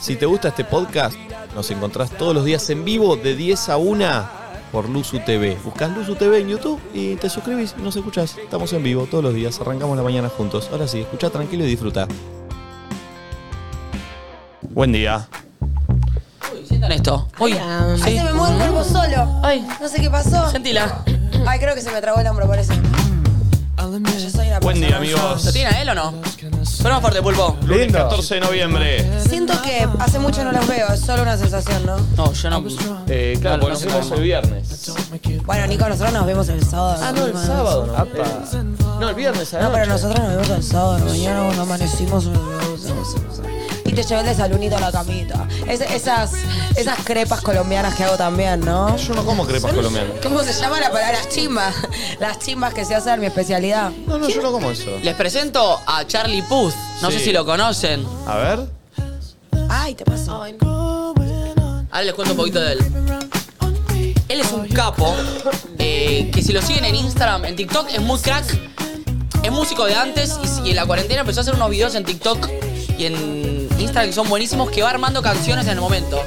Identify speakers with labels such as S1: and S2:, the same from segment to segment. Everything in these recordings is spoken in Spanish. S1: Si te gusta este podcast, nos encontrás todos los días en vivo de 10 a 1 por Luzu TV. Buscás Luzu TV en YouTube y te suscribís y nos escuchás. Estamos en vivo todos los días, arrancamos la mañana juntos. Ahora sí, escucha tranquilo y disfruta. Buen día.
S2: Uy, sientan esto. Uy,
S3: Ay, se me mueve el cuerpo solo.
S2: Ay.
S3: No sé qué pasó.
S2: sentila.
S3: Ay, creo que se me trabó el hombro, parece. Yo soy una
S1: Buen día,
S3: persona-
S2: ¿Lo
S1: amigos.
S2: tiene a él o no? Suena más fuerte, pulpo.
S1: Lunes 14 de noviembre.
S3: Siento que hace mucho no los veo, es solo una sensación, ¿no?
S2: No, yo no.
S1: Eh, claro,
S2: Claro,
S1: nos
S2: no
S1: vemos
S2: sé.
S1: el viernes.
S3: Bueno, Nico, nosotros nos vemos el sábado.
S1: Ah, no, el sábado. No, no el viernes.
S3: No, pero nosotros nos vemos el sábado. Mañana cuando amanecimos. nos vemos el sábado. Y te llevé el desalunito a la camita. Es- esas, esas crepas colombianas que hago también, ¿no?
S1: Yo no como crepas colombianas.
S3: ¿Cómo se llama la palabra? Las chimbas. Las chimbas que se hacen, mi especialidad.
S1: No, no, yo no como eso.
S2: Les presento a Charlie Puth. No
S1: Sí.
S2: sé si lo conocen.
S1: A ver.
S3: Ay, te pasó.
S2: Ahora les cuento un poquito de él. Él es un capo eh, que si lo siguen en Instagram, en TikTok es muy crack. Es músico de antes y, si- en la cuarentena empezó a hacer unos videos en TikTok y en Instagram que son buenísimos que va armando canciones en el momento.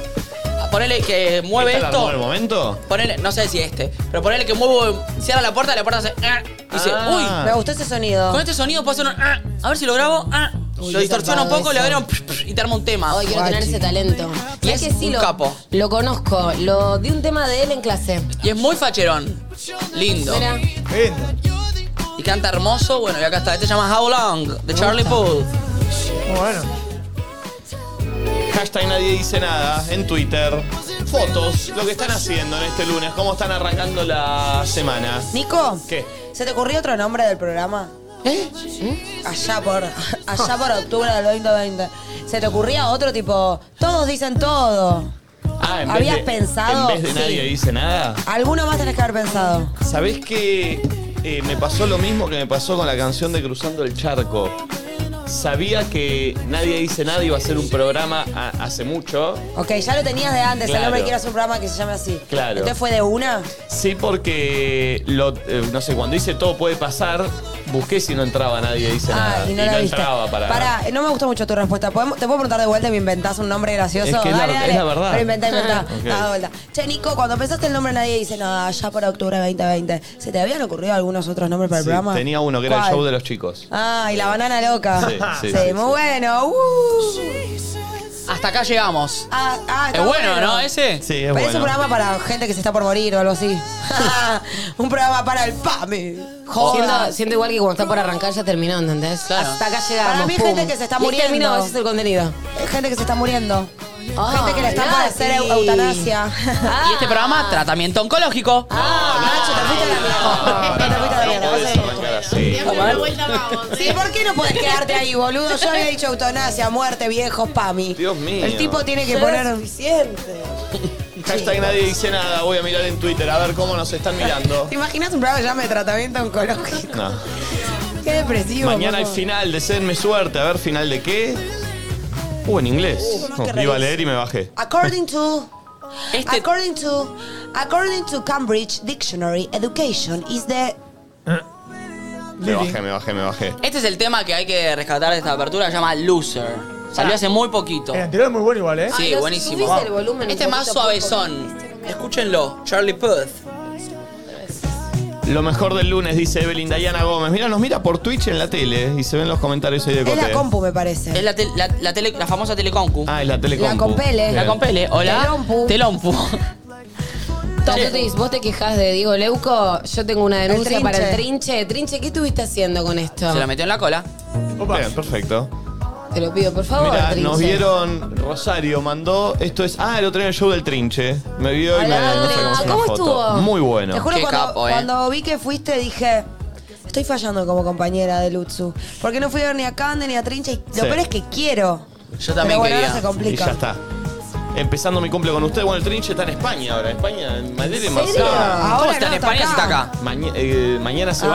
S2: Ponele que mueve
S1: ¿Esta la armó
S2: esto.
S1: el momento?
S2: Ponele, no sé si este, pero ponele que muevo, cierra la puerta, la puerta hace. "Ah", y dice,
S1: Ah.
S3: Me gustó ese sonido.
S2: uy, con este sonido puedo hacer un. "Ah", a ver si lo grabo. ah".
S3: Uy,
S2: lo
S3: qué
S2: distorsiono un
S3: zarpado
S2: poco, le
S3: eso.
S2: agrego y te arma un tema.
S4: Ay, quiero tener
S3: Guachi.
S4: ese talento.
S2: Y
S4: Sabés
S2: es
S4: que sí
S2: un
S4: lo,
S2: capo.
S4: Lo conozco. Lo di un tema de él en clase.
S2: Y es muy facherón. Lindo.
S4: Mira,
S2: Y canta hermoso. Bueno, y acá está. Este se llama How Long, de Charlie Puth.
S1: Hashtag nadie dice nada en Twitter. Fotos, lo que están haciendo en este lunes, cómo están arrancando la semana.
S3: Nico,
S1: ¿Qué?
S3: ¿se te ocurrió otro nombre del programa? ¿Eh? Allá por, allá por octubre del 2020. ¿Se te ocurría otro tipo? Todos dicen todo.
S1: Ah, en vez
S3: ¿Habías
S1: de-
S3: pensado?
S1: En vez de
S3: Sí.
S1: nadie dice nada.
S3: Alguno más tenés que haber pensado.
S1: ¿Sabés que eh, me pasó lo mismo que me pasó con la canción de Cruzando el Charco? Sabía que Nadie Dice Nada iba a ser un programa a- hace mucho.
S3: Ok, ya lo tenías de antes,
S1: Claro.
S3: el hombre quiere hacer un programa que se llame así.
S1: Claro.
S3: ¿Entonces fue de una?
S1: Sí, porque, lo, eh, no sé, cuando hice Todo Puede Pasar, busqué si no entraba Nadie Dice
S3: Ah,
S1: Nada.
S3: y no la viste.
S1: entraba para...
S3: Pará, no me gustó mucho tu respuesta. ¿Podemos- ¿Te puedo preguntar de vuelta y me inventás un nombre gracioso?
S1: Es que es la-
S3: dale, dale.
S1: es la verdad.
S3: Pero inventá, inventá.
S1: Ok.
S3: Dá de vuelta. Che, Nico, cuando pensaste el nombre nadie dice nada, ya para octubre 2020. ¿Se te habían ocurrido algunos otros nombres para
S1: Sí,
S3: el programa?
S1: tenía uno que era
S3: ¿Cuál?
S1: el show de los chicos.
S3: Ah, y la banana loca.
S1: Sí,
S3: Sí,
S1: sí, sí,
S3: muy
S1: sí.
S3: bueno. Uh.
S2: Hasta acá llegamos.
S3: Ah, ah, está
S2: Es bueno, ¿no? Ese.
S1: Sí, es
S3: Pero
S1: bueno.
S3: es un programa para gente que se está por morir o algo así. un programa para el PAMI. Joda.
S4: siento, siento igual que cuando está por arrancar ya terminó, ¿entendés?
S2: Claro.
S4: Hasta acá llegamos.
S3: Para mí hay
S4: pum.
S3: gente que se está
S4: Y ahí
S3: muriendo.
S4: terminó, ese es el contenido.
S3: Gente que se está muriendo.
S4: Ah,
S3: gente que le están por
S4: Nati.
S3: hacer eu- eutanasia.
S2: Y este programa, tratamiento oncológico.
S3: Ah, Nacho, te fuiste a la mierda. Te fuiste a la mierda. Vas a ir. Sí, ¿por qué no puedes quedarte ahí, boludo? Yo había dicho eutanasia, muerte, viejos, PAMI.
S1: Dios mío.
S3: El tipo tiene que poner...
S1: Hashtag nadie dice nada, voy a mirar en Twitter a ver cómo nos están mirando.
S3: ¿Te imaginas un programa que se llame tratamiento oncológico?
S1: No.
S3: Qué depresivo.
S1: Mañana hay
S3: hay
S1: final, deseenme suerte, a ver final de qué. Uh, en inglés.
S3: Uh, qué
S1: No, iba a
S3: raíz.
S1: leer y me bajé.
S3: According to...
S2: Este-
S3: According to... According to Cambridge Dictionary, education is the...
S1: Me bajé, me bajé, me bajé.
S2: Este es el tema que hay que rescatar de esta apertura, se llama Loser. Salió hace muy poquito.
S5: El anterior es muy bueno igual, ¿eh?
S2: Sí,
S4: Ay, no,
S2: buenísimo.
S4: subís el volumen
S2: este
S4: un
S2: es más
S4: poquito, por
S2: suavezón. Escúchenlo, Charlie Puth.
S1: Lo mejor del lunes, dice Evelyn Dayana Gómez. Mira, nos mira por Twitch en la tele eh, y se ven los comentarios ahí de
S3: Es
S1: Cote.
S3: la compu, me
S2: Es
S3: parece.
S2: la, tel- la- la tele- la famosa teleconcu.
S1: Ah, es la telecompu.
S3: La compele.
S1: Bien.
S2: La compele, hola.
S3: Telompu.
S2: Telompu.
S4: Tom Tutis, vos te quejas de Diego Leuco, yo tengo una denuncia
S3: El
S4: para el
S3: trinche.
S4: trinche. Trinche, ¿qué estuviste haciendo con esto?
S2: Se la metió en la cola.
S5: Opa.
S1: Bien, perfecto.
S4: Te lo pido, por favor,
S1: Mira,
S4: trinche.
S1: nos vieron. Rosario mandó. Esto es. Ah, el otro día el show del trinche. Me vio y me,
S4: Hola,
S1: me sacamos
S4: Adri. ¿Cómo
S1: una foto.
S4: estuvo?
S1: Muy bueno.
S3: Te juro,
S2: Qué
S3: cuando,
S2: capo, eh.
S3: cuando vi que fuiste dije, estoy fallando como compañera de Lutsu. Porque no fui a ver ni a Cande ni a Trincha. Y
S1: Sí.
S3: Lo peor es que quiero.
S2: Yo también
S3: Pero bueno,
S2: quería.
S3: ahora se
S1: Y
S3: complica.
S1: ya está. Empezando mi cumple con usted. Bueno, el trinche está en España ahora. España, en Madrid, en
S3: ¿En
S1: Barcelona.
S3: serio?
S2: ¿Cómo
S3: Ahora
S2: está en
S3: no, está
S2: España si está
S3: acá.
S2: acá?
S1: Maña- eh, mañana se
S3: Ah,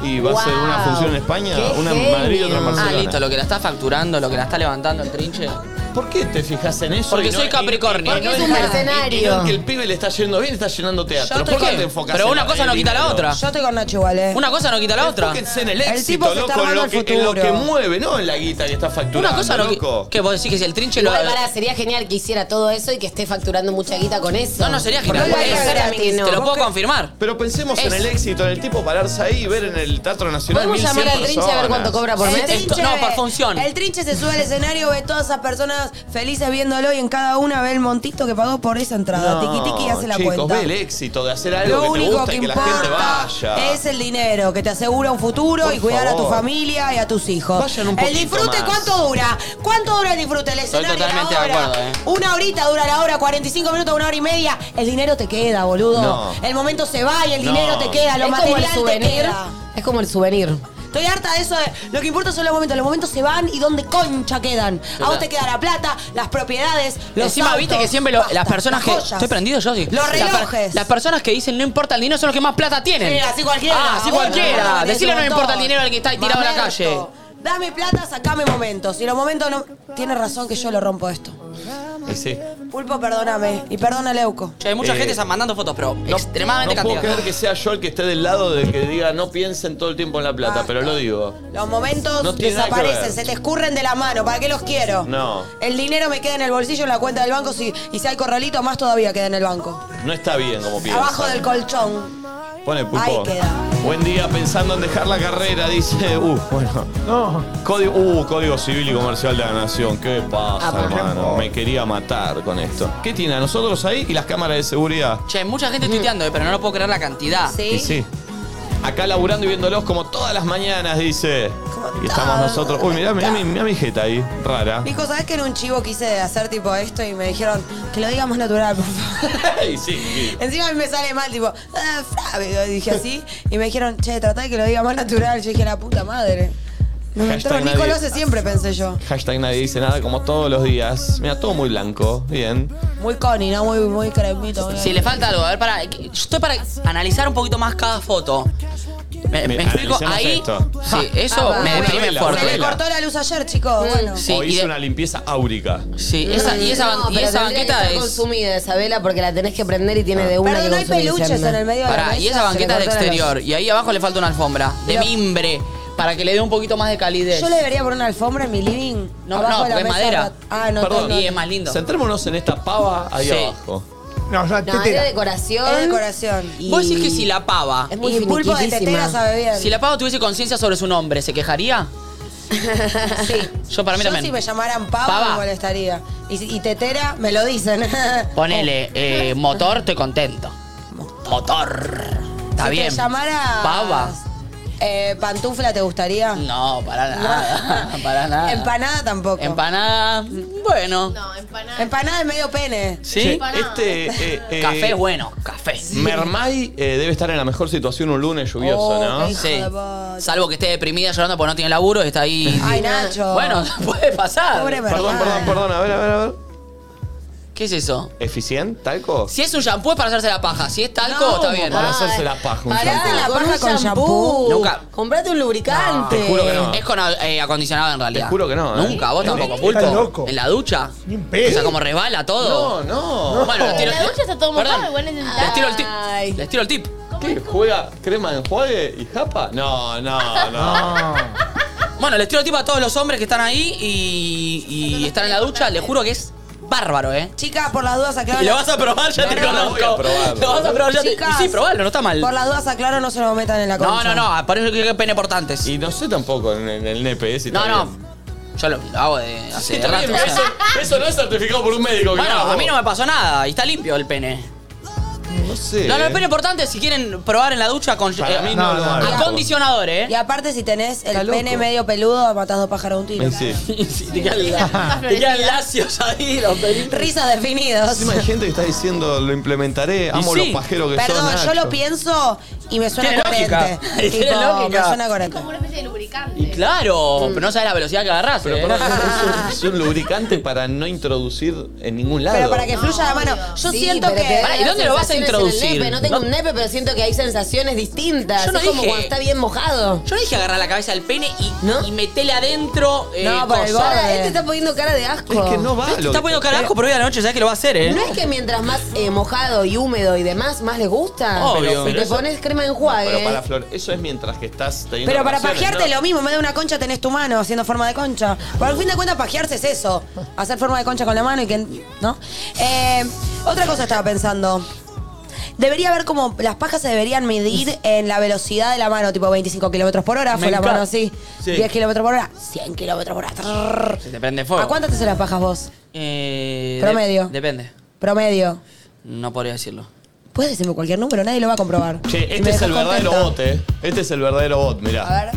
S1: va y va a ser una
S4: wow.
S1: función en España,
S4: Qué
S1: una en Madrid y
S4: genio.
S1: otra en
S4: Ah,
S2: Ah,
S1: Barcelona.
S2: listo, lo que la está facturando, lo que la está levantando el trinche.
S1: ¿Por qué te fijas en eso?
S2: Porque
S1: y no-
S2: soy
S1: y-
S2: Capricornio.
S1: y- y-
S2: Porque
S1: y-
S2: es un
S1: y- y- y-
S4: mercenario.
S1: y no que el pibe le está yendo bien, está llenando teatro.
S2: Yo te-
S1: ¿Por qué
S2: ¿qué?
S1: te enfocas
S2: Pero
S1: en
S2: una
S1: la-
S2: cosa
S1: en
S2: no
S1: el
S2: quita la
S1: dinero?
S2: otra.
S3: Yo estoy con Nacho igual, ¿eh?
S2: Una cosa no quita la otra.
S1: Enfóquense en el
S3: El
S1: éxito,
S3: tipo se
S1: loco,
S3: está
S1: en, lo
S3: armando
S1: que,
S3: el
S1: en lo que
S3: futuro.
S1: mueve, no en la guita que está facturando.
S2: Una cosa no
S1: loco.
S2: quita. ¿Qué vos decís que si el trinche lo.
S4: Igual, pará, sería genial que hiciera todo eso y que esté facturando mucha guita con eso.
S2: No, no sería genial.
S4: Porque
S3: no lo
S4: puede
S3: haría
S4: ser a mí
S3: gratis,
S4: que no.
S2: Te lo puedo confirmar.
S1: Pero pensemos en
S2: Es-
S1: el éxito, en el tipo pararse ahí y ver en el Teatro Nacional
S4: Podemos
S1: 1100
S4: llamar al trinche a ver
S1: personas.
S4: cuánto cobra por
S3: El
S4: mes.
S2: Esto-
S3: trinche
S2: no,
S3: ve-
S2: por función.
S3: El trinche se sube al escenario, ve todas esas personas felices viéndolo y en cada una ve el montito que pagó por esa entrada.
S1: No,
S3: tiqui tiqui y hace la
S1: chicos,
S3: cuenta.
S1: ve el éxito de hacer algo
S3: Lo
S1: que te
S3: único
S1: gusta
S3: que
S1: y que la gente
S3: importa
S1: vaya.
S3: es el dinero, que te asegura un futuro
S1: Por
S3: y cuidar a tu
S1: favor.
S3: familia y a tus hijos.
S1: Vayan un
S3: el
S1: poquito
S3: disfrute,
S1: más.
S3: ¿cuánto dura? ¿Cuánto dura el disfrute? El
S2: Estoy
S3: escenario,
S2: totalmente
S3: la
S2: de
S3: hora.
S2: acuerdo, ¿eh?
S3: Una horita dura la hora, 45 minutos, una hora y media. El dinero te queda, boludo.
S1: No.
S3: El momento se va y el
S1: No.
S3: dinero te queda, lo
S4: es como el
S3: material te
S4: souvenir.
S3: queda.
S4: Es como el souvenir.
S3: Estoy harta de eso de lo que importa son los momentos. Los momentos se van y dónde concha quedan. A vos te queda la plata, las propiedades, los
S2: Encima,
S3: autos,
S2: viste que siempre lo-
S3: basta,
S2: las personas que.
S3: joyas.
S2: Estoy prendido yo, sí.
S3: Los
S2: Las per-
S3: relojes.
S2: las personas que dicen no importa el dinero son los que más plata tienen.
S3: Sí, Eh, así cualquiera.
S2: Ah, así
S3: Vos,
S2: cualquiera.
S3: no, no,
S2: Decirle no
S3: tenés un
S2: importa el
S3: montón.
S2: dinero al que está tirado en la
S3: Mamerto.
S2: calle.
S3: Dame plata, sacame momentos. Y los momentos no. Tienes razón que yo lo rompo esto.
S1: Y sí.
S3: Pulpo, perdóname. Y perdona, Leuco.
S2: Che, hay mucha
S1: Eh,
S2: gente está mandando fotos, pero
S1: No,
S2: extremadamente
S1: no puedo
S2: cantidad.
S1: creer que sea yo el que esté del lado de que diga no piensen todo el tiempo en la plata,
S3: Ah.
S1: pero lo digo.
S3: Los momentos
S1: No tiene nada que ver.
S3: desaparecen, se te escurren de la mano. ¿Para qué los quiero?
S1: No.
S3: El dinero me queda en el bolsillo, en la cuenta del banco. Si, y si hay corralito, más todavía queda en el banco.
S1: No está bien como piensa.
S3: Abajo del colchón.
S1: Pone pulpo.
S3: Ahí queda.
S1: Buen día pensando en dejar la carrera, dice. Uh, bueno. No. Código, uh, Código Civil y Comercial de la Nación. ¿Qué
S2: Ah,
S1: pasa, hermano? Me quería matar con esto. ¿Qué tiene a nosotros ahí y las cámaras de seguridad?
S2: Che, mucha gente
S3: Mm.
S2: tuiteando, eh, pero no lo puedo creer la cantidad.
S1: Y sí. Acá laburando y viéndolos como todas las mañanas, dice. Y estamos nosotros. Uy, mirá, mirá, mi- mirá mi jeta ahí, rara.
S3: Hijo, ¿sabes que era un chivo quise hacer tipo esto y me dijeron que lo diga más natural, por favor?
S1: Y sí, sí.
S3: Encima a mí me sale mal, tipo, ah, Flavio, dije así. Y me dijeron, che, tratá de que lo diga más natural. Yo dije, la puta madre. No me entró.
S1: Hashtag
S3: Nico
S1: nadie-
S3: lo hace siempre, pensé yo.
S1: Hashtag nadie dice nada como todos los días. Mira, todo muy blanco. Bien.
S3: Muy Connie, ¿no? Muy, muy cremito. muy-
S2: Si le falta algo, a ver, para. Estoy para analizar un poquito más cada foto. Me, me
S1: Me-
S2: explico,
S1: analicemos
S2: ahí.
S1: esto.
S2: Sí, eso
S3: Ah,
S2: me
S3: va.
S2: deprime
S1: Una
S3: Se le
S2: fuerte.
S1: vela.
S3: cortó la luz ayer, chicos. Bueno.
S2: Sí,
S1: o
S2: y
S1: hizo
S2: de-
S1: Oh, una limpieza áurica.
S2: Sí, esa, y esa, ban-
S4: No,
S2: y
S4: pero
S2: esa
S4: tendría que
S2: banqueta
S4: estar
S2: es. Ah.
S4: consumida esa vela porque la tenés que prender y tiene de una
S3: Perdón,
S4: que
S3: no hay
S4: consumir
S3: peluches
S4: siempre.
S3: en el medio de la
S2: Pará,
S3: mesa.
S2: y esa banqueta
S4: le
S2: del
S4: cortaron los-
S2: exterior. Y ahí abajo le falta una alfombra de
S3: Pero-
S2: mimbre para que le dé un poquito más de calidez.
S3: Yo le debería poner una alfombra en mi living.
S2: No,
S3: abajo
S2: no,
S3: de la
S2: porque es
S3: mesa.
S2: madera.
S3: Ah, no,
S1: Perdón.
S3: no, no,
S2: Y es más lindo.
S1: Centrémonos en esta pava ahí
S2: Sí.
S1: abajo.
S6: No, ya
S4: No, es de
S6: tetera.
S4: decoración.
S3: Es decoración.
S4: Y-
S2: Vos decís que si la pava.
S4: Es muy
S3: Y pulpo de tetera
S4: finiquitísima.
S3: sabe bien.
S2: Si la pava tuviese conciencia sobre su nombre, ¿se quejaría?
S3: Sí.
S2: Yo para mí
S3: Yo
S2: también.
S3: si me llamaran Pava,
S2: Pava.
S3: me molestaría. Y, si- y tetera, me lo dicen.
S2: Ponele, eh, motor, estoy contento. Motor. Está
S3: si
S2: bien.
S3: te llamara...
S2: Pava.
S3: Eh, ¿Pantufla te gustaría?
S2: No, para nada. Para nada.
S3: Empanada tampoco.
S2: Empanada. Bueno.
S7: No, empanada.
S3: Empanada es medio pene.
S2: ¿Sí?
S1: Che, Este. eh, eh,
S2: Café es bueno, café.
S1: Mermay eh, debe estar en la mejor situación un lunes lluvioso, ¿no?
S3: Oh, qué hijo
S2: Sí.
S3: de puta.
S2: Salvo que esté deprimida llorando porque no tiene laburo y está ahí.
S3: Ay, Nacho.
S2: Bueno, puede pasar.
S3: Pobre Mermay.
S1: Perdón, perdón, Oh. perdón. A ver, a ver, a ver.
S2: ¿Qué es eso?
S1: ¿Eficient? ¿Talco?
S2: Si es un shampoo es para hacerse la paja. Si es talco,
S3: No,
S2: está bien.
S1: Para
S4: Ah,
S1: hacerse la paja un
S4: pará,
S3: shampoo.
S4: la paja con shampoo.
S2: Nunca.
S4: Comprate un lubricante.
S1: Te juro que no.
S2: Es con eh, acondicionado en realidad.
S1: Te juro que no, ¿eh?
S2: Nunca, vos tampoco,
S6: Está
S2: pulpo.
S6: loco.
S2: En la ducha.
S6: Ni en pedo.
S2: O sea, como resbala todo.
S1: No, no.
S2: Bueno, les tiro
S7: En la ducha está todo mojado,
S2: Perdón,
S7: igual necesitas-
S2: Les tiro el tip.
S4: Ay.
S2: Les tiro el tip.
S1: ¿Qué? ¿Juega crema de enjuague y japa? No, no, no.
S2: Bueno, les tiro el tip a todos los hombres que están ahí y, y están en la ducha. Les juro que es bárbaro, ¿eh?
S3: Chicas, por las dudas aclaro.
S2: Y lo vas a probar, ya te
S1: No, no, voy a
S2: conozco.
S1: probarlo.
S2: Lo vas a probar, ya te.
S3: Chicas,
S2: y Sí, probalo, no está mal.
S3: Por las dudas aclaro, no se lo metan en la
S2: No,
S3: concha.
S2: no, no, por eso que que pene portantes.
S1: Y no sé tampoco en, en el NPS. Si
S2: No,
S1: está
S2: no.
S1: bien.
S2: Yo lo hago de hace
S1: Sí, está
S2: rato.
S1: bien, pero
S2: o sea.
S1: eso, eso no es certificado por un médico. que
S2: Bueno,
S1: hago.
S2: a mí no me pasó nada y está limpio el pene.
S1: No sé. ¿eh?
S2: No, no, el pene portante, si quieren probar en la ducha con
S1: Para
S2: eh,
S1: mí no,
S6: No,
S1: lo
S6: no,
S1: hago.
S2: acondicionador, ¿eh?
S3: Y aparte, si tenés el
S1: Está
S3: pene
S1: loco.
S3: medio peludo, matás dos pájaros a un tiro.
S1: Sí.
S2: Sí, te quedan, la- te quedan lacios ahí los pelitos.
S3: Risas definidos.
S1: Encima hay gente que está diciendo, lo implementaré, amo
S2: sí.
S1: los pajeros que
S3: Perdón,
S1: son.
S3: yo lo pienso y me suena
S2: Tiene
S3: coherente.
S2: lógica. Tiene
S3: Tipo,
S2: lógica.
S3: Me suena coherente.
S7: Como una especie de
S8: lubricante.
S2: Y claro, pero no sabes la velocidad que agarrás.
S1: Pero
S2: eh.
S1: perdón, es, un, es un lubricante para no introducir en ningún lado.
S3: Pero para que fluya la mano. Yo
S4: Sí,
S3: siento
S4: pero te
S3: que.
S4: da
S2: Pará, ¿y dónde lo vas a
S4: sensaciones en el
S2: introducir?
S4: nepe. No tengo
S2: No-
S4: un nepe, pero siento que hay sensaciones distintas.
S2: Yo no
S4: es como
S2: dije-
S4: cuando está bien mojado.
S2: Yo no dije agarrar la cabeza del pene y,
S4: ¿No?
S2: y metela adentro. eh,
S3: No, por el
S2: cosa.
S3: borde.
S4: Ahora, él te este está poniendo cara de asco.
S1: Es que no va.
S2: No es que
S1: lo
S2: Este está
S1: que-
S2: poniendo carajo, pero hoy a la noche sabes que lo va a hacer, ¿eh?
S4: ¿No es que mientras más eh, mojado y húmedo y demás, más les gusta?
S2: Obvio.
S4: Pero si
S2: Pero
S4: te
S1: eso-
S4: pones crema de enjuague. eh,
S1: Pero para Flor, eso es mientras que estás teniendo.
S3: Pero para
S1: relaciones,
S3: pajearte
S1: ¿no?
S3: lo mismo, en vez de una concha tenés tu mano haciendo forma de concha. Por al fin de cuentas, pajearse es eso. Hacer forma de concha con la mano y que. ¿No? Eh, otra cosa estaba pensando. Debería haber como. Las pajas se deberían medir en la velocidad de la mano, tipo 25 kilómetros por hora.
S2: Me
S3: Fue la
S2: encanta.
S3: mano así.
S1: Sí.
S3: 10 kilómetros por hora, 100 kilómetros por hora. Trrr.
S2: Se te prende
S1: Oh.
S2: fuego.
S3: ¿A cuántas te hacen las pajas vos?
S2: Eh,
S3: Promedio.
S2: de- depende.
S3: Promedio.
S2: No podría decirlo.
S3: Puedes decirme cualquier número, nadie lo va a comprobar.
S1: Che,
S3: Y me
S1: este es el
S3: dejas
S1: verdadero
S3: contenta.
S1: bot, eh. Este es el verdadero bot, mirá.
S3: A ver.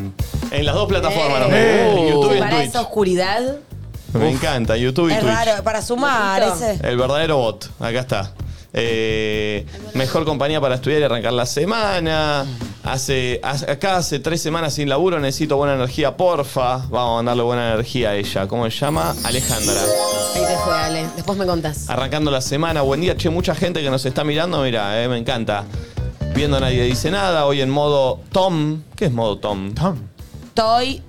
S1: En las dos plataformas, no
S2: Eh.
S1: En YouTube y en
S4: para
S1: Twitch.
S4: esa oscuridad.
S1: Me encanta, YouTube y
S3: Es
S1: Twitch.
S3: raro, para sumar
S4: Ojito.
S3: ese.
S1: El verdadero bot, acá está. Eh, mejor compañía para estudiar y arrancar la semana. Hace, hace- acá hace tres semanas sin laburo, necesito buena energía, porfa. Vamos a mandarle buena energía a ella. ¿Cómo se llama? Alejandra.
S4: Ahí te fue, Ale. Después me contás.
S1: Arrancando la semana, buen día. Che, mucha gente que nos está mirando, mira, eh, me encanta. Viendo nadie dice nada, hoy en modo Tom. ¿Qué es modo Tom?
S3: Estoy.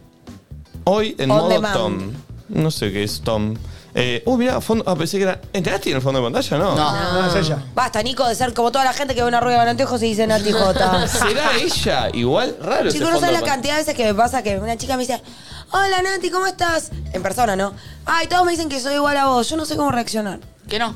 S1: Hoy en
S3: On
S1: modo
S3: demand.
S1: Tom. No sé qué es Tom. Eh, uh, mirá, fondo, ah, pensé que era... ¿Entraste en el fondo de pantalla, no?
S2: No.
S9: No, es ella.
S3: Basta, Nico, de ser como toda la gente que ve una rueda con anteojos y dice Nati Jota.
S1: ¿Será ella? Igual, raro. ese
S3: Chicos, no
S1: fondo
S3: saben la
S1: de
S3: cantidad de veces que me pasa que una chica me dice, hola Nati, ¿cómo estás? En persona, ¿no? Ay, todos me dicen que soy igual a vos. Yo no sé cómo reaccionar.
S2: ¿Qué no?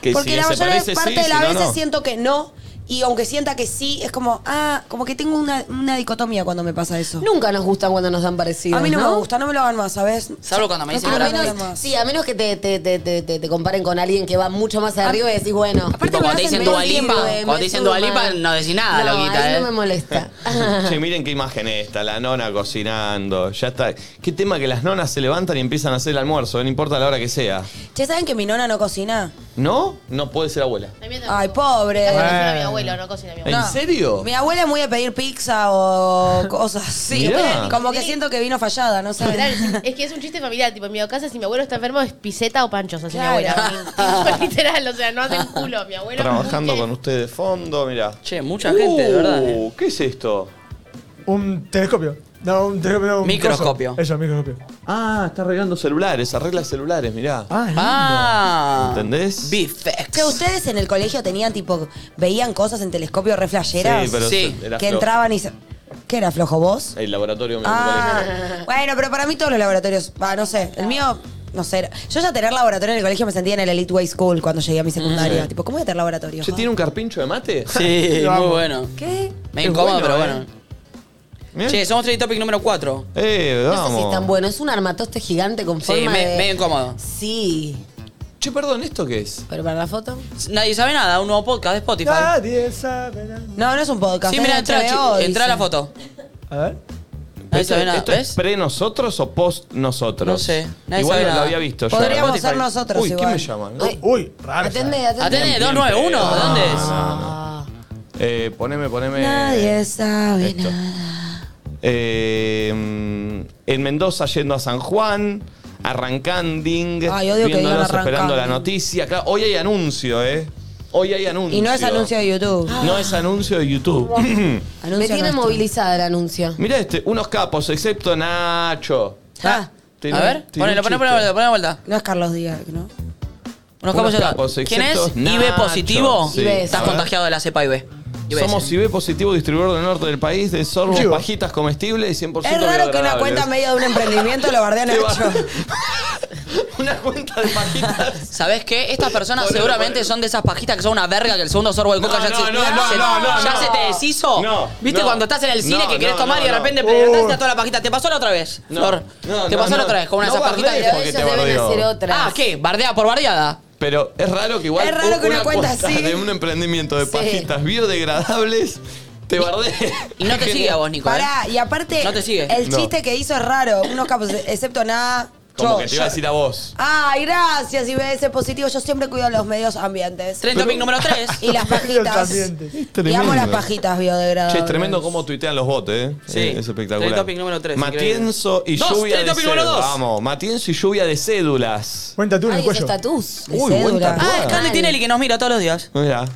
S1: Que
S3: Porque
S1: si
S3: la
S1: se
S3: mayoría
S1: parece,
S3: parte
S1: sí,
S3: de las
S1: si no,
S3: veces
S1: no.
S3: siento que no. Y aunque sienta que sí, es como, ah, como que tengo una, una dicotomía cuando me pasa eso.
S4: Nunca nos gustan cuando nos dan parecidos.
S3: a mí no, me gusta, no me lo hagan más, ¿sabes?
S2: Salvo cuando me
S3: No
S2: dicen,
S3: quiero
S4: A
S2: "Hola,
S3: que me lo hagan
S4: menos,
S3: más.
S4: sí, a menos que te, te- te- te- te- te comparen con alguien que va mucho más arriba y decís, bueno.
S3: Aparte
S2: Tipo,
S3: me
S2: cuando te
S3: hacen
S2: dicen
S3: ver
S2: Dua
S3: libre,
S2: Lipa,
S4: me
S2: cuando te dicen
S4: suma.
S2: Dua Lipa, no decís nada,
S4: no,
S2: loquita,
S4: ahí
S2: ¿eh?
S4: no me molesta.
S1: Che, miren qué imagen esta, la nona cocinando. Ya está. Qué tema que las nonas se levantan y empiezan a hacer el almuerzo, no importa la hora que sea.
S3: Che, ¿saben que mi nona no cocina?
S1: ¿No? No puede ser abuela.
S8: A mí tampoco.
S3: Ay, pobre.
S8: Ya cocina mi
S9: Bueno.
S8: abuelo, no cocina mi abuelo.
S1: ¿En serio?
S3: Mi abuela es muy de pedir pizza o cosas así.
S1: Mirá.
S3: Como que siento que vino fallada, no
S8: Literal,
S3: sé.
S8: es- Es que es un chiste familiar, tipo, en mi casa si mi abuelo está enfermo es piseta o panchos, así
S3: Claro.
S8: mi abuela. Literal, o sea, no hacen culo, mi abuelo.
S1: Trabajando
S8: ¿qué?
S1: con usted de fondo, mirá. Uh,
S2: Che, mucha gente, de verdad, eh.
S1: ¿Qué es esto?
S9: Un telescopio. No, un telescopio. No, Uh, un
S2: Microscopio.
S9: coso. Eso, microscopio.
S1: Ah, está arreglando celulares, arregla celulares, mirá.
S2: Ah.
S1: ¿Entendés?
S2: Bifex.
S3: Che, ¿ustedes en el colegio tenían tipo, veían cosas en telescopio reflejeras?
S1: sí, pero
S2: Sí.
S1: era
S3: que
S1: flo-
S3: entraban y se... ¿Qué era, flojo vos?
S1: El laboratorio me
S3: Ah, bueno, pero para mí todos los laboratorios, va, no sé, el mío, no sé. era- Yo ya tener laboratorio en el colegio me sentía en el Elite Way School cuando llegué a mi secundaria. Tipo, ¿cómo voy a tener laboratorio?
S1: ¿Se
S3: Ah.
S1: tiene un carpincho de mate?
S2: Sí,
S9: Lo
S2: muy
S9: amo.
S2: bueno.
S3: ¿Qué?
S2: Me
S1: Es
S2: incómodo,
S1: bueno,
S2: pero
S1: eh.
S2: bueno.
S1: Mirá.
S2: Che, somos trade topic número 4.
S1: Eh,
S4: No
S1: vamos.
S4: sé si es tan bueno. Es un armatoste gigante con
S2: Sí,
S4: forma
S2: me-
S4: de...
S2: medio incómodo.
S4: Sí.
S1: Che, perdón, ¿esto qué es?
S4: ¿Pero para la foto?
S2: Nadie sabe nada, un nuevo podcast de Spotify.
S9: Nadie sabe nada.
S3: No, no es un podcast.
S2: sí,
S3: es
S2: mira,
S3: de
S2: entra,
S3: HBO,
S2: chi- entra a la
S3: dice.
S2: foto.
S9: A ver.
S2: Nadie sabe nada,
S1: ¿Esto es
S2: ¿ves?
S1: pre nosotros o post nosotros?
S2: No sé, nadie
S1: Igual
S2: sabe
S1: no lo
S2: nada.
S1: había visto yo.
S3: Podríamos
S2: Spotify.
S3: ser nosotros
S1: Uy, ¿qué
S3: igual.
S1: me llaman?
S4: Ay,
S9: Uy, raro.
S4: Atende, atende.
S2: Atene,
S1: bien, Ah,
S2: 291,
S1: bien.
S2: ¿de dónde es?
S1: Eh, poneme, poneme.
S3: Nadie sabe
S1: Esto.
S3: nada.
S1: Eh, mm, en Mendoza yendo a San Juan. Arrancanding.
S3: Ay, odio que digan
S1: viéndonos, esperando la
S3: arrancanding.
S1: noticia. Claro, hoy hay anuncio, ¿eh? Hoy hay anuncio.
S3: Y no es anuncio de YouTube.
S1: No es anuncio de YouTube.
S3: Anuncio
S4: Me tiene
S3: nuestro.
S4: movilizada el anuncio.
S1: Mirá este, unos capos, excepto Nacho.
S3: Ah,
S1: Tiene
S2: A
S1: un-
S2: ver,
S1: tiene un chiste.
S2: ponelo, ponelo, ponelo, ponelo de vuelta.
S3: no es Carlos Díaz, ¿no?
S2: Unos
S1: Unos
S2: capos ya está.
S1: capos,
S2: ¿Quién es?
S1: excepto
S2: IB
S1: Nacho.
S2: positivo.
S1: Sí.
S4: IB,
S2: Estás
S4: a
S1: ver.
S2: contagiado de la cepa IB. IB.
S1: Somos IB positivo, distribuidor del norte del país, de sorbos,
S9: Chivo.
S1: pajitas comestibles y 100%
S3: Es raro que una
S1: biodegradables.
S5: ¿eh?
S3: cuenta en medio de un emprendimiento lo bardean a
S1: Te va-
S3: Nacho.
S1: una cuenta de pajitas.
S2: ¿Sabés qué? Estas personas
S1: Ponelo,
S2: seguramente
S1: ponelo.
S2: son de esas pajitas que son una verga que el segundo sorbo de coca ya, se, ya se- ya se te deshizo.
S1: No,
S2: ¿Viste
S1: no.
S2: cuando estás en el cine
S1: No,
S2: que querés
S1: no,
S2: tomar y de
S1: no,
S2: repente
S1: no.
S2: te levantaste a toda la pajita? Te pasó la otra vez,
S1: No,
S2: Flor.
S1: no,
S2: te
S1: no,
S2: pasó la
S1: no.
S2: otra vez con una
S1: No
S2: de esas pajitas.
S1: guardé,
S2: que-
S1: porque
S4: ellos
S1: te
S4: deben
S1: bardeo.
S4: hacer otras.
S2: Ah, ¿qué? ¿Bardea por bardeada?
S1: Pero es raro que igual
S3: Es raro que una cuenta así.
S1: de un emprendimiento de
S4: Sí.
S1: pajitas biodegradables te bardee.
S2: Y no te sigue a vos, Nico. ¿eh?
S3: Pará, y aparte,
S2: No te sigue.
S3: el
S1: No.
S3: chiste que hizo es raro. Unos capos, excepto nada.
S5: Como
S3: Yo-
S5: que te
S3: yo-
S5: iba a decir a vos.
S3: Ay, gracias, IBS positivo. Yo siempre cuido los medios ambientes.
S2: Trend topic número 3.
S3: Y las pajitas. Y amo las pajitas biodegradables.
S5: Che, es tremendo cómo tuitean los botes, ¿eh?
S2: Sí.
S5: Eh, Es espectacular.
S2: Trend topic número tres,
S5: Matienzo y
S2: increíble. Dos,
S5: lluvia
S2: trend
S5: de
S2: topic número
S5: cédulas.
S2: dos.
S5: Vamos, Matienzo y lluvia de cédulas.
S9: Buen tatú en el
S4: Ay, ese
S9: cuello.
S4: estatus.
S3: Uy, buen
S2: Ah, es Candy
S4: Mal.
S2: Tinelli que nos mira todos los días.
S5: Mira.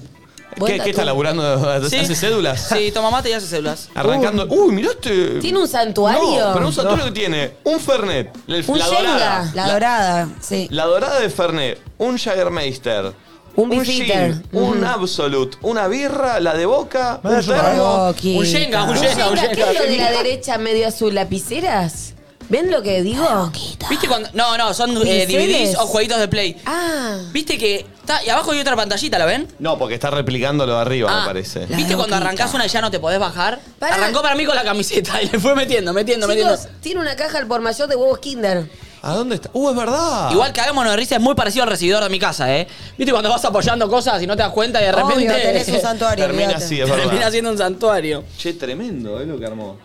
S4: Buen
S5: ¿Qué,
S4: dato.
S5: qué está laburando?
S2: Sí.
S5: ¿Hace cédulas?
S2: Sí, toma mate y hace células.
S5: Arrancando. Uy, mirá este.
S4: Tiene un santuario.
S5: No, pero un santuario que tiene un Fernet. La,
S4: Un
S5: la dorada.
S4: Jenga.
S3: La dorada, sí.
S5: La dorada de Fernet. Un Jagermeister.
S3: Un Beefeater.
S5: gin, un Absolute, una birra, la de Boca,
S9: Vaya
S5: un termo.
S3: Rocky.
S2: Un Shenga, un Shenga, un
S4: Venga, ¿Qué es lo de la
S2: Shenga.
S4: derecha medio azul? ¿Lapiceras? ¿Ven lo que digo?
S2: ¿Viste cuando.? No, no, son eh,
S4: Pinceles.
S2: DVDs o jueguitos de play.
S4: Ah.
S2: ¿Viste que.? Está, y abajo hay otra pantallita, ¿la ven?
S5: No, porque está replicando lo de arriba,
S2: Ah,
S5: me parece.
S4: La
S2: ¿Viste
S4: de
S2: cuando
S4: boquita.
S2: arrancás una y ya no te podés bajar?
S4: Pará.
S2: Arrancó para mí con la camiseta y le fue metiendo, metiendo,
S4: Chicos,
S2: metiendo.
S4: tiene una caja al por mayor de huevos Kinder.
S5: ¿A dónde está? ¡Uh, es verdad!
S2: Igual que hagámonos de risa, es muy parecido al recibidor de mi casa, ¿eh? ¿Viste cuando vas apoyando cosas y no te das cuenta y de repente.
S3: Obvio, tenés un santuario.
S5: Termina
S3: olvídate.
S5: así, es
S2: Termina
S5: verdad.
S2: siendo un santuario.
S5: Che, tremendo, ¿eh? Lo que armó.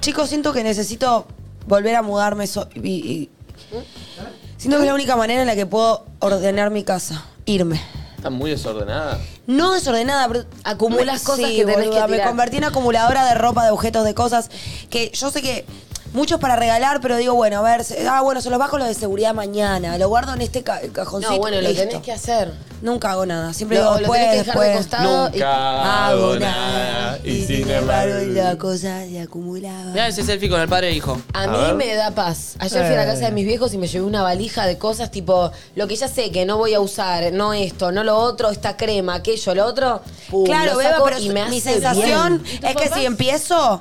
S3: Chicos, siento que necesito volver a mudarme. so- y- y- ¿Eh? Siento que es la única manera en la que puedo ordenar mi casa. Irme.
S5: Está muy desordenada.
S3: No desordenada, pero
S4: Acumulas cosas
S3: Sí,
S4: que tenés
S3: boluda,
S4: que tirar.
S3: Me convertí en acumuladora de ropa, de objetos, de cosas que yo sé que muchos para regalar, pero digo, bueno, a ver, se- ah, bueno, se los bajo los de seguridad mañana, lo guardo en este ca- cajoncito.
S4: No, bueno, lo
S3: listo.
S4: tenés que hacer.
S3: Nunca hago nada, siempre
S4: Lo,
S3: digo,
S4: o lo
S3: después,
S4: tenés que dejar de
S3: después.
S4: costado. y-
S5: Nunca
S3: hago
S5: hago
S3: nada
S5: nada,
S3: y sin embargo la cosa se acumulaba.
S2: Mirá ese selfie con el padre e hijo.
S4: A mí me da paz. Ayer fui a la casa de mis viejos y me llevé una valija de cosas tipo lo que ya sé que no voy a usar, no esto, no lo otro, esta crema, aquello, lo otro. pum,
S3: Claro,
S4: lo
S3: Beba,
S4: saco
S3: pero
S4: y me hace
S3: mi sensación
S4: bien.
S3: es que si empiezo,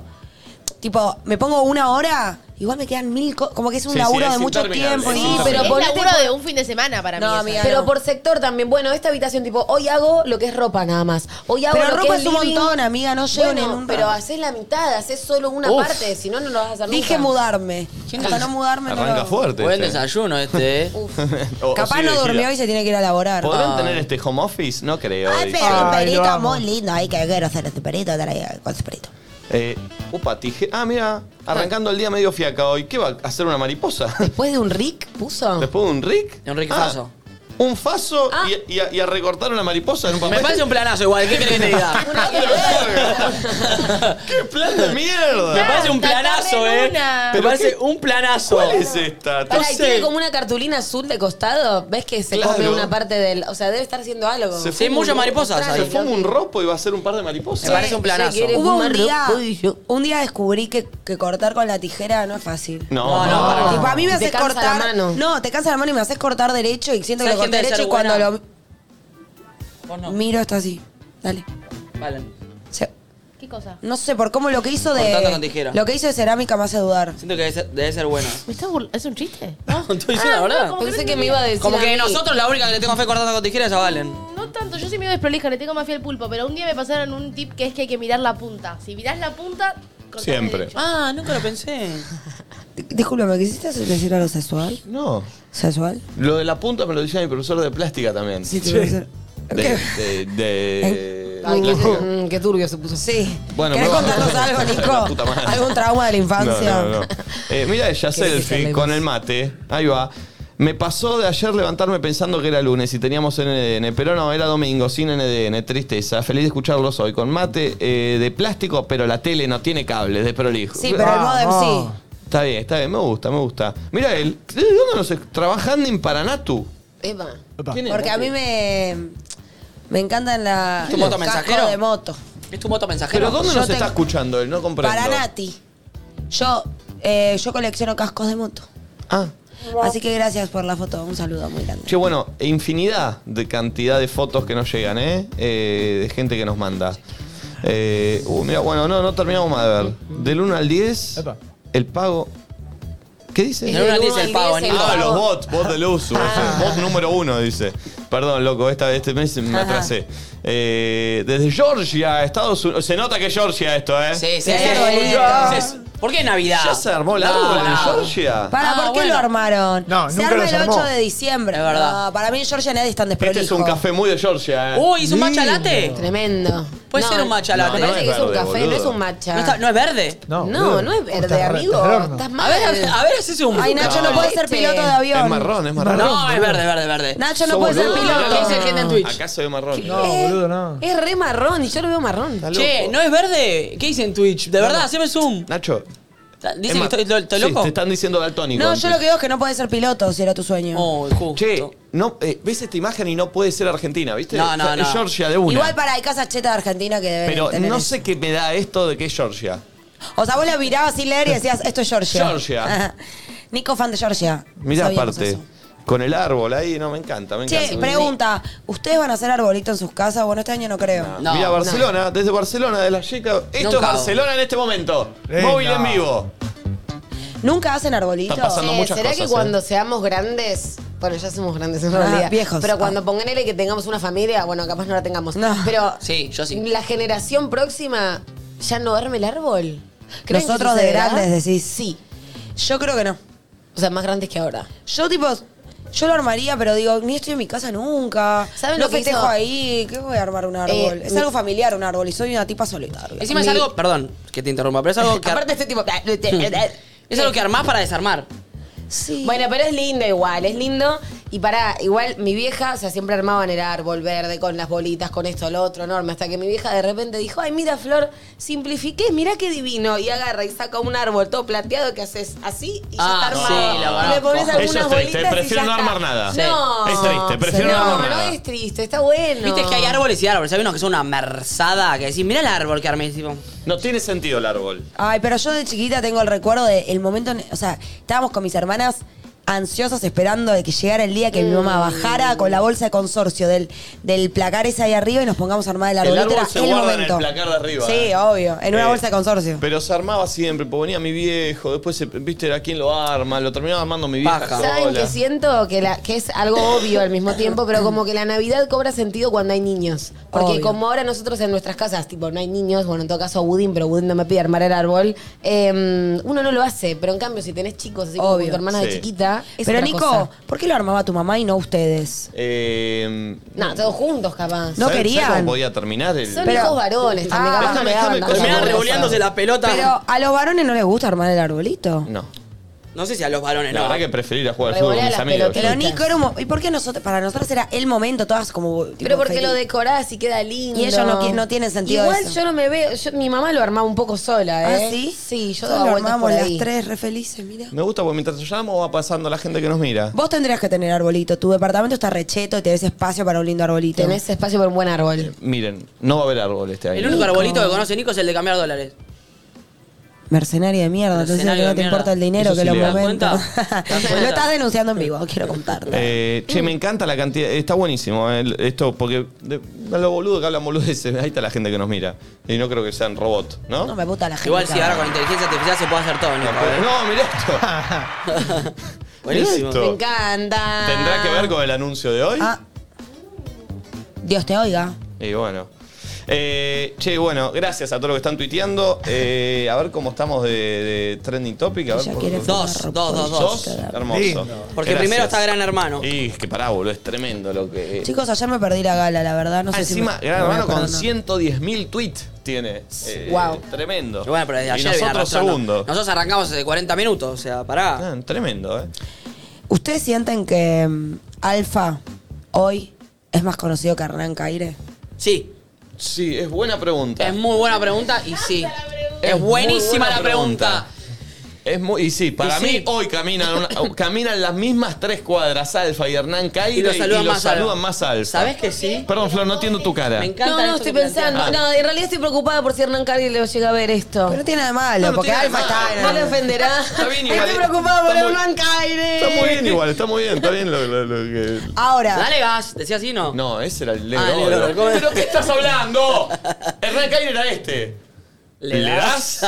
S3: tipo, me pongo una hora, igual me quedan mil cosas, como que es un
S5: Sí, sí,
S3: laburo
S5: es
S3: de mucho
S5: interminable,
S3: tiempo.
S5: es
S3: ¿no?
S4: Sí,
S8: Pero
S4: pero
S8: es
S4: ponete
S8: laburo
S4: por-
S8: de un fin de semana para
S3: No,
S8: mí.
S3: amiga,
S8: esa.
S4: Pero
S3: no.
S4: por sector también. Bueno, esta habitación, tipo, hoy hago lo que es ropa nada más. Hoy hago
S3: Pero
S4: lo
S3: ropa
S4: que es,
S3: es un
S4: living.
S3: montón, amiga, no llego ni
S4: Bueno,
S3: en un
S4: Pero
S3: rato.
S4: haces la mitad, haces solo una parte, si no, no lo vas a hacer
S3: Dije
S4: nunca.
S3: mudarme. Hasta no mudarme no
S5: Arranca
S3: lo-
S5: fuerte.
S2: Buen
S5: este.
S2: desayuno este, ¿eh?
S5: O- o
S3: Capaz
S5: sigue
S3: no
S5: de
S3: durmió
S5: gira.
S3: y se tiene que ir a laborar.
S5: ¿Podrán
S2: Ah.
S5: tener este home office? No creo.
S3: Ay,
S5: dice.
S3: pero un
S9: Ay, lo
S3: perito
S9: amo.
S3: muy lindo. Ay, que quiero hacer este perito. trae- ¿Cuál es el perito?
S5: Eh, upa, tije- Ah, mira, arrancando el día medio fiaca hoy. ¿Qué va a hacer una mariposa?
S4: Después de un Rick, puso.
S5: Después de un Rick.
S2: Ah. Un Rick
S5: Ah,
S2: Faso.
S5: Un faso
S4: Ah.
S5: y, y a, y a recortar una mariposa en un papel.
S2: Me parece un planazo igual, ¿qué querés que te
S5: ¡Ah,
S2: diga?
S5: de verga! ¡Qué plan de
S2: Me
S5: mierda!
S2: parece un
S8: Tanta
S2: planazo, ¿eh?
S8: renuna.
S2: Me parece un planazo.
S5: ¿Cuál es esta?
S4: Pará, y
S2: No sé.
S4: tiene como una cartulina azul de costado. ¿Ves que se
S5: Claro.
S4: come una parte del.? O sea, debe estar haciendo algo.
S5: Se
S2: Sí, hay muchas mariposas
S5: Se
S2: ahí.
S5: fuma un ropo y va a ser un par de
S2: Me
S5: mariposas.
S2: parece un planazo.
S4: quiere-
S3: Hubo un
S4: Marro,
S3: día,
S4: pollo.
S3: un día descubrí que, que cortar con la tijera no es fácil.
S5: No,
S2: No, no, para
S3: Tipo, a mí me
S4: Te
S3: haces
S4: cansa
S3: cortar.
S4: la mano.
S3: No, te cansa la mano y me haces cortar derecho y siento que lo
S2: ¿Sabes quién
S3: corté
S2: debe
S3: derecho
S2: ser
S3: y cuando
S2: buena?
S3: lo
S2: Vos no.
S3: miro está así. Dale.
S2: Vale.
S3: Se-
S8: ¿Qué cosa?
S3: no sé, por cómo lo que hizo
S2: Cortando con
S3: de.
S2: tijera.
S3: Lo que hizo de cerámica me hace dudar.
S2: Siento que debe ser, debe ser bueno.
S8: ¿Me estás burla- ¿Es un chiste? Ah,
S2: No, estoy diciendo la verdad.
S4: Pensé que me iba a decir.
S2: Como
S4: a
S2: que
S4: mí.
S2: nosotros la única que le tengo fe cortando con tijeras a Valen.
S8: No tanto, yo soy medio desprolija, le tengo más fiel pulpo, pero un día me pasaron un tip que es que hay que mirar la punta. Si mirás la punta, cortás
S5: Siempre.
S8: derecho.
S2: Ah, nunca lo pensé.
S3: Di- Discúlpame, ¿quisiste decir algo sexual?
S5: No.
S3: ¿Sexual?
S5: Lo de la punta me lo decía mi profesor de plástica también.
S3: Sí, te voy a hacer-
S5: De, de, de-
S4: Ay, qué,
S5: plástica.
S4: mm, qué turbio se puso.
S3: Sí.
S5: Bueno,
S3: ¿Querés
S5: no.
S3: contarnos algo,
S5: La
S3: Nico?
S5: puta madre.
S3: ¿Algún trauma de la infancia?
S5: No, no, no. Eh, mira ella, selfie con el mate. Ahí va. Me pasó de ayer levantarme pensando que era lunes y teníamos NDN, pero no, era domingo, sin NDN, tristeza. Feliz de escucharlos hoy, con mate eh, de plástico, pero la tele no tiene cables, de prolijo.
S3: Sí, pero el modem sí.
S5: Está bien, está bien, me gusta, me gusta. Mira él, ¿de dónde nos es- trabajando en Paranatu?
S4: Eva.
S5: ¿Quién es?
S3: Porque a mí me. Me encantan la,
S2: ¿Tu moto
S3: los cascos
S2: mensajero?
S3: de moto.
S2: ¿Es tu moto mensajero?
S5: ¿Pero dónde
S3: Yo
S5: nos
S3: tengo-
S5: está escuchando él? No comprendo.
S3: Para Nati. Yo, eh, yo colecciono cascos de moto.
S5: Ah,
S3: Así que gracias por la foto. Un saludo muy grande.
S5: Che, bueno, infinidad de cantidad de fotos que nos llegan, ¿eh? Eh, de gente que nos manda. Eh, uh, mira, bueno, no, no terminamos más de ver. Del 1 al 10,
S9: Epa.
S5: el pago. ¿Qué
S2: Del
S5: dice?
S2: uno al
S4: Del
S2: diez
S4: uno
S2: el
S4: al
S2: pavo,
S4: diez
S2: Nico.
S5: Ah,
S4: el
S5: los
S4: pavo.
S5: bots, bot del uso. Bot número uno, dice. Perdón, loco, esta, este mes me atrasé. Eh, desde Georgia, Estados Unidos. Se nota que es Georgia esto, ¿eh?
S2: Sí, sí, sí.
S3: Mira,
S2: Sí,
S3: bonito.
S2: sí, sí. ¿Por qué Navidad?
S5: Ya se armó el
S2: No,
S5: árbol en
S2: no.
S5: Georgia.
S3: Para,
S2: Ah,
S3: ¿por qué
S2: bueno.
S3: lo armaron?
S9: No,
S3: Se
S9: nunca
S3: arma
S9: los
S3: el
S9: armó.
S3: 8 de diciembre.
S2: Es verdad.
S3: No, para mí en Georgia nadie es tan desprolijo.
S5: Este es un café muy de Georgia, ¿eh?
S2: Uy, ¿es un matcha latte?
S4: Tremendo.
S2: Puede ser un matcha latte.
S4: Me
S5: No, no
S4: parece
S5: es
S4: que es un
S5: verde,
S4: café,
S5: boludo.
S4: no es un matcha.
S2: ¿No, está- no es verde?
S9: No,
S4: No,
S9: boludo.
S4: no es
S9: O estás
S4: verde,
S9: re-
S4: amigo.
S9: estás re horno.
S4: Estás
S2: A
S4: mal.
S2: ver, a ver, haces un...
S3: Ay, Nacho, no,
S4: No,
S3: puede ser
S4: este-
S3: piloto de avión.
S5: Es marrón, es marrón.
S2: No, es verde, verde, verde.
S3: Nacho no
S5: Sos
S3: puede ser
S5: boludo.
S3: piloto.
S2: ¿Qué dice gente en Twitch?
S5: Acá se ve marrón.
S9: No, boludo, no.
S4: Es re marrón y yo lo veo marrón.
S5: Está
S2: Che,
S5: loco.
S2: ¿no es verde? ¿Qué dice en Twitch? De verdad, haceme zoom.
S5: Nacho. es
S2: Dicen
S5: ma-
S2: que estoy, estoy- estoy
S5: Sí,
S2: loco.
S5: te están diciendo daltónico.
S3: No, yo
S5: antes.
S3: lo que digo es que no puede ser piloto si era tu sueño.
S2: Oh, justo.
S5: Che, no, eh, ves esta imagen y no puede ser Argentina, ¿viste?
S2: No, no,
S5: O sea, es
S2: no.
S5: Georgia de una.
S3: Igual para, hay casas chetas de Argentina que deben
S5: Pero
S3: tener
S5: no
S3: Eh, eso.
S5: sé qué me da esto de que es Georgia.
S3: O sea, vos la mirabas sin leer y decías, esto es Georgia.
S5: Georgia.
S3: Nico, fan de Georgia.
S5: Mira
S3: Sabíamos
S5: aparte,
S3: eso.
S5: con el árbol ahí, no, me encanta, me
S3: Che,
S5: encanta.
S3: pregunta, ¿ustedes van a hacer arbolito en sus casas? Bueno, este año no creo.
S2: No,
S5: Mira
S2: no.
S5: Barcelona, desde Barcelona, de la chica. Esto
S2: Nunca.
S5: es Barcelona en este momento.
S9: Venga.
S5: Móvil en vivo.
S3: ¿Nunca hacen arbolito?
S5: Está pasando
S4: Eh,
S5: muchas
S4: ¿Será
S5: cosas.
S4: que
S5: eh.
S4: cuando seamos grandes, bueno, ya somos grandes en
S3: Ah,
S4: realidad,
S3: viejos.
S4: pero cuando
S3: Ah.
S4: ponganle que tengamos una familia, bueno, capaz no la tengamos,
S3: No.
S4: pero
S2: Sí, yo sí.
S4: la generación próxima ya no arme el árbol. ¿Creen que
S3: Nosotros de
S4: sucederá?
S3: grandes decís.
S4: Sí,
S3: Yo creo que no.
S4: o sea, más grandes que ahora.
S3: Yo tipo, yo lo armaría, pero digo, ni estoy en mi casa nunca.
S4: ¿Saben
S3: no
S4: lo que
S3: festejo
S4: hizo?
S3: ahí, ¿qué voy a armar un árbol?
S4: Eh,
S3: es
S4: mi-
S3: algo familiar un árbol y soy una tipa solitaria.
S2: Encima es
S4: Mi-
S2: algo... Perdón que te interrumpa, pero es algo que...
S4: Aparte este tipo...
S2: Es algo que armás para desarmar.
S3: Sí.
S4: Bueno, pero es lindo igual, es lindo. Y para igual mi vieja, o sea, siempre armaban el árbol verde con las bolitas, con esto, lo otro, enorme. Hasta que mi vieja de repente dijo, ay, mira, Flor, simplifiqué, mira qué divino. Y agarra y saca un árbol todo plateado que haces así y
S2: Ah,
S4: ya está armado.
S2: sí, lo
S4: y le
S2: conozco.
S4: pones algunas
S5: Eso es triste,
S4: bolitas y
S5: prefiero
S4: ya
S5: no
S4: está.
S5: armar nada.
S2: Sí.
S4: No.
S5: Es triste, prefiero no
S4: no
S5: armar nada.
S4: No, es triste, está bueno.
S2: Viste que hay árboles y árboles. Hay unos que son una merzada que decís, mirá el árbol que armé. Tipo,
S5: No tiene sentido el árbol.
S3: Ay, pero yo de chiquita tengo el recuerdo del momento, en- o sea, estábamos con mis hermanas ansiosas esperando de que llegara el día que mi mamá bajara con la bolsa de consorcio del, del placar ese ahí arriba y nos pongamos a armar el arbolito.
S5: árbol
S3: Era
S5: se
S3: el
S5: guarda en
S3: momento.
S5: el placar de arriba,
S3: Sí,
S5: eh.
S3: obvio. En una
S5: Eh,
S3: bolsa de consorcio.
S5: Pero se armaba siempre, porque venía mi viejo, después, se- viste, era quien lo arma, lo terminaba armando mi vieja
S3: Ah,
S2: Paja.
S4: ¿Saben
S5: sola.
S4: que siento? Que, la, que es algo obvio al mismo tiempo, pero como que la Navidad cobra sentido cuando hay niños. Porque
S3: Obvio.
S4: como ahora nosotros en nuestras casas, tipo, no hay niños, bueno, en todo caso Budín, pero Budín no me pide armar el árbol, eh, uno no lo hace, pero en cambio si tenés chicos, así como
S3: Obvio.
S4: con tu hermana de
S5: Sí.
S4: chiquita, es
S3: Pero
S4: otra
S3: Nico,
S4: cosa.
S3: ¿por qué lo armaba tu mamá y no ustedes?
S5: Eh,
S4: No, todos juntos capaz.
S3: No
S5: ¿sabes-
S3: querían.
S5: ¿sabes cómo podía terminar el...?
S4: Son
S3: Pero-
S4: hijos varones también,
S3: Ah.
S4: capaz
S5: Déjame,
S4: no le
S5: déjame
S4: daban tanta
S5: terminar
S2: Terminan
S4: bola.
S2: revoleándose la pelota.
S3: Pero a los varones no les gusta armar el arbolito.
S5: No.
S2: No sé si a los varones,
S5: La
S2: no.
S5: verdad que preferir a jugar al
S4: Revolea
S5: fútbol con mis
S4: las
S5: amigos.
S4: pelotitas.
S3: Pero Nico era un... mo- ¿Y por qué nosotros, para nosotros era el momento, todas como... tipo,
S4: Pero porque
S3: feliz?
S4: lo decorás y queda lindo.
S3: Y ellos no qui- no tienen sentido
S4: Igual
S3: eso.
S4: yo no me veo. yo- mi mamá lo armaba un poco sola,
S3: ¿Ah,
S4: ¿eh?
S3: sí?
S4: Sí, yo
S3: Nosotros
S4: daba
S3: lo
S4: vueltas
S3: armamos
S4: por
S3: las
S4: ahí.
S3: tres re felices, mira.
S5: Me gusta porque mientras llamo va pasando la gente que nos mira.
S3: Vos tendrías que tener arbolito. Tu departamento está recheto y tenés espacio para un lindo arbolito.
S4: Tenés espacio para un buen árbol.
S5: Miren, no va a haber árbol este año.
S2: El único arbolito que conoce Nico es el de cambiar dólares.
S3: Mercenaria de mierda. Entonces no
S2: Mercenario de
S3: te
S2: mierda.
S3: importa el dinero
S5: Eso
S3: que
S5: sí
S3: los
S5: le das
S3: momentos.
S2: cuenta. ¿Te das
S3: lo
S2: cuenta?
S3: estás denunciando en vivo, quiero contarte.
S5: Eh, che, me encanta la cantidad. Está buenísimo eh, esto, porque de, a lo boludo que hablan boludeces. Ahí está la gente que nos mira. Y no creo que sean robot, ¿no?
S3: no me puta la gente.
S2: Igual si ahora con inteligencia artificial se puede hacer todo, Nico.
S5: Pero-
S2: ¿eh?
S5: no, mirá esto.
S2: Buenísimo.
S5: Mirá
S4: Me
S5: esto.
S4: encanta.
S5: ¿Tendrá que ver con el anuncio de hoy?
S3: Ah. Dios te oiga.
S5: Y bueno. Eh, che, bueno, gracias a todos los que están tuiteando. Eh, a ver cómo estamos de, de trending topic. A ver
S3: Ella
S5: por-
S3: quiere
S2: Dos,
S3: fumar
S2: dos, dos,
S3: ropa.
S5: Dos, hermoso.
S9: Lindo.
S2: Porque primero está Gran Hermano.
S5: Y es que pará, boludo, es tremendo lo que. eh.
S3: Chicos, ayer me perdí la gala, la verdad. No
S5: Ah,
S3: sé
S5: encima,
S3: si me-
S5: Gran
S3: me voy a
S5: Hermano con
S3: acordar, no.
S5: 110.000 tweets tiene. Eh,
S4: Wow.
S5: Tremendo.
S2: Pero bueno, pero desde
S5: y
S2: ayer viene
S5: nosotros
S2: arrastrando.
S5: segundo.
S2: Nosotros arrancamos hace 40 minutos, o sea, pará.
S5: Ah, tremendo, ¿eh?
S3: ¿Ustedes sienten que mm, Alfa hoy es más conocido que Hernán Caire?
S2: Sí,
S5: Sí, es buena pregunta.
S2: es muy buena pregunta y sí. Es
S5: muy
S2: buenísima
S5: buena
S2: la pregunta.
S5: Es muy, y sí, para
S2: Y
S5: mí
S2: sí.
S5: hoy caminan, una- caminan las mismas tres cuadras, Alfa y Hernán Caire,
S2: Y lo saludan, más,
S5: saludan
S2: al-
S5: más Alfa.
S2: ¿Sabés que sí?
S5: Perdón, Flor, no entiendo tu cara.
S2: Me encanta
S4: No, no,
S2: esto
S4: estoy
S2: que
S4: pensando.
S2: plantean.
S4: No, en realidad estoy preocupada por si Hernán Cari le llega a ver esto.
S3: Pero no tiene nada de malo,
S5: No, no
S3: porque
S5: tiene
S3: Alfa
S5: nada de
S3: está
S5: malo.
S3: en
S4: No le ofenderá.
S5: Está bien igual,
S4: estoy
S5: eh.
S4: preocupada por
S5: Está muy-
S4: Hernán Caire.
S5: Está muy bien igual, está muy bien, está bien lo, lo- lo que...
S3: Ahora,
S2: Dale gas, decía así, ¿no?
S5: No, ese era el
S2: Ah, el
S5: Leo.
S2: Leo Oro, ¿cómo es?
S5: ¿Pero qué estás hablando? Hernán Caire era este. ¿Le das?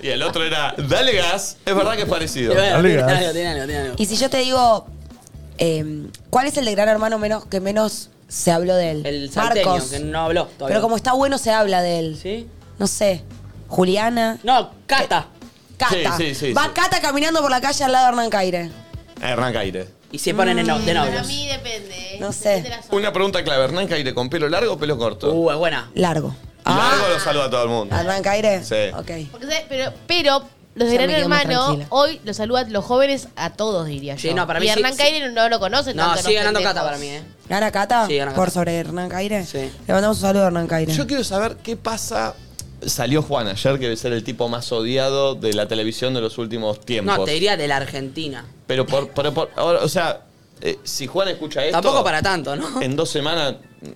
S5: y el otro era, dale gas. Es verdad que es parecido.
S2: Bueno,
S9: Dale
S2: tiene
S9: gas.
S2: algo, tiene algo, tiene algo.
S3: y si yo te digo, eh, ¿cuál es el de Gran Hermano menos que menos se habló de él?
S2: El salteño,
S3: Marcos.
S2: que no habló
S4: eh.
S2: todavía.
S3: Pero como está bueno se habla de él.
S2: ¿Sí?
S3: No sé. Juliana.
S2: No, Cata.
S3: Cata.
S5: Sí, sí, sí,
S3: Va
S5: sí.
S3: Cata caminando por la calle al lado de Hernán Caire.
S5: Hernán Caire.
S2: Y se ponen en no- de
S8: Para
S2: novios.
S8: mí depende, ¿eh?
S3: No
S8: Depende
S3: sé.
S8: de la zona.
S5: Una pregunta clave, ¿Hernán Caire con pelo largo o pelo corto?
S2: Uh, ah. es buena.
S3: Largo.
S5: Largo lo saluda a todo el mundo.
S3: ¿Hernán Caire?
S5: Sí.
S3: Ok.
S8: Porque, ¿sabes? pero, pero los de
S3: Ya
S8: Gran
S3: me quedo más
S8: Hermano
S3: tranquila.
S8: hoy los saludan los jóvenes a todos, diría yo.
S2: Sí, no, para mí
S8: y
S2: sí-
S8: Hernán
S2: sí.
S8: Caire no lo conocen
S2: No,
S8: tanto,
S2: sigue
S8: los
S2: ganando
S8: pendejos.
S2: Cata para mí, ¿eh?
S3: ¿Gana Cata?
S2: Sí, gana Cata.
S3: ¿Por sobre Hernán Caire?
S2: Sí.
S3: Le mandamos un saludo a Hernán Caire.
S5: Yo quiero saber qué pasa. Salió Juan ayer, que debe ser el tipo más odiado de la televisión de los últimos tiempos.
S2: No, te diría de la Argentina.
S5: Pero por, pero por- ahora, o sea, eh, si Juan escucha esto.
S2: Tampoco para tanto, ¿no?
S5: En dos semanas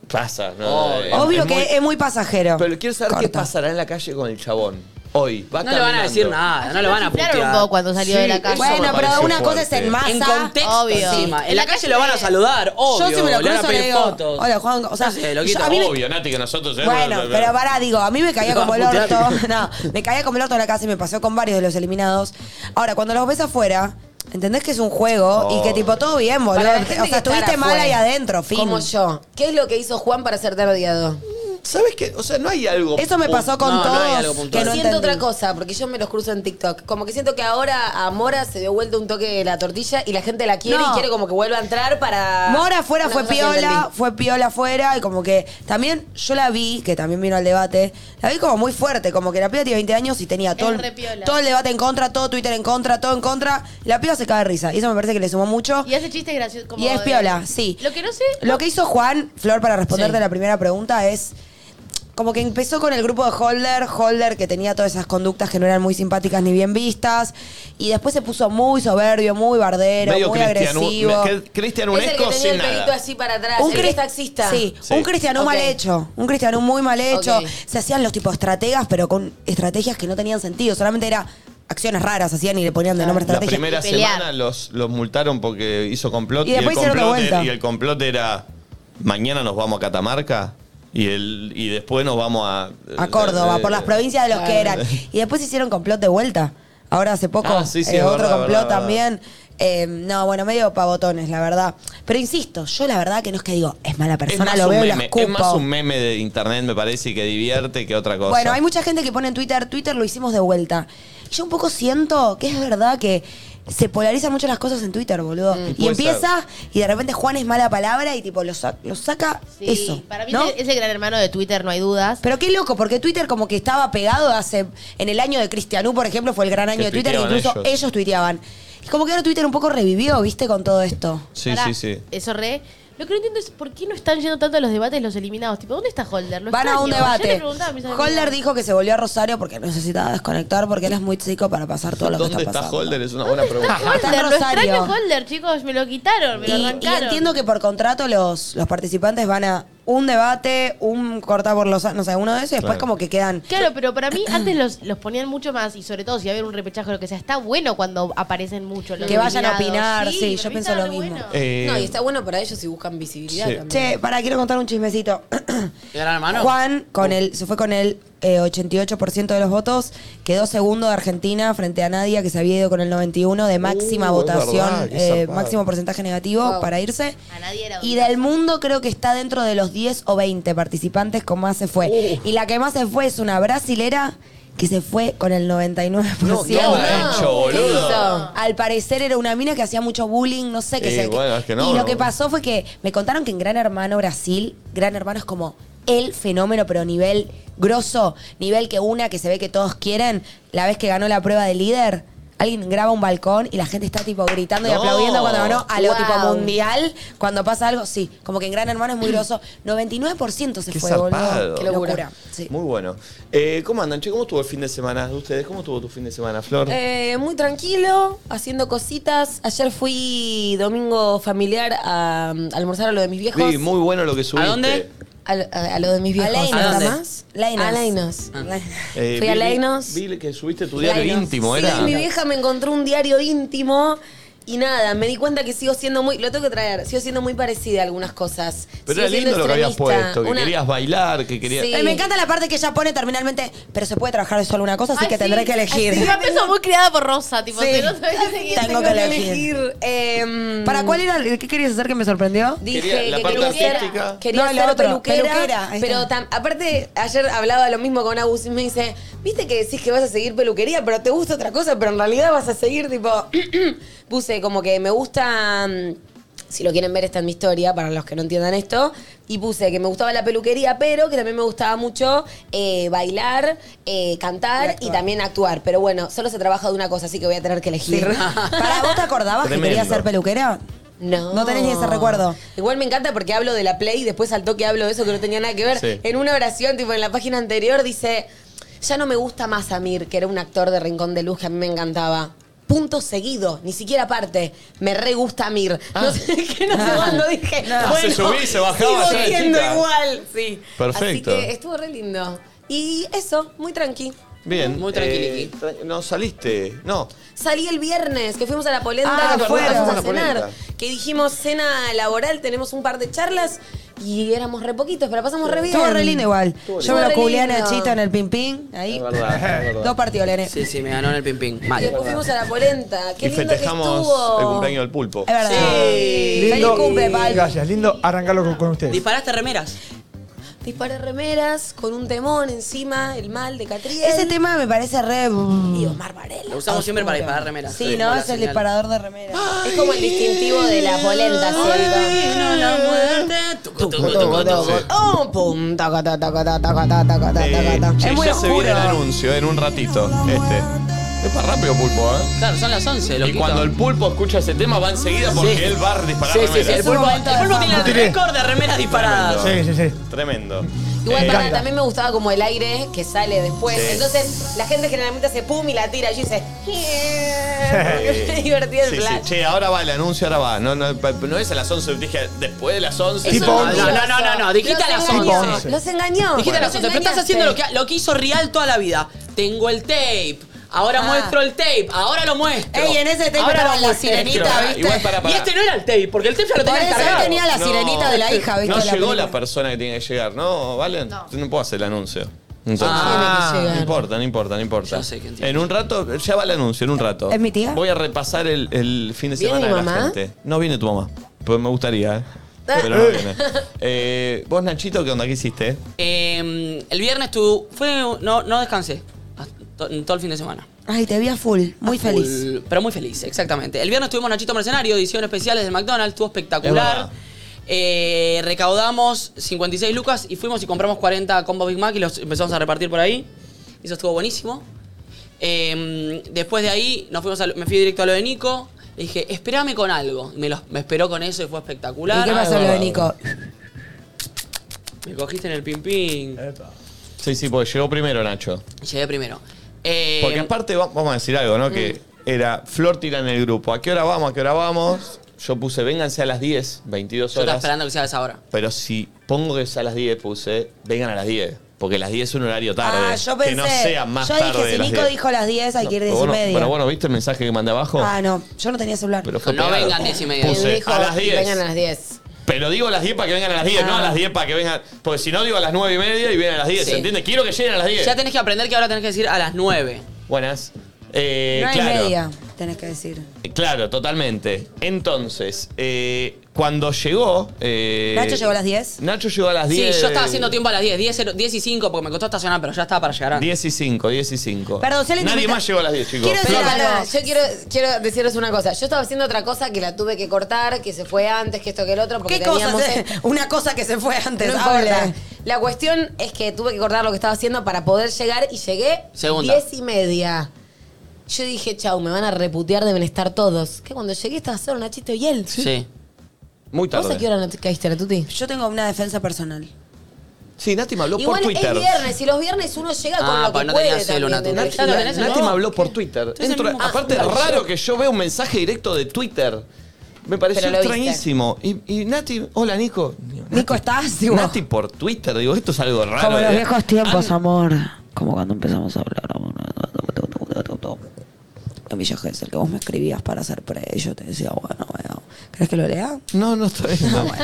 S5: pasa, ¿no?
S2: Oh,
S5: Eh,
S3: Obvio
S5: es
S3: que
S5: muy-
S3: es muy pasajero.
S5: Pero quiero saber qué
S3: Corta.
S5: pasará en la calle con el chabón. Hoy. Va
S2: No le van a
S5: caminando.
S2: decir nada, no
S8: Ayer
S2: le
S8: lo
S2: van a
S8: chiflaron un
S2: putear.
S8: poco cuando salió de la
S5: Sí,
S8: calle.
S5: eso
S3: bueno,
S5: me
S3: pero
S5: parece
S3: una cosa es
S5: fuerte.
S3: en masa.
S2: En contexto,
S8: Obvio.
S2: encima. En la calle lo
S8: le-
S2: van a saludar, obvio.
S3: yo si me lo
S2: le van a
S3: cruzo le
S2: pedir
S3: digo,
S2: fotos.
S3: Hola, Juan. O sea,
S2: No sé, loquito,
S3: yo- a mí me-
S5: Obvio, Nati, que nosotros. eh,
S3: Bueno,
S5: no- no-
S3: pero pará, digo, a mí me caía
S2: Te va
S3: como el
S2: a putear.
S3: orto. No, me caía como el orto en la casa y me pasó con varios de los eliminados. Ahora, cuando los ves afuera, entendés que es un juego y que tipo todo bien, boludo.
S4: Para la
S3: O
S4: gente que
S3: sea, estuviste
S4: estará
S3: mal ahí
S4: afuera,
S3: adentro, fin.
S4: Como yo. ¿Qué es lo que hizo Juan para ser tan odiado?
S5: ¿Sabes qué? O sea, no hay algo.
S3: Eso me pasó con
S2: No, no hay
S3: todos.
S2: algo puntual.
S3: que no
S4: siento
S3: entendí.
S4: otra cosa, porque yo me los cruzo en TikTok. Como que siento que ahora a Mora se dio vuelta un toque de la tortilla y la gente la quiere
S3: No.
S4: y quiere como que vuelva a entrar para.
S3: Mora afuera
S4: Una
S3: fue
S4: cosa que
S3: piola,
S4: entendí.
S3: fue piola afuera y como que también yo la vi, que también vino al debate, la vi como muy fuerte, como que la piba tiene 20 años y tenía todo,
S8: Es
S3: el-
S8: re piola.
S3: todo el debate en contra, todo Twitter en contra, todo en contra, y la piba se cae de risa y eso me parece que le sumó mucho.
S8: Y hace chistes graciosos. como
S3: Y es
S8: de-
S3: piola, sí.
S8: Lo que no sé.
S3: Lo que hizo Juan, Flor, para responderte la primera pregunta es. Como que empezó con el grupo de Holder, Holder que tenía todas esas conductas que no eran muy simpáticas ni bien vistas, y después se puso muy soberbio, muy bardero,
S5: medio
S3: muy
S5: Cristian U-
S3: agresivo.
S5: que- Cristian
S4: Es el que
S5: Unesco
S4: tenía
S5: sin
S4: el pelito
S5: nada.
S4: así para atrás. el que
S3: cris-
S4: es taxista.
S3: Sí,
S5: Ah, Sí.
S3: un cristiano
S4: Ok.
S3: mal hecho. Un cristiano muy mal hecho.
S4: Ok.
S3: Se hacían los tipos estrategas, pero con estrategias que no tenían sentido. Solamente era acciones raras hacían y le ponían de nombre
S5: La
S3: estrategia.
S5: primera
S8: Y pelear.
S5: semana los, los multaron porque hizo complot.
S3: Y después
S5: el
S3: hicieron la
S5: complot
S3: vuelta.
S5: y el complot era, mañana nos vamos a Catamarca y, el, y después nos vamos a...
S3: a Córdoba,
S5: eh,
S3: por las provincias de los que eran. Y después hicieron complot de vuelta. Ahora hace poco,
S5: Ah, sí, sí,
S3: eh,
S5: es
S3: otro
S5: verdad,
S3: complot
S5: verdad,
S3: también. Eh, no, bueno, medio pavotones, la verdad. Pero insisto, yo la verdad que no es que digo, es mala
S5: Es
S3: persona,
S5: más,
S3: lo
S5: un
S3: veo y la
S5: meme, es más
S3: escupo.
S5: un meme de internet, me parece, y que divierte que otra cosa.
S3: Bueno, hay mucha gente que pone en Twitter, Twitter lo hicimos de vuelta. Yo un poco siento que es verdad que se polarizan mucho las cosas en Twitter, boludo. Y
S8: Mm.
S5: puede
S3: empieza y de repente Juan es mala palabra y tipo lo, sa- lo saca
S8: Sí,
S3: eso.
S8: Para mí
S3: ¿no?
S8: es el gran hermano de Twitter, no hay dudas.
S3: Pero qué loco, porque Twitter como que estaba pegado hace. En el año de Cristianú, por ejemplo, fue el gran año
S5: Que
S3: de Twitter, que
S5: tuiteaban
S3: incluso ellos.
S5: ellos.
S3: tuiteaban. Y como que ahora Twitter un poco revivió, viste, con todo esto.
S5: Sí,
S8: Pará,
S5: sí, sí.
S8: Eso re. Lo que no entiendo es por qué no están yendo tanto a los debates los eliminados. Tipo, ¿dónde está Holder? Lo
S3: Van a
S8: extraño.
S3: un
S8: Ayer le
S3: debate.
S8: preguntaba a mis amigas.
S3: Holder dijo que se volvió a Rosario porque necesitaba desconectar porque él es muy chico para pasar todo lo que está
S5: ¿Dónde está
S3: pasando.
S5: Holder? Es una buena pregunta.
S3: Está en
S8: Holder, lo extraño
S3: Rosario.
S8: Holder, chicos. Me lo quitaron, me lo
S3: Y, y
S8: arrancaron.
S3: entiendo que por contrato los, los participantes van a un debate, un corta por los no sé, uno de esos, y después
S5: Claro.
S3: como que quedan.
S8: Claro, pero para mí antes los, los ponían mucho más y sobre todo si va a haber un repechaje o lo que sea, está bueno cuando aparecen muchos. los
S3: Que vayan a
S8: nominados.
S3: opinar, sí, yo
S8: para mí
S3: pienso
S8: está
S3: lo
S8: re
S3: mismo.
S5: Eh,
S4: No, y está bueno para ellos si buscan visibilidad
S5: Sí.
S4: también.
S3: Che, para, quiero contar un chismecito.
S2: Gran hermano.
S3: Juan con el, se fue con el eh, 88% de los votos, quedó segundo de Argentina frente a Nadia, que se había ido con el 91% de máxima
S5: Uh, es
S3: votación,
S5: verdad, qué
S3: eh,
S5: zarpado.
S3: máximo porcentaje negativo
S4: Wow.
S3: para irse.
S8: A nadie era
S3: Y
S8: odioso.
S3: del mundo creo que está dentro de los 10 o 20 participantes con más se fue.
S5: Uh.
S3: Y la que más se fue es una brasilera que se fue con el 99%.
S5: No, ¿qué habrá hecho,
S4: ¿Qué
S5: boludo?
S4: hizo?
S3: Al parecer era una mina que hacía mucho bullying, no sé qué
S5: Eh,
S3: sé.
S5: bueno, es que no,
S3: y lo
S5: no.
S3: que pasó fue que me contaron que en Gran Hermano Brasil, Gran Hermano es como el fenómeno, pero nivel grosso, nivel que una que se ve que todos quieren, la vez que ganó la prueba de líder. Alguien graba un balcón y la gente está tipo gritando y
S5: No.
S3: aplaudiendo cuando ganó a lo
S4: Wow.
S3: tipo mundial. Cuando pasa algo, sí, como que en Gran Hermano es muy grosso. 99% se
S5: Qué
S3: fue, boludo.
S5: zarpado.
S3: Qué
S5: Qué
S3: locura.
S4: locura.
S3: sí.
S5: Muy bueno. Eh, ¿Cómo andan, che? ¿Cómo estuvo el fin de semana de ustedes? ¿Cómo estuvo tu fin de semana, Flor?
S4: Eh, muy tranquilo, haciendo cositas. Ayer fui domingo familiar a um, almorzar a lo de mis viejos.
S5: Vi, muy bueno lo que subiste.
S2: dónde?
S4: Al- a, a lo de mis
S3: ¿A Ah.
S4: viejos.
S3: Leinos
S2: ¿A dónde?
S3: nomás? Leinos.
S4: A Leinos.
S5: Eh,
S4: Fui a
S5: vi- vi-
S4: Leinos.
S5: Vi que subiste tu diario
S4: Leinos.
S5: íntimo,
S4: sí,
S5: era.
S4: mi vieja me encontró un diario íntimo y nada, me di cuenta que sigo siendo muy, lo tengo que traer, sigo siendo muy parecida a algunas cosas.
S5: Pero
S4: Sigo
S5: era
S4: siendo
S5: lindo lo que habías
S4: extremista.
S5: puesto, que
S4: Una-
S5: querías bailar, que querías.
S4: Sí.
S3: Ay, me encanta la parte que ella pone terminalmente, pero se puede trabajar de solo una cosa, así
S8: Ay,
S3: que
S8: Ah, sí.
S3: tendré que elegir.
S8: Así que me empezó muy criada por Rosa, tipo,
S3: Sí.
S8: que no sabía qué seguir.
S3: Tengo que elegir.
S4: Em,
S3: ¿Para cuál era? el- ¿Qué querías hacer que me sorprendió?
S4: Dije
S5: Quería la
S4: que
S5: parte
S4: quería
S5: artística.
S4: ser, quería
S3: No, lo
S4: ser
S3: otro,
S4: peluquera,
S3: peluquera, ahí
S4: pero
S3: está.
S4: tam- aparte ayer hablaba lo mismo con Agus y me dice, Viste que decís que vas a seguir peluquería, pero te gusta otra cosa, pero en realidad vas a seguir tipo. puse como que me gusta. mm, Si lo quieren ver, está en mi historia, para los que no entiendan esto. Y puse que me gustaba la peluquería, pero que también me gustaba mucho eh, bailar, eh, cantar y, también actuar. Pero bueno, solo se trabaja de una cosa, así que voy a tener que elegir.
S3: Para, ¿vos te acordabas que querías
S4: Tremendo.
S3: ser peluquera?
S4: No.
S3: No tenés ni ese recuerdo.
S4: Igual me encanta porque hablo de la Play y después al toque hablo de eso que no tenía nada que ver.
S3: Sí.
S4: En una oración, tipo en la página anterior, dice: Ya no me gusta más Amir, que era un actor de Rincón de Luz que a mí me encantaba. Punto seguido, ni siquiera aparte. Me re gusta Amir. No sé qué, no sé cuándo dije.
S5: No.
S4: Bueno,
S5: Ah. Se subí, se bajaba, ya
S4: Sigo
S5: era
S4: siendo
S5: chica.
S4: igual, sí.
S5: Perfecto.
S4: Así que estuvo re lindo. Y eso, muy tranqui.
S5: Bien.
S4: Muy
S5: tranquilito. no saliste. No.
S4: Salí el viernes, que fuimos a la polenta,
S5: Ah,
S4: que
S5: fueron.
S4: fuimos
S5: Ah,
S4: a
S5: fuimos a la
S4: cenar,
S5: polenta.
S4: que dijimos cena laboral, tenemos un par de charlas y éramos re poquitos, pero la pasamos re bien.
S3: Estuvo re lindo igual. Yo me
S4: Estuvo
S3: lo
S4: re
S3: culié a
S4: lindo.
S3: Nachito en el ping ping. Ahí. Dos partidos, Lene.
S2: Sí, sí, me ganó en el ping ping.
S4: Y
S2: Mal.
S4: después fuimos a la polenta, qué
S5: Y
S4: lindo que
S5: festejamos
S4: estuvo.
S5: el cumpleaños del pulpo.
S4: Es verdad. Sí. Feliz cumple, Pal.
S9: Gracias, lindo arrancarlo con, con ustedes.
S2: ¿Disparaste remeras?
S4: Disparé remeras con un temón encima, el mal de Catriel.
S3: Ese tema me parece re. mm, Y
S4: Omar Varela.
S2: Lo usamos siempre para disparar remeras.
S3: Sí,
S2: Como
S3: no, es
S2: la
S3: el
S2: señal.
S3: disparador de remera.
S4: Es como el distintivo de la polenta, ¿cierto?
S2: No, la muerte. Tucu, tucu, tucu, tucu.
S4: Oh, pum, taca, taca, taca, taca, taca, taca, taca, taca.
S5: Che,
S4: Es muy
S5: Eh, ya se viene el
S4: oscuro.
S5: anuncio en un ratito. Este. Es para rápido, pulpo, ¿eh?
S2: Claro, son las 11,
S5: Y cuando el pulpo escucha ese tema va enseguida porque
S2: Sí.
S5: él va a disparar
S2: Sí, sí, sí. El
S5: remeras.
S2: pulpo, el pulpo tiene el
S9: Tiré.
S2: récord de remeras disparadas.
S9: Sí, sí, sí.
S5: Tremendo.
S4: Igual
S5: Eh,
S4: para, también me gustaba como el aire que sale después.
S5: Sí.
S4: Entonces la gente generalmente hace pum y la tira. Yo hice.
S5: eh,
S4: Es divertido el
S5: sí,
S4: flash.
S5: sí. Che, ahora va el anuncio, ahora va. No, no, pa- no es a las 11, dije después de las 11.
S9: Tipo
S5: No,
S2: No, no, no, no, no, dijiste a las
S4: Los engañó,
S2: 11.
S4: Los engañó.
S2: Dijiste a las 11, pero
S4: Los
S2: estás
S4: engañaste.
S2: haciendo lo que, lo que hizo Real toda la vida. Tengo el tape. Ahora
S4: Ah.
S2: muestro el tape, ahora lo muestro.
S3: Ey, en ese tape
S2: Ahora
S3: estaba
S2: lo
S3: la
S2: muestro.
S3: sirenita,
S5: Pará,
S3: ¿viste?
S5: Igual para, para.
S2: Y este no era el tape, porque el tape ya lo
S3: Por
S2: tenía
S3: eso él
S2: encargado.
S3: tenía la
S5: No, este
S3: sirenita de la hija, ¿viste?
S5: No
S3: De la
S5: llegó
S3: película.
S5: la persona que tiene que llegar, ¿no, Valen? No, puedo hacer el anuncio. Entonces,
S2: Ah,
S5: no importa, no importa, no importa.
S2: Ya sé que entiendo.
S5: en un rato, ya va el anuncio, en un rato.
S3: ¿Es mi tía?
S5: Voy a repasar el, el fin de
S4: ¿Viene
S5: semana
S4: mi
S5: de la
S4: mamá?
S5: gente. No viene tu mamá, pues me gustaría, ¿eh? Pero no viene. Eh, vos, Nachito, ¿qué onda? ¿Qué hiciste?
S2: Eh, el viernes tú. Fue, no, no descansé. Hasta- to- Todo el fin de semana.
S3: Ay, te vi a full. Muy feliz.
S2: Full, Pero muy feliz, exactamente. El viernes tuvimos Nachito Mercenario, edición especiales del McDonald's, estuvo
S5: Es
S2: espectacular.
S5: verdad.
S2: Eh, recaudamos 56 lucas y fuimos y compramos 40 combos Big Mac y los empezamos a repartir por ahí. Eso estuvo buenísimo. Eh, después de ahí nos fuimos a lo- me fui directo a lo de Nico. Le dije, espérame con algo. Y me, los- me esperó con eso y fue espectacular. Ah,
S3: ¿Y qué pasó lo de Nico?
S2: Me cogiste en el ping-ping.
S3: Eh.
S5: Sí, sí, porque llegó primero Nacho.
S2: Llegué primero. Eh,
S5: Porque aparte, va- vamos a decir algo, ¿no? Que era Flor tira en el grupo. ¿A qué hora vamos? ¿A qué hora vamos? Yo puse, vénganse a las 10, 22
S2: yo estaba
S5: horas.
S2: esperando que sea a esa hora.
S5: Pero si pongo que es a las 10, puse, vengan a las 10. Porque las 10 es un horario tarde.
S3: ah, yo pensé.
S5: que no sea más
S3: yo
S5: tarde.
S3: dije,
S5: de
S3: si
S5: las
S3: Nico
S5: 10.
S3: dijo las 10, hay que ir 10 y
S5: Bueno,
S3: media.
S5: Pero bueno, ¿viste el mensaje que mandé abajo?
S3: Ah, no. Yo no tenía celular.
S5: pero fue
S2: No
S5: pegado.
S2: vengan 10 y media.
S5: Puse,
S4: Él dijo,
S5: a las 10.
S4: Vengan a las 10.
S5: Pero digo a las 10 para que vengan a las 10, no a las 10 para que vengan. Porque si no, digo a las 9 y media y vienen a las 10,
S2: Sí.
S5: ¿se entiende? Quiero que lleguen a las 10.
S2: Ya tenés que aprender que ahora tenés que decir a las 9.
S5: Buenas. Eh,
S3: Nueve
S5: claro.
S3: y media, tenés que decir.
S5: Claro, totalmente. Entonces, eh, cuando llegó. eh,
S3: ¿Nacho llegó a las 10?
S5: Nacho llegó a las 10.
S2: Sí, yo estaba haciendo tiempo a las 10, 10, 10 y 5 porque me costó estacionar, pero ya estaba para llegar antes.
S5: 10 y 5, 10 y 5.
S3: Perdón, si alguien
S5: Nadie
S3: comenta-
S5: más llegó a las 10, chicos.
S3: Quiero
S4: Pero
S5: Flor,
S3: decir
S4: pará,
S3: algo.
S4: yo quiero, quiero deciros una cosa. Yo estaba haciendo otra cosa que la tuve que cortar, que se fue antes, que esto, que el otro, porque
S3: ¿Qué cosa?
S4: teníamos...
S3: Una cosa que se fue antes.
S4: No
S3: hable.
S4: importa. La cuestión es que tuve que cortar lo que estaba haciendo para poder llegar y llegué
S2: Segunda.
S4: diez y media. Yo dije, chau, me van a reputear, deben estar todos. Que cuando llegué estaba solo Nachito y él.
S2: Sí.
S5: Muy
S4: ¿Vos a qué
S5: tarde.
S4: hora no te caíste, la tuti?
S3: Yo tengo una defensa personal.
S5: Sí, Nati me habló
S4: Igual
S5: por Twitter.
S4: es viernes y los viernes uno llega con
S2: Ah,
S4: lo que
S2: pues no
S4: puede
S2: tenías celu,
S4: también,
S2: Natu.
S4: ¿entendés?
S2: Ya lo tenés,
S5: Nati
S2: no.
S5: me habló por Twitter.
S2: Entonces,
S5: Entro-
S2: el mismo-
S5: aparte,
S2: Ah,
S5: es raro que yo vea un mensaje directo de Twitter. Me pareció
S4: Pero lo viste.
S5: extrañísimo. Y, y Nati, hola Nico. Digo,
S3: Nico,
S5: Nati-
S3: ¿estás? Digo,
S5: Nati por Twitter, digo, esto es algo raro.
S3: como los
S5: eh.
S3: viejos tiempos, amor. Como cuando empezamos a hablar, amor. A mí ya es el que vos me escribías para hacer pre. Y yo te decía, bueno, bueno. ¿Crees que lo lea?
S5: No, no está
S2: Ah,
S5: bien.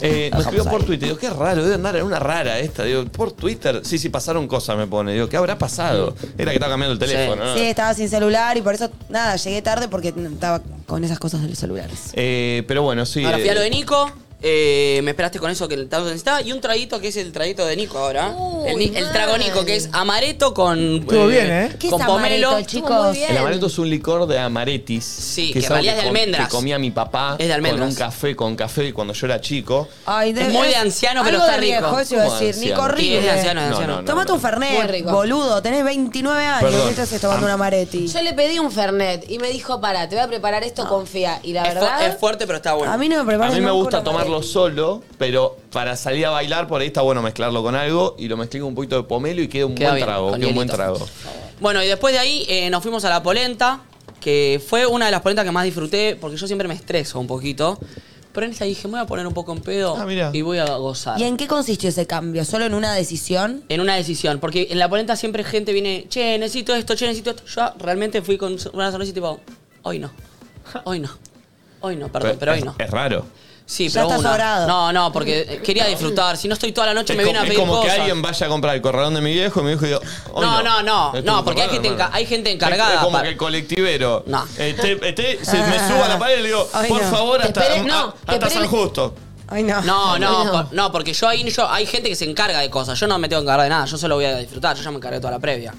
S5: Eh, me
S3: Dejamos
S5: escribió por
S3: ahí.
S5: Twitter. Digo, qué raro, debe andar en una rara esta. Digo, por Twitter. Sí, sí, pasaron cosas, me pone. Digo, ¿qué habrá pasado? Era que estaba cambiando el teléfono, ¿no?
S3: Sí, estaba sin celular y por eso, nada, llegué tarde porque estaba con esas cosas de los celulares.
S5: Eh, pero bueno, sí.
S2: Ahora fui a lo de
S5: eh,
S2: Nico, Eh, me esperaste con eso que tanto necesitaba. Y un traguito que es el traguito de Nico ahora. el, ni- el trago Nico, que es amareto con.
S1: Estuvo bien, ¿eh?
S3: ¿Qué es
S2: con pomelo.
S3: amareto, chicos?
S5: El amaretto es un licor de amaretis.
S2: que
S5: es
S2: en realidad
S5: algo
S2: es de
S5: com-
S2: almendras.
S5: Que comía mi papá
S2: Es de almendras.
S5: con un café, con café cuando yo era chico.
S3: Ay,
S2: Es muy de anciano, pero
S3: algo
S2: está
S3: de
S2: rico.
S3: Viejo, eso iba a
S5: ¿Cómo de
S3: decir, Nico,
S5: anciano?
S3: horrible.
S2: Sí, es de anciano, es de
S5: No,
S2: anciano.
S5: no, no.
S3: Tomate un
S4: Muy
S3: Fernet,
S4: rico.
S3: boludo. Tenés 29 años.
S5: Perdón.
S3: ¿Qué te haces tomando
S5: Am-
S3: una Maretti?
S4: Yo le pedí un Fernet y me dijo, para, te voy a preparar esto, confía. Y la
S2: Ah. Es, fu-
S4: verdad,
S2: es fuerte, pero está bueno.
S3: A mí no me
S5: A
S3: preparan
S5: mí me
S3: nunca
S5: gusta
S3: una
S5: tomarlo
S3: Maretti.
S5: solo, pero para salir a bailar por ahí está bueno mezclarlo con algo y lo mezclé con un poquito de pomelo y queda un
S2: Queda
S5: buen
S2: bien,
S5: trago.
S2: con
S5: Queda un buen
S2: hielito.
S5: trago.
S2: Bueno, y después de ahí eh, nos fuimos a la polenta, que fue una de las polentas que más disfruté, porque yo siempre me estreso un poquito. Pero en esta dije, me voy a poner un poco en pedo
S5: Ah, mirá.
S2: y voy a gozar.
S3: ¿Y en qué consistió ese cambio? ¿Solo en una decisión?
S2: En una decisión, porque en la polenta siempre gente viene, che, necesito esto, che, necesito esto. Yo realmente fui con una sonrisa y tipo, hoy no, hoy no, hoy no, perdón, pero hoy
S5: Eh, es-
S2: no.
S5: Es raro.
S2: Sí,
S3: Ya
S2: pero
S3: estás
S2: una.
S3: sobrado.
S2: No, no, porque eh, quería disfrutar. Si no estoy toda la noche,
S5: Es,
S2: me vienen
S5: como-
S2: a
S5: es
S2: pedir
S5: como
S2: cosas.
S5: que alguien vaya a comprar el corralón de mi viejo y mi viejo diga, "Hoy
S2: No, no, no,
S5: Es
S2: no,
S5: como
S2: porque hay
S5: raro,
S2: gente
S5: hermano.
S2: enca- hay gente
S5: Es-
S2: encargada
S5: Es, como
S2: para-
S5: que el colectivero.
S2: No.
S5: Este, este se me suba a la pared y le digo,
S3: Ay,
S5: por
S3: no.
S5: favor,
S4: Te
S5: hasta,
S4: esperé- no,
S5: a-
S4: te
S5: hasta
S4: esperé-
S5: San Justo.
S3: Ay, no.
S2: No, no,
S4: No.
S2: por- no, porque yo ahí yo, hay gente que se encarga de cosas. Yo no me tengo que encargar de nada, yo solo voy a disfrutar, yo ya me encargué de toda la previa.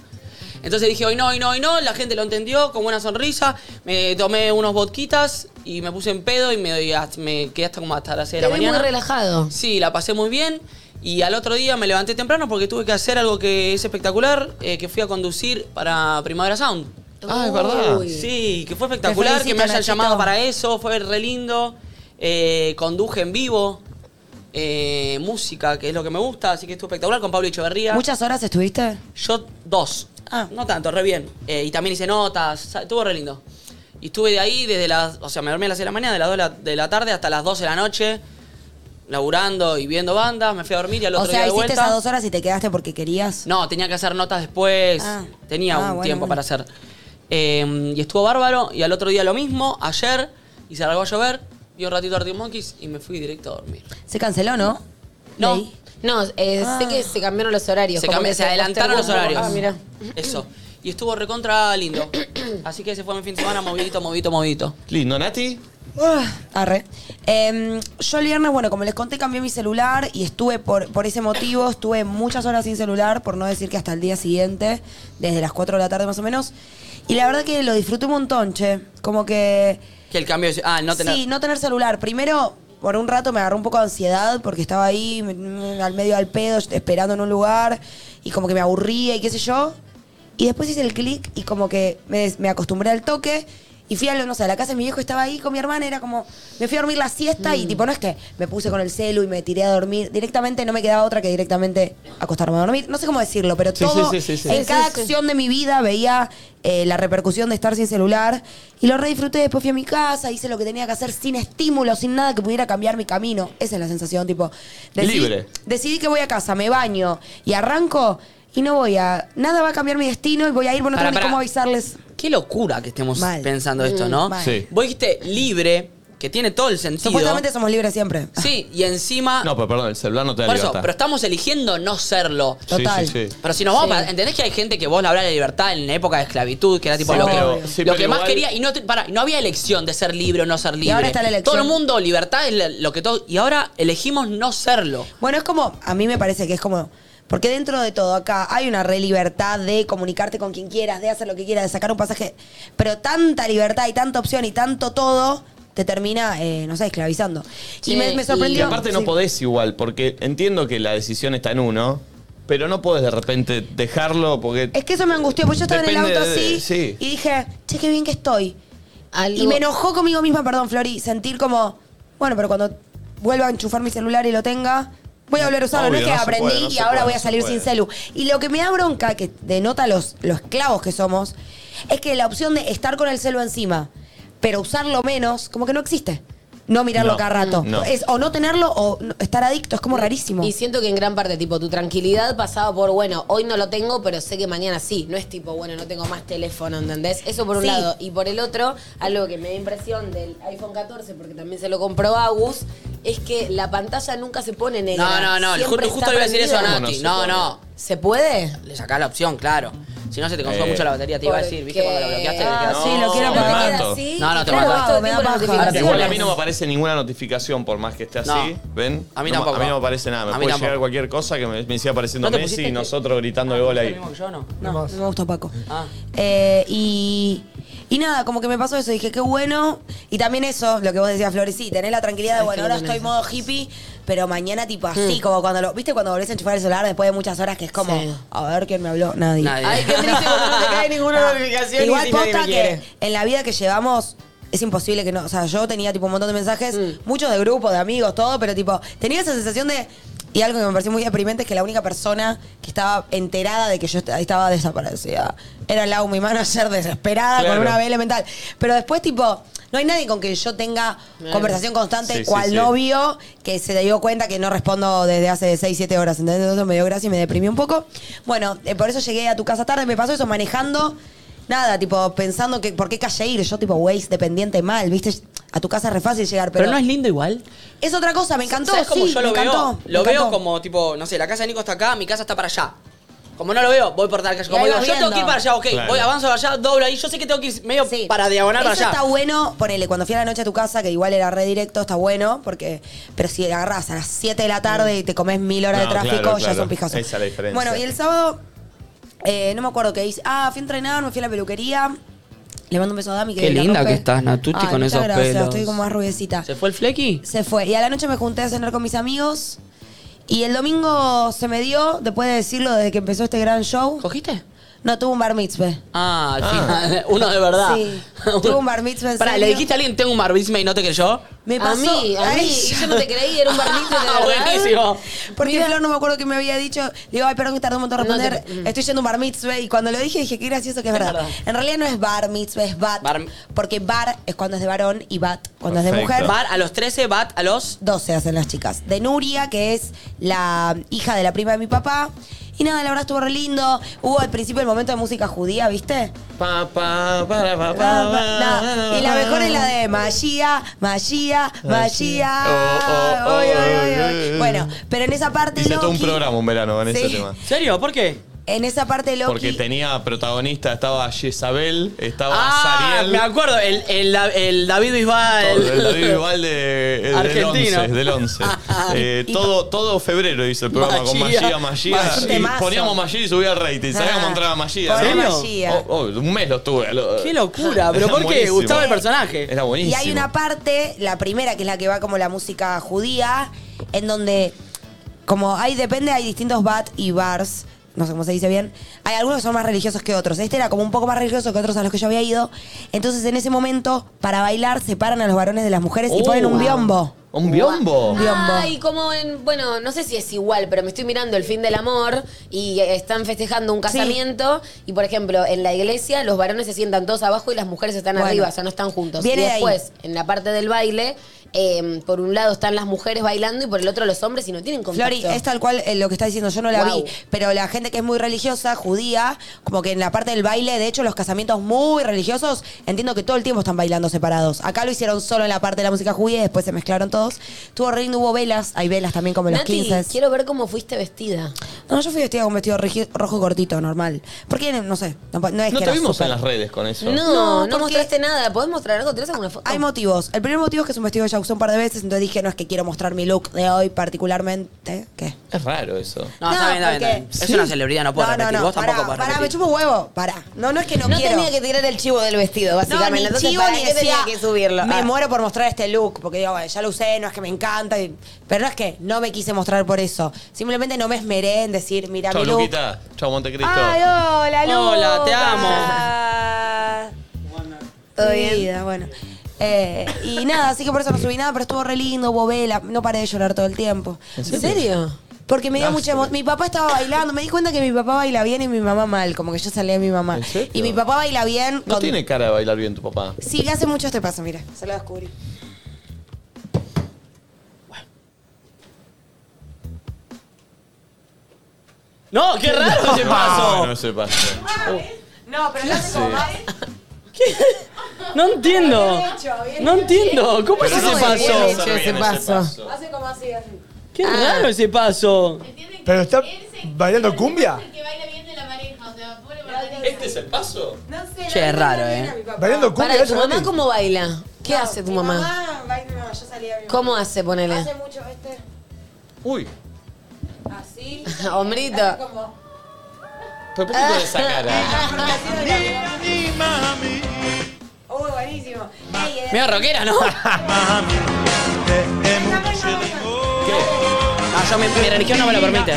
S2: Entonces dije, hoy no, hoy no, hoy no, la gente lo entendió con buena sonrisa, me tomé unos vodquitas y me puse en pedo y me, y hasta- me quedé hasta como hasta las 6
S4: te
S2: de la
S4: vi muy
S2: mañana.
S4: relajado.
S2: Sí, la pasé muy bien y al otro día me levanté temprano porque tuve que hacer algo que es espectacular, eh, que fui a conducir para Primavera Sound.
S5: Ah, es verdad.
S4: Uy.
S2: Sí, que fue espectacular,
S3: Te
S2: que me hayan
S3: felicito,
S2: llamado
S3: Nachito.
S2: para eso, fue re lindo. Eh, conduje en vivo, eh, música, que es lo que me gusta, así que estuvo espectacular con Pablo Echeverría.
S3: ¿Muchas horas estuviste?
S2: Yo dos.
S3: Ah.
S2: No tanto, re bien. Eh, y también hice notas, sa- estuvo re lindo. Y estuve de ahí desde las. O sea, me dormí a las 6 de la mañana, de las 2 de la, de la tarde hasta las 12 de la noche, laburando y viendo bandas. Me fui a dormir y al otro
S3: O sea,
S2: día de
S3: hiciste
S2: vuelta.
S3: esas dos horas y te quedaste porque querías.
S2: No, tenía que hacer notas después.
S3: Ah.
S2: Tenía
S3: Ah,
S2: un
S3: bueno,
S2: tiempo
S3: bueno.
S2: para hacer. Eh, y estuvo bárbaro. Y al otro día lo mismo, ayer, y se largó a llover. Vi un ratito Arctic Monkeys y me fui directo a dormir.
S3: Se canceló, ¿no?
S2: No.
S3: Leí.
S4: No, eh, sé que se cambiaron los horarios.
S2: Se,
S4: como
S2: cambió-
S4: que
S2: se adelantaron los horarios.
S4: Ah, mira.
S2: Eso. Y estuvo recontra lindo. Así que ese fue mi fin de semana, movidito, movidito, movidito.
S5: Lindo, Nati.
S3: Ah, Arre. Em, yo el viernes, bueno, como les conté, cambié mi celular y estuve por, por ese motivo, estuve muchas horas sin celular, por no decir que hasta el día siguiente, desde las 4 de la tarde más o menos. Y la verdad que lo disfruté un montón, che. Como que
S2: Que el cambio. Ah, no tener.
S3: Sí, no tener celular. Primero, por un rato me agarró un poco de ansiedad porque estaba ahí mm, al medio al pedo, esperando en un lugar y como que me aburría y qué sé yo. Y después hice el clic y como que me, des- me acostumbré al toque. Y fui a, lo- no sé, a la casa de mi viejo, estaba ahí con mi hermana, era como, me fui a dormir la siesta
S5: Mm.
S3: y tipo, no es que me puse con el celu y me tiré a dormir, directamente no me quedaba otra que directamente acostarme a dormir. No sé cómo decirlo, pero
S5: Sí,
S3: todo,
S5: sí, sí, sí, sí.
S3: en
S4: Sí,
S3: cada
S4: sí, sí.
S3: acción de mi vida veía eh, la repercusión de estar sin celular y lo re disfruté. Después fui a mi casa, hice lo que tenía que hacer sin estímulo, sin nada que pudiera cambiar mi camino. Esa es la sensación, tipo.
S5: Libre.
S3: Decidí que voy a casa, me baño y arranco y no voy a. Nada va a cambiar mi destino y voy a ir, bueno, no
S2: Pará,
S3: tengo ni
S2: pará.
S3: cómo avisarles.
S2: Qué locura que estemos
S3: Mal. Mm,
S2: pensando esto, ¿no?
S3: mal.
S5: Sí.
S2: Vos dijiste libre, que tiene todo el sentido.
S3: Supuestamente somos libres siempre.
S2: Sí, y encima.
S5: No, pero perdón, el celular no te da
S2: por eso,
S5: libertad.
S2: pero estamos eligiendo no serlo.
S5: Sí,
S3: Total.
S5: sí, sí.
S2: Pero si nos vamos para. ¿Entendés que hay gente que vos le hablás de libertad en la época de esclavitud, que era tipo
S5: Sí,
S2: lo
S5: pero-
S2: que,
S5: sí,
S2: lo
S5: pero
S2: que más
S5: igual-
S2: quería? Y no, te- pará, y no había elección de ser libre o no ser libre.
S3: ahora está la elección.
S2: Todo el mundo, libertad es la- lo que todo. Y ahora elegimos no serlo.
S3: Bueno, es como, a mí me parece que es como, porque dentro de todo acá hay una re libertad de comunicarte con quien quieras, de hacer lo que quieras, de sacar un pasaje, pero tanta libertad y tanta opción y tanto todo te termina, eh, no sé, esclavizando.
S4: Sí,
S3: y me, me
S5: Y
S4: y-
S3: sorprendió.
S5: aparte no
S3: sí.
S5: podés igual, porque entiendo que la decisión está en uno, pero no podés de repente dejarlo porque...
S3: Es que eso me angustió, porque yo estaba en el
S5: Depende
S3: auto
S5: de-
S3: así
S5: sí.
S3: y dije, che, qué bien que estoy.
S2: Ah,
S4: Algo-
S3: Y me enojó conmigo misma, perdón, Flori, sentir como, bueno, pero cuando vuelva a enchufar mi celular y lo tenga, voy a volver a usarlo.
S5: Obvio,
S3: no es que
S5: no se
S3: aprendí
S5: puede, no
S3: y
S5: se
S3: ahora
S5: puede,
S3: voy a
S5: no se
S3: salir
S5: puede.
S3: sin celu. Y lo que me da bronca, que denota los, los esclavos que somos, es que la opción de estar con el celu encima, pero usarlo menos, como que no existe. No mirarlo
S5: No,
S3: cada rato.
S5: no.
S3: Es o no tenerlo o no- estar adicto, es como rarísimo.
S4: Y siento que en gran parte, tipo, tu tranquilidad pasaba por, bueno, hoy no lo tengo, pero sé que mañana sí. No es tipo, bueno, no tengo más teléfono, ¿entendés? Eso por un
S3: Sí.
S4: lado. Y por el otro, algo que me da impresión del iPhone 14, porque también se lo compró Agus, es que la pantalla nunca se pone negra.
S2: No, no, no.
S4: Siempre
S2: Justo,
S4: está
S2: justo le iba a decir eso a
S4: prendida.
S5: No, no
S2: Nati.
S5: se
S2: No,
S5: puede.
S2: no.
S4: ¿Se puede?
S2: Le sacás la opción, claro. Si no, se te consume
S5: Eh.
S2: mucho la batería, te iba a decir, ¿viste? Cuando lo bloqueaste, te quedaste.
S5: sí,
S4: eh,
S5: lo quiero
S2: te
S5: matar.
S2: mato.
S5: Sí,
S2: No, no, te
S5: claro,
S2: mato.
S5: todo el
S3: me da paja.
S5: Igual a mí no me aparece ninguna notificación, por más que esté así.
S2: No.
S5: ¿Ven?
S2: A mí
S5: no, me-
S2: tampoco.
S5: A mí no me aparece nada. Me
S2: A mí
S5: puede
S2: tampoco.
S5: llegar cualquier cosa que me, me siga apareciendo
S2: ¿No te
S5: Messi
S2: pusiste
S5: y
S2: que-
S5: nosotros gritando el gol ahí.
S2: Yo no.
S3: No, no me gusta Paco.
S2: Ah.
S3: Eh, y, y nada, como que me pasó eso. Dije, qué bueno. Y también eso, lo que vos decías, Flores, sí, tenés la tranquilidad de,
S4: Ay,
S3: bueno,
S4: qué
S3: ahora
S4: bueno Hmm.
S3: estoy modo hippie, pero mañana tipo así, como cuando lo... ¿Viste cuando volvés a enchufar el celular después de muchas horas que es como,
S4: Sí.
S3: a ver quién me habló? Nadie.
S2: Nadie.
S4: Ay, qué triste cuando no te cae ninguna
S3: Ah,
S4: notificación y
S3: Igual
S4: si nadie me
S3: posta que
S4: quiere.
S3: en la vida que llevamos es imposible que no. O sea, yo tenía tipo un montón de mensajes, muchos de grupo, de amigos, todo, pero tipo, tenía esa sensación de. Y algo que me pareció muy deprimente es que la única persona que estaba enterada de que yo est- estaba desaparecida era Lau, mi manager, desesperada,
S5: Claro.
S3: con una B elemental. Pero después, tipo, no hay nadie con quien yo tenga conversación constante,
S5: Sí, sí,
S3: cual
S5: sí.
S3: novio, que se dio cuenta que no respondo desde hace 6, 7 horas. ¿entendés? Entonces me dio gracia y me deprimí un poco. Bueno, eh, por eso llegué a tu casa tarde, me pasó eso manejando. Nada, tipo, pensando que por qué calle ir. Yo, tipo, Waze, dependiente mal, ¿viste? A tu casa es re fácil llegar, pero,
S2: Pero no es lindo igual.
S3: es otra cosa, me encantó.
S2: ¿Sabes cómo
S3: sí,
S2: yo lo
S3: me
S2: veo?
S3: encantó,
S2: lo
S3: me
S2: veo
S3: encantó.
S2: como tipo, no sé, la casa de Nico está acá, mi casa está para allá. Como no lo veo, voy por tal calle. Como
S3: ahí
S2: digo,
S3: vas
S2: yo tengo
S3: viendo.
S2: que ir para allá, ok,
S5: Claro.
S2: voy, avanzo para allá, doblo ahí. Yo sé que tengo que ir medio
S3: Sí.
S2: para diagonal
S3: Eso
S2: para allá.
S3: está bueno, ponele, cuando fui a la noche a tu casa, que igual era redirecto, está bueno, porque. Pero si agarras a las 7 de la tarde y te comes mil horas
S5: No,
S3: de tráfico,
S5: claro,
S3: ya
S5: claro.
S3: es un pijazo.
S5: Esa es la diferencia.
S3: Bueno, y el sábado, eh, no me acuerdo qué hice. Ah, fui a entrenar, me fui a la peluquería. Le mando un beso a Dami. Que
S2: Qué
S3: la
S2: linda
S3: rompe.
S2: que estás, Natucci,
S3: Ay,
S2: con
S3: muchas
S2: esos
S3: gracias,
S2: pelos.
S3: Estoy como más rubiecita.
S2: ¿Se fue el flequi?
S3: Se fue. Y a la noche me junté a cenar con mis amigos. Y el domingo se me dio, después de decirlo, desde que empezó este gran show.
S2: ¿Cogiste?
S3: No, tuve un bar mitzvah.
S2: Ah, al final. Uno de verdad.
S3: Sí. Tuve un bar mitzvah en
S2: Pará, ¿le
S3: serio.
S2: dijiste a alguien tengo un bar mitzvah y no te creyó?
S3: Me
S4: A
S3: pasó.
S4: mí, a mí.
S3: Ay,
S4: Y yo no te creí, era un barnito de
S2: Ah,
S4: verdad.
S2: buenísimo.
S3: Porque Flor no me acuerdo que me había dicho. Le digo, ay, perdón que tardé un montón en
S4: No te-
S3: responder. Estoy yendo a un bar mitzvah. Y cuando lo dije, dije, qué gracioso que es
S2: Es
S3: verdad.
S2: verdad.
S3: En realidad no es bar mitzvah, es bat.
S2: Bar-
S3: Porque bar es cuando es de varón y bat cuando es de
S5: Perfecto.
S3: mujer.
S2: Bar a los 13, bat a los.
S3: 12 hacen las chicas. De Nuria, que es la hija de la prima de mi papá. Y nada, la verdad estuvo re lindo. Hubo al principio el momento de música judía, ¿viste?
S5: Pa, pa, para, pa, pa,
S3: No, Y la mejor es la de Magia, Magia, Magia.
S5: Oh, oh,
S3: Oy, oy,
S5: oh,
S3: oy, oy.
S5: eh.
S3: Bueno, pero en esa parte
S5: Hice todo un
S3: Loki-
S5: programa un verano en ese
S3: Sí.
S5: tema.
S2: ¿Serio? ¿Por qué?
S3: En esa parte Loki.
S5: Porque tenía protagonista, estaba Jezabel, estaba
S2: Ah,
S5: Sariel.
S2: me acuerdo, el, el, el David Bisbal.
S5: Todo, el David Bisbal de, el
S2: Argentino. Ah,
S5: del 11. Del 11. Eh,
S3: Y-
S5: todo, todo febrero hizo el programa con
S2: Magia.
S5: Magia, Magia.
S2: Magia.
S5: y
S3: Temazo.
S5: poníamos Magia y subía el rating.
S2: Ah.
S5: Sabía cómo entraba Magia.
S3: Pobre
S2: ¿En serio?
S3: Ah. Magia.
S5: Oh, oh, un mes lo tuve. Lo-
S2: Qué locura, pero
S5: Era
S2: ¿por qué?
S5: buenísimo.
S2: Gustaba el personaje.
S5: Era buenísimo.
S3: Y hay una parte, la primera, que es la que va como la música judía, en donde, como hay, depende, hay distintos bat y bars, no sé cómo se dice bien. Hay algunos que son más religiosos que otros. Este era como un poco más religioso que otros a los que yo había ido. Entonces, en ese momento, para bailar, separan a los varones de las mujeres y
S5: Oh,
S3: ponen un
S5: wow.
S3: biombo.
S5: ¿Un biombo?
S3: Biombo.
S4: Ay, como en, bueno, no sé si es igual, pero me estoy mirando el fin del amor y eh, están festejando un casamiento y por ejemplo, en la iglesia los varones se sientan todos abajo y las mujeres están
S3: Bueno.
S4: arriba, o sea, no están juntos.
S3: Viene
S4: y
S3: de ahí.
S4: después, en la parte del baile, eh, por un lado están las mujeres bailando y por el otro los hombres y no tienen contacto.
S3: Flori, es tal cual eh, lo que está diciendo, yo no la
S4: Guau.
S3: vi, pero la gente que es muy religiosa, judía, como que en la parte del baile, de hecho los casamientos muy religiosos, entiendo que todo el tiempo están bailando separados. Acá lo hicieron solo en la parte de la música judía y después se mezclaron todos. Tuvo re lindo, hubo velas, hay velas también como en los
S4: Nati,
S3: 15.
S4: quiero ver cómo fuiste vestida.
S3: No, yo fui vestida con un vestido regi- rojo cortito, normal. Porque, no sé, tampoco- no es
S5: No
S3: que
S5: te
S3: era
S5: vimos
S3: súper-
S5: en las redes con eso.
S4: No,
S3: No,
S4: no,
S3: porque-
S4: mostraste nada. ¿Podés mostrar algo? ¿Tenés alguna foto?
S3: Hay motivos. El primer motivo es que es un vestido que ya usé un par de veces, entonces dije, no es que quiero mostrar mi look de hoy particularmente. ¿Qué?
S5: Es raro eso.
S2: No, está bien, está bien,
S3: porque-
S2: está bien. Es una celebridad, no puedo repetir. Vos tampoco
S3: pará,
S2: podés
S3: pará, me
S2: repetir.
S3: chupo un huevo. Pará. No, no es que no,
S4: no
S3: quiero.
S4: tenía que tirar el chivo del vestido,
S3: no,
S4: básicamente.
S3: ni
S4: Entonces,
S3: chivo
S4: ¿para
S3: ni
S4: qué tenía
S3: decía,
S4: que subirlo.
S3: me
S4: Ah.
S3: muero por mostrar este look, porque digo, bueno, ya lo usé, no es que me encanta, y- pero no es que no me quise mostrar por eso. Simplemente no me esmeré en decir, mira
S5: Chao,
S3: mi look.
S5: Luquita. Chao, Montecristo.
S3: Ay, hola, Luca.
S2: Hola, te amo.
S3: Todo bien. Vida, bueno. Eh, y nada, así que por eso no subí nada, pero estuvo re lindo, hubo vela, no paré de llorar todo el tiempo.
S4: ¿En serio?
S3: Porque me dio
S5: Ah,
S3: mucha emoción. Mi papá estaba bailando. Me di cuenta que mi papá baila bien y mi mamá mal. Como que yo salí a mi mamá.
S5: ¿En serio?
S3: Y mi papá baila bien.
S5: No
S3: con-
S5: tiene cara de bailar bien tu papá.
S3: Sí, que hace mucho este paso, mira. Se lo descubrí.
S2: No, qué raro ese
S5: No,
S2: paso.
S5: no se pasó.
S3: No, pero no sé
S2: No entiendo. No entiendo. ¿Cómo es
S5: Pero
S2: ese
S5: no se puede
S2: paso?
S5: hacer
S4: Ese
S5: bien
S4: paso.
S3: Hace como así, así.
S2: Qué raro ese paso.
S9: Pero está bailando cumbia.
S8: Que baila bien de la pareja, o sea, pobre Margarita.
S5: ¿Este es el paso?
S4: No sé.
S2: Che, es raro, ¿eh?
S9: Bailando cumbia,
S4: Para, ¿y ¿tu
S9: eso,
S4: mamá
S9: Nati?
S4: cómo baila? ¿Qué hace tu mamá?
S3: no, yo salí a
S4: ¿Cómo hace, ponele?
S3: Hace mucho este.
S5: Uy.
S3: Así.
S4: Hombrito.
S3: Hace como-
S5: ¿Pero por qué con esa cara?
S3: así de la mirada. Uy, buenísimo. Ey, eh,
S2: Mira, rockera, ¿no?
S3: está bueno, está bueno.
S2: Ah, yo mi, mi religión no me lo permite.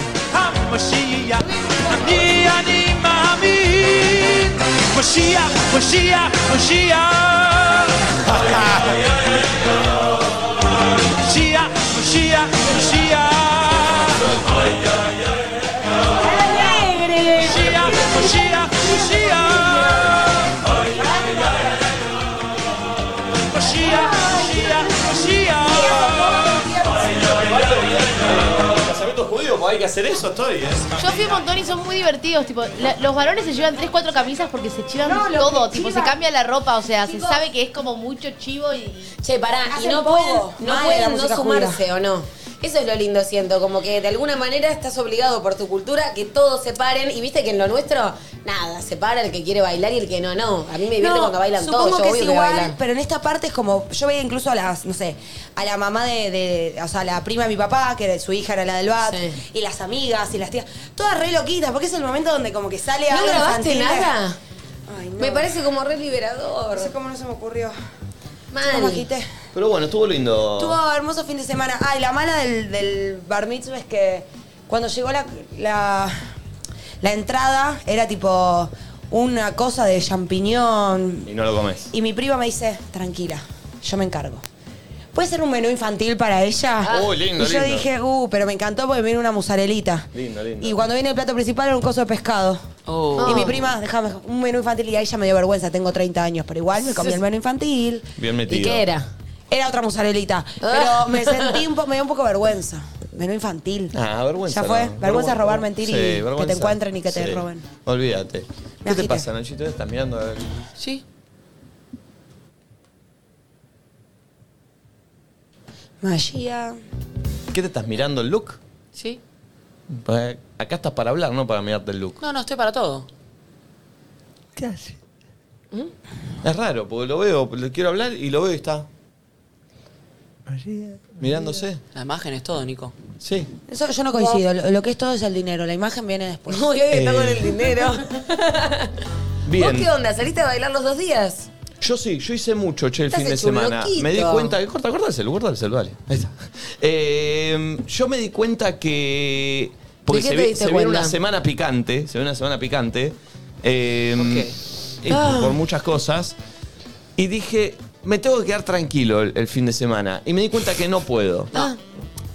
S5: ¿Casamientos judíos? Hay que hacer eso, estoy, ¿eh?
S8: Yo fui un montón y son muy divertidos. Tipo, la- los varones se llevan 3, 4 camisas porque se chivan todo. Tipo, se cambia la ropa. O sea, se sabe que es como mucho chivo y.
S4: Che, pará, y
S3: Hacen
S4: no
S3: pogo.
S4: pueden,
S3: Mal,
S4: no,
S3: la
S4: pueden no
S3: música
S4: sumarse, ¿o no? Eso es lo lindo, siento, como que de alguna manera estás obligado por tu cultura que todos se paren, y viste que en lo nuestro, nada, se para el que quiere bailar y el que no, no. A mí me divierte
S3: No,
S4: cuando bailan todos,
S3: supongo
S4: yo
S3: que
S4: obvio
S3: es
S4: que
S3: igual,
S4: bailan.
S3: pero en esta parte es como, yo veía incluso a las, no sé, a la mamá de, de- o sea, la prima de mi papá, que era- su hija era la del bat,
S4: Sí.
S3: y las amigas y las tías, todas re loquitas, porque es el momento donde como que sale
S4: ¿No
S3: algo
S4: grabaste
S3: infantil de-
S4: nada?
S3: Ay, no.
S4: Me parece como re
S3: No sé
S4: liberador.
S3: cómo no se me ocurrió. ¿Cómo
S4: Mal.
S3: agité?
S5: Pero bueno, estuvo lindo.
S3: Tuvo hermoso fin de semana. Ah, y la mala del, del bar mitzvah es que cuando llegó la, la, la entrada era tipo una cosa de champiñón.
S5: Y no lo comes.
S3: Y mi prima me dice, tranquila, yo me encargo. ¿Puede ser un menú infantil para ella?
S5: Ah. Uy, lindo,
S3: Y yo
S5: lindo.
S3: dije, uh, pero me encantó porque viene una musarelita.
S5: Lindo, lindo.
S3: Y cuando viene el plato principal era un coso de pescado.
S2: Oh.
S3: Y mi prima, déjame, un menú infantil y ahí ya me dio vergüenza, tengo 30 años, pero igual me comí el menú infantil.
S5: Bien metido.
S4: ¿Y qué era?
S3: Era otra musarelita.
S4: Ah.
S3: Pero me sentí un poco, me dio un poco vergüenza. Menú infantil.
S5: Ah, vergüenza.
S3: Ya fue.
S5: no.
S3: Vergüenza es robar,
S5: no.
S3: mentir
S5: Sí,
S3: y que te
S5: vergüenza.
S3: encuentren y que te
S5: Sí.
S3: roben.
S5: Olvídate. ¿Qué te
S3: agité.
S5: pasa, Nachito? ¿Estás mirando a ver?
S2: Sí.
S3: Magia.
S5: ¿Qué te estás mirando el look?
S2: Sí.
S5: Pues, Acá estás para hablar, no para mirarte el look.
S2: No, no, estoy para todo.
S9: ¿Qué hace?
S5: Es raro, porque lo veo, le quiero hablar y lo veo y está
S9: María.
S5: mirándose.
S2: La imagen es todo, Nico.
S5: Sí.
S3: Eso yo no coincido. Lo, lo que es todo es el dinero. La imagen viene después.
S4: Uy, hoy está
S5: Eh.
S4: con el dinero.
S5: Bien.
S4: ¿Vos qué onda? ¿Saliste a bailar los dos días?
S5: Yo sí, yo hice mucho, che, el
S4: Estás
S5: fin de
S4: hecho un
S5: semana.
S4: loquito.
S5: Me di cuenta. Corta, corta el celu, corta el celu, dale. Ahí está. Eh, yo me di cuenta que. Porque
S4: ¿De qué
S5: se,
S4: te
S5: vi-
S4: diste
S5: se viene
S4: cuenta?
S5: una semana picante. Se viene una semana picante. eh, y
S4: Ah.
S5: por- Por muchas cosas. Y dije, me tengo que quedar tranquilo el, el fin de semana. Y me di cuenta que no puedo.
S4: Ah.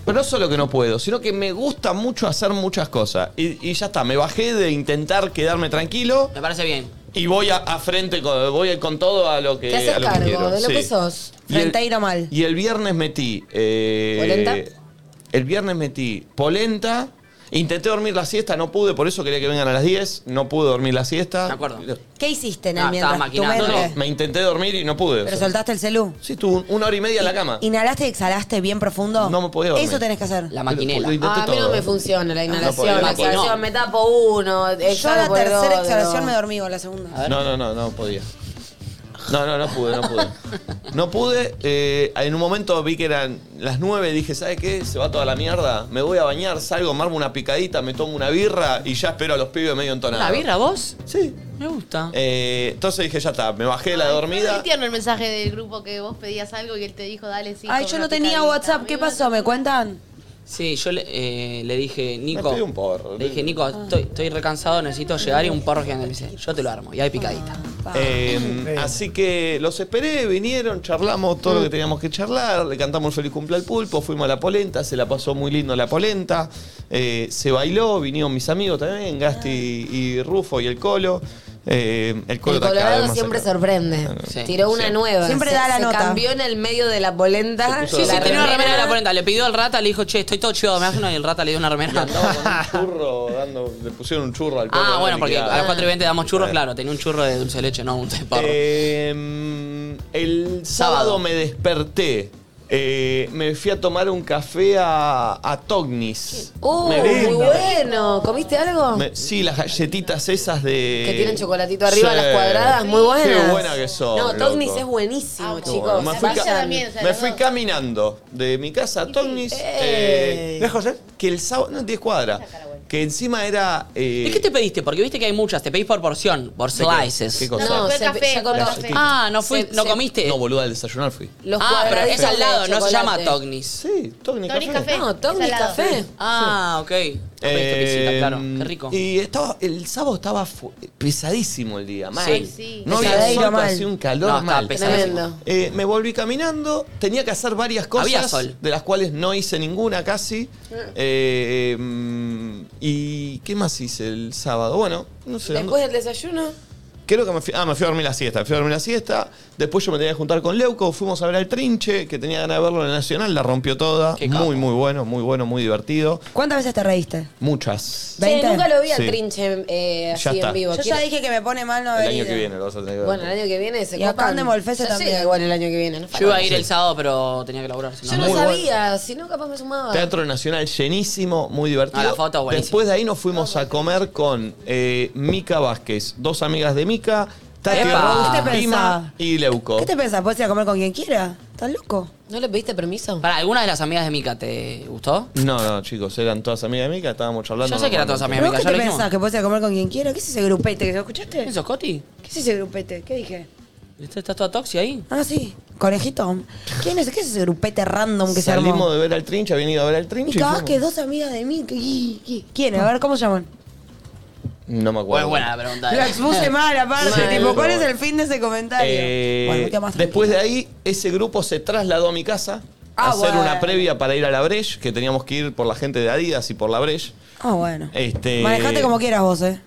S5: Pero no solo que no puedo, sino que me gusta mucho hacer muchas cosas. Y, y ya está, me bajé de intentar quedarme tranquilo.
S2: Me parece bien.
S5: Y voy a, a frente, con, voy con todo a lo que,
S4: Te haces
S5: Eh, a lo que
S4: cargo
S5: quiero,
S4: de lo
S5: sí.
S4: que sos.
S5: Y el-
S3: Frenteiro mal.
S5: Y el viernes metí... eh,
S4: ¿Polenta?
S5: El viernes metí polenta. Intenté dormir la siesta, no pude, por eso quería que vengan a las 10. No pude dormir la siesta.
S2: De acuerdo.
S3: ¿Qué hiciste en
S2: Ah,
S3: el mientras?
S2: estaba
S3: Tu
S2: maquinando.
S3: mente.
S5: Me intenté dormir y no pude. o
S3: Pero
S5: sea.
S3: soltaste el celú.
S5: sí, estuve un- una hora y media en la cama.
S3: ¿Inhalaste y exhalaste bien profundo?
S5: Ah. No me podía dormir.
S3: Eso tenés que hacer.
S2: La
S5: Lo
S2: maquinela.
S5: intenté
S4: Ah, a mí no
S5: todo.
S4: me funciona la inhalación,
S5: podía, no
S4: la
S5: podía.
S4: exhalación, me tapo uno,
S3: Yo a
S4: eh,
S3: la
S4: exhalo por el
S3: tercera
S4: otro.
S3: exhalación me dormí o la segunda.
S5: No, no, no, no podía. No, no, no pude, no pude. No pude. eh, en un momento vi que eran las nueve, dije, ¿sabe qué? Se va toda la mierda. Me voy a bañar, salgo, marmo una picadita, me tomo una birra y ya espero a los pibes medio entonados.
S2: ¿La birra vos?
S5: Sí.
S2: Me gusta.
S5: Eh, entonces dije, ya está, me bajé de la
S8: Muy
S5: dormida.
S8: tierno el mensaje del grupo que vos pedías algo y él te dijo, dale, sí.
S3: Ay,
S8: con
S3: yo
S8: una
S3: no tenía
S8: picadita.
S3: WhatsApp. ¿Qué pasó? ¿Me cuentan?
S2: Sí, yo le, eh, le dije, Nico.
S5: pedí un porro.
S2: Le dije, Nico,
S4: Ah.
S2: estoy, estoy recansado, necesito llegar y un porro gigante. Me dice, yo te lo armo. Y hay picadita.
S5: Eh, así que los esperé, vinieron, charlamos todo lo que teníamos que charlar, le cantamos feliz cumple al pulpo, fuimos a la polenta, se la pasó muy lindo la polenta, eh, se bailó, vinieron mis amigos también, Gasti y, y Rufo y el Colo. eh, el Colo
S4: El
S5: está cada vez
S4: Colorado
S5: más Ah,
S4: siempre
S5: acá.
S4: sorprende.
S2: Sí.
S4: Tiró una nueva.
S3: Siempre
S4: Se-
S3: da la
S4: se
S3: nota.
S4: cambió en el medio de la polenta.
S5: puso
S2: Sí,
S5: La
S2: sí, tenía una
S5: remera.
S2: remera de la polenta. Le pidió al rata, le dijo, che, estoy todo chivado, me das una. Y el rata le dio una
S5: Y
S2: remera.
S5: andaba con un churro, dando- le pusieron un churro al Colo.
S2: Ah,
S5: dando
S2: bueno, porque
S5: liquidado.
S2: a las 4 y 20 damos churros, claro. Tenía un churro de dulce de leche, no un de porro.
S5: Eh, Em, el sábado
S2: Sábado.
S5: me desperté eh, me fui a tomar un café a, a Tognis.
S4: ¡Uh,
S5: Merenda.
S4: muy bueno! ¿Comiste algo?
S5: Me- sí, las galletitas esas de.
S4: Que tienen chocolatito arriba, las cuadradas, muy buenas.
S5: Qué buena que son.
S4: No, Tognis
S5: loco.
S4: es buenísimo,
S3: Ah,
S5: Bueno,
S4: chicos.
S5: me fui,
S4: Vayan.
S5: ca- me fui caminando de mi casa a Tognis. eh,
S1: ¿Ves, José?
S5: que el sábado. No, 10 cuadras. Que encima era. eh,
S2: ¿Y qué te pediste? Porque viste que hay muchas. Te pedís por porción, por
S5: ¿de qué?
S2: slices.
S5: ¿Qué cosa?
S4: No,
S8: fue
S4: se,
S8: café,
S4: se contó.
S5: fue café.
S2: Ah, no, fui,
S4: Se-
S2: no
S4: se-
S2: comiste.
S5: No, boluda, al desayunar fui.
S4: Los
S2: ah, pero es
S4: cuadraditos
S2: al lado,
S4: de
S2: no se llama
S4: chocolate.
S2: Tognis.
S5: Sí, Tognis
S8: Tognis
S5: café.
S8: café.
S4: No, Tognis
S8: Salado.
S4: Café.
S2: Ah, ok. No pediste
S5: Eh,
S2: pisita, claro. Qué rico.
S5: Em, Y estaba, el sábado estaba fu- pesadísimo el día, mal.
S2: Sí,
S8: sí.
S5: No había
S3: Pesadero,
S5: sol, pero
S3: mal.
S5: hacía un calor
S2: No, estaba
S5: mal.
S2: pesadísimo.
S4: Tremendo.
S5: Eh, me volví caminando, tenía que hacer varias cosas,
S2: Había sol.
S5: de las cuales no hice ninguna casi. Eh, mm, ¿Y qué más hice el sábado? Bueno, no sé.
S4: Después del desayuno,
S5: Creo que me fui, ah, me fui a dormir la siesta, me fui a dormir la siesta. Después yo me tenía que juntar con Leuco, fuimos a ver al Trinche, que tenía ganas de verlo en el Nacional, la rompió toda.
S2: Qué capo.
S5: muy, muy bueno, muy bueno, muy divertido.
S3: ¿Cuántas veces te reíste?
S5: Muchas.
S4: Che,
S3: 20.
S4: nunca lo vi al
S5: Sí.
S4: trinche eh, así
S5: Ya está.
S4: en vivo.
S3: Yo ya
S4: Quiero-
S3: dije que me pone mal no
S5: El
S3: haber
S5: año
S3: ido.
S5: que viene lo vas a tener que ver.
S4: Bueno, el año que viene se
S3: Y acá
S4: copan.
S3: en Molfese
S4: Ya
S3: también.
S4: llega Igual el año que viene. no
S2: Yo iba
S4: falta.
S2: a ir el sábado, pero tenía que laburar. si no,
S4: Yo no
S2: no.
S5: Muy
S4: sabía, si no capaz me sumaba.
S5: Teatro Nacional llenísimo, muy divertido.
S2: Ah, la foto, buenísimo.
S5: Después de ahí nos fuimos a comer con eh, Mica Vázquez, dos amigas de Mica, Tati
S2: Epa.
S5: Rose,
S3: ¿Qué te
S5: Pima
S3: pensás?
S5: y Leuco.
S3: ¿Qué te pensás? ¿Puedes ir a comer con quien quiera? ¿Estás loco?
S4: ¿No le pediste permiso?
S2: Para, ¿alguna de las amigas de Mika te gustó?
S5: No, no, chicos, eran todas amigas de Mica, estábamos charlando.
S2: Yo sé que eran todas
S5: normalmente.
S2: amigas
S3: ¿Pero
S2: de Mika, ya lo
S3: vos qué te
S2: dijimos.
S3: pensás? ¿Que puedes ir a comer con quien quiera? ¿Qué es ese grupete? ¿Lo escuchaste?
S2: ¿Quién sos, Coti?
S3: ¿Qué es ese grupete? ¿Qué dije?
S2: ¿Estás estás toda toxi ahí?
S3: Ah, sí. Conejito. ¿Quién es? ¿Qué es ese grupete random que se armó?
S5: Salimos de ver al Trinche, habían ido a ver al Trinche. y
S3: Mica
S5: fuimos.
S3: Vázquez, dos amigas de mí. que- y- y- ¿Quién? A ver, ¿cómo se llaman?
S5: No me acuerdo.
S2: Bueno, buena la pregunta.
S3: Lo
S2: eh.
S3: expuse mal, aparte.
S5: Sí,
S3: tipo, ¿cuál
S5: pero
S3: es
S5: bueno.
S3: el fin de ese comentario?
S5: Eh,
S3: Bueno, queda más
S5: después de
S3: tranquilo.
S5: ahí, ese grupo se trasladó a mi casa a
S3: Ah,
S5: hacer
S3: bueno.
S5: una previa para ir a la Breche, que teníamos que ir por la gente de Adidas y por la Breche.
S3: Ah, bueno.
S5: Este-
S3: Manejate como quieras vos, ¿eh?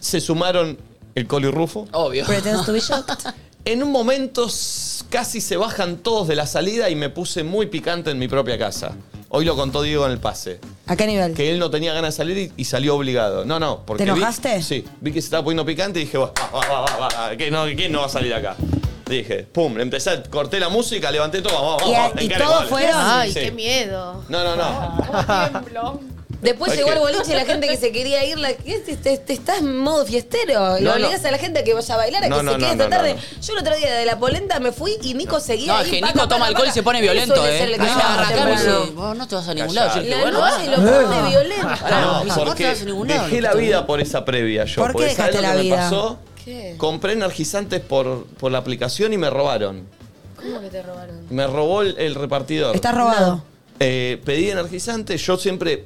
S5: Se sumaron el Coli Rufo.
S2: Obvio.
S3: Pretends to be shocked.
S5: En un momento s- casi se bajan todos de la salida y me puse muy picante en mi propia casa. Hoy lo contó Diego en el pase.
S3: ¿A qué nivel?
S5: Que él no tenía ganas de salir y, y salió obligado. No, no, porque.
S3: ¿Te
S5: vi-
S3: enojaste?
S5: sí, vi que se estaba poniendo picante y dije, "Bah, bah, bah, bah, bah, que no, ¿quién no va a salir acá? Dije, pum, empecé, corté la música, levanté todo, vamos,
S3: Y a-
S5: vamos,
S3: y
S5: encare,
S3: todos
S5: gol.
S3: fueron. Ah,
S8: Ay,
S5: Sí.
S8: qué miedo.
S5: No, no, no.
S4: Después
S5: Ok.
S4: llegó el boliche y la gente que se quería ir, la, ¿qué? te, te- te estás en modo fiestero. Y
S5: No,
S4: lo
S5: no.
S4: obligás a la gente a que vaya a bailar, a
S5: No,
S4: que
S5: no,
S4: se quede
S5: no,
S4: esta
S5: no,
S4: tarde.
S5: no,
S4: Yo el otro día de la polenta me fui y Nico seguía
S2: No,
S4: ahí.
S2: es que
S4: paca,
S2: Nico
S4: paca,
S2: toma alcohol y
S4: paca.
S2: se pone
S4: Eso
S2: violento,
S4: es el
S2: ¿eh?
S4: que
S2: Ahí
S4: llama
S2: arrancamos y dice,
S4: temprano.
S2: vos no te vas a ningún lado. Yo dije,
S4: La
S2: bueno,
S4: noche lo
S3: Eh.
S4: pone violento.
S5: No,
S2: no, no
S5: porque
S2: te vas a ningún lado,
S5: dejé
S2: no
S5: la
S2: te-
S5: vida por esa previa yo.
S3: ¿Por qué
S5: porque ¿sabés
S3: dejaste
S5: lo
S3: la
S5: que
S3: vida?
S5: Me pasó?
S4: ¿Qué?
S5: Compré energizantes por, por la aplicación y me robaron.
S4: ¿Cómo que te robaron?
S5: Me robó el, el repartidor.
S3: Estás robado.
S5: Eh, pedí energizante, yo siempre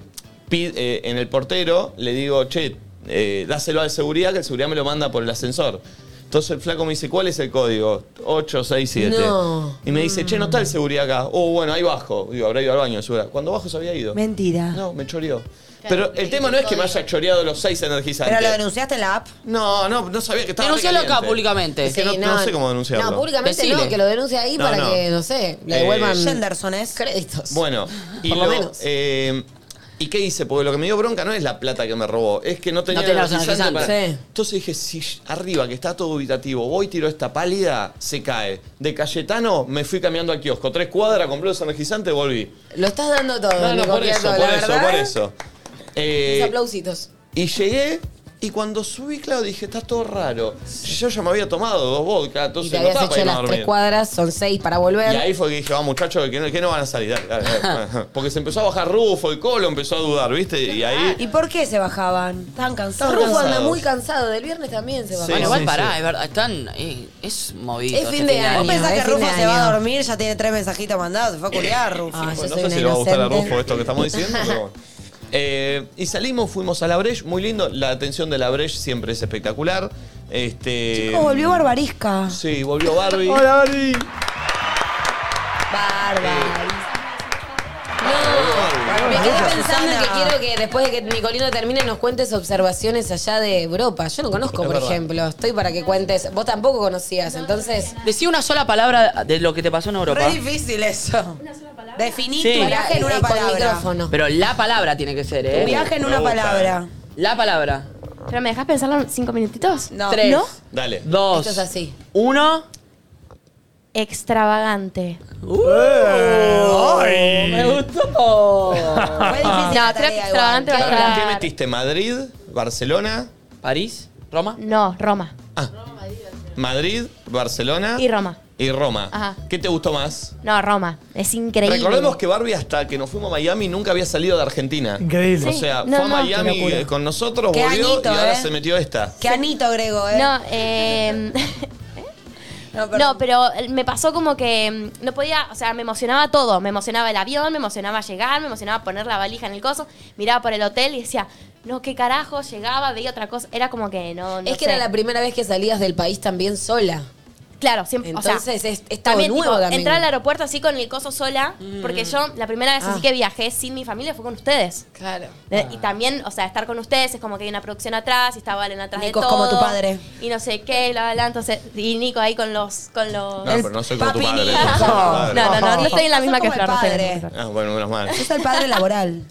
S5: pi- eh, en el portero le digo, che, eh, dáselo al seguridad, que el seguridad me lo manda por el ascensor. Entonces el flaco me dice, ¿cuál es el código? 867.
S4: No.
S5: Y me dice, che, no
S3: Mm.
S5: está el seguridad acá. Oh, bueno, ahí bajo. Digo, habrá ido al baño, segura. Cuando bajo se había ido.
S3: Mentira.
S5: No, me choreó. Pero
S8: porque
S5: el tema no es que me haya choreado los seis energizantes.
S3: ¿Pero lo denunciaste en la app?
S5: No, no, no sabía que estaba
S2: Denuncialo
S5: recaliente.
S2: acá públicamente.
S5: Es que no, no sé cómo denunciarlo.
S4: No, públicamente
S2: Decile.
S4: no, que lo denuncie ahí
S5: No,
S4: para
S5: no.
S4: que, no sé, le
S5: Eh,
S4: devuelvan
S3: Henderson es.
S4: créditos.
S5: Bueno, y
S4: Por lo
S5: lo-
S4: menos.
S5: eh, ¿Y qué hice? Porque lo que me dio bronca no es la plata que me robó, es que no tenía
S2: No tenía los
S5: energizante
S2: energizantes.
S5: para-
S4: Sí.
S5: Entonces dije, si arriba, que está todo ubicativo, voy, tiro esta pálida, se cae. De Cayetano me fui caminando al kiosco, tres cuadras, compré los energizantes, volví.
S4: Lo estás dando todo,
S5: No, no,
S4: Nico
S5: por eso,
S4: Piatto,
S5: por
S4: la
S5: eso,
S4: verdad.
S5: por eso. Eh,
S4: Mis aplausitos.
S5: y llegué, y cuando subí, claro, dije, está todo raro. Yo ya me había tomado dos vodka,
S4: Y
S5: entonces
S4: te
S5: no
S4: habías
S5: estaba para
S4: hecho
S5: irme a
S4: las tres
S5: dormir.
S4: cuadras, son seis para volver.
S5: Y ahí fue que dije, vamos muchachos, que no, que no van a salir. dale, dale, dale. Porque se empezó a bajar Rufo, el Colo empezó a dudar, ¿viste? Y ahí...
S10: Ah,
S3: ¿Y por qué se bajaban? Estaban cansados.
S4: Rufo anda
S5: cansados.
S4: muy cansado, del viernes también se va.
S5: Sí,
S2: Bueno,
S5: sí,
S2: igual
S5: sí.
S2: pará, es verdad. Están. eh, es movido.
S4: Es
S2: este
S4: fin de año.
S3: ¿Vos
S5: ¿eh?
S3: pensás
S4: es
S3: que
S4: fin de
S3: Rufo se va a
S4: año.
S3: dormir? Ya tiene tres mensajitos mandados. Se fue a culiar, Rufo.
S4: Ah, yo
S5: Bueno,
S4: soy
S5: no
S4: una
S5: sé si le va a gustar a
S4: inocente.
S5: Rufo eh. esto que estamos diciendo, pero bueno. Eh, y salimos, fuimos a la Breche, muy lindo. La atención de la Breche siempre es espectacular. Este,
S3: Chicos, volvió Barbarisca.
S5: Sí, volvió Barbie.
S1: Barbie!
S4: Bárbaro. No,
S5: Bárbaro.
S4: me quedé pensando
S3: Susana.
S4: en que quiero que después de que Nicolino termine nos cuentes observaciones allá de Europa. Yo no conozco,
S5: Es
S4: por
S5: verdad.
S4: ejemplo. Estoy para que cuentes. Vos tampoco conocías, entonces.
S2: Decí una sola palabra de lo que te pasó en Europa.
S3: Re difícil eso. Una sola palabra. Definí
S2: Sí.
S3: tu viaje en
S4: eh,
S3: una
S4: con
S3: palabra.
S4: micrófono.
S2: Pero la palabra tiene que ser,
S3: Tu
S2: ¿eh?
S3: viaje en una
S5: gusta.
S3: palabra.
S2: La palabra.
S10: ¿Pero me dejas
S8: Ah,
S10: pensarlo cinco minutitos?
S3: No.
S2: Tres,
S3: ¿No?
S5: Dale.
S2: dos,
S4: Esto es así.
S2: uno.
S10: Extravagante.
S2: Uh.
S5: ¡Ay!
S2: gustó.
S10: No, creo que extravagante va a
S5: Perdón, ¿Qué
S10: estar-
S5: metiste? ¿Madrid? ¿Barcelona?
S2: ¿París? ¿Roma?
S10: No, Roma.
S5: ¿Madrid? ¿Barcelona?
S10: Y Roma.
S5: Y Roma.
S10: Ajá.
S5: ¿Qué te gustó más?
S10: No, Roma. Es increíble.
S5: Recordemos que Barbie hasta que nos fuimos a Miami nunca había salido de Argentina.
S9: Increíble.
S5: O sea,
S10: Sí. No,
S5: fue a
S10: no.
S5: Miami eh,
S9: Qué locura.
S5: con nosotros,
S3: Qué
S5: volvió
S3: añito,
S5: y ahora
S3: eh.
S5: se metió esta.
S3: Qué anito, Grego, ¿eh?
S10: No, eh,
S3: No,
S10: no,
S3: perdón.
S10: pero eh, me pasó como que mm, no podía, o sea, me emocionaba todo. Me emocionaba el avión, me emocionaba llegar, me emocionaba poner la valija en el coso. Miraba por el hotel y decía, no, qué carajo, llegaba, veía otra cosa. Era como que no. no
S4: es que
S10: sé.
S4: era la primera vez que salías del país también sola.
S10: Claro, siempre. o sea,
S4: Entonces es, es todo
S10: También,
S4: nuevo
S10: tipo,
S4: también. Mm.
S10: entrar al aeropuerto así con el coso sola, porque yo la primera
S4: Ah.
S10: vez así que viajé sin mi familia fue con ustedes.
S4: Claro.
S10: De-
S4: Ah.
S10: Y también, o sea, estar con ustedes es como que hay una producción atrás y está Valen atrás
S3: Nico
S10: de
S3: es
S10: todo.
S3: como tu padre.
S10: Y no sé qué, bla, bla, bla. Entonces, y Nico ahí con los. Con los
S5: No, pero no soy como tu
S3: papi
S5: padre.
S3: Nico.
S5: no soy como tu
S10: no, no,
S5: padre.
S10: no, no estoy en la
S3: Sos
S10: misma que
S3: como el
S10: Flor. no estoy en la
S3: padre.
S10: misma que Flor.
S5: Ah, bueno, menos mal.
S3: Es el padre laboral.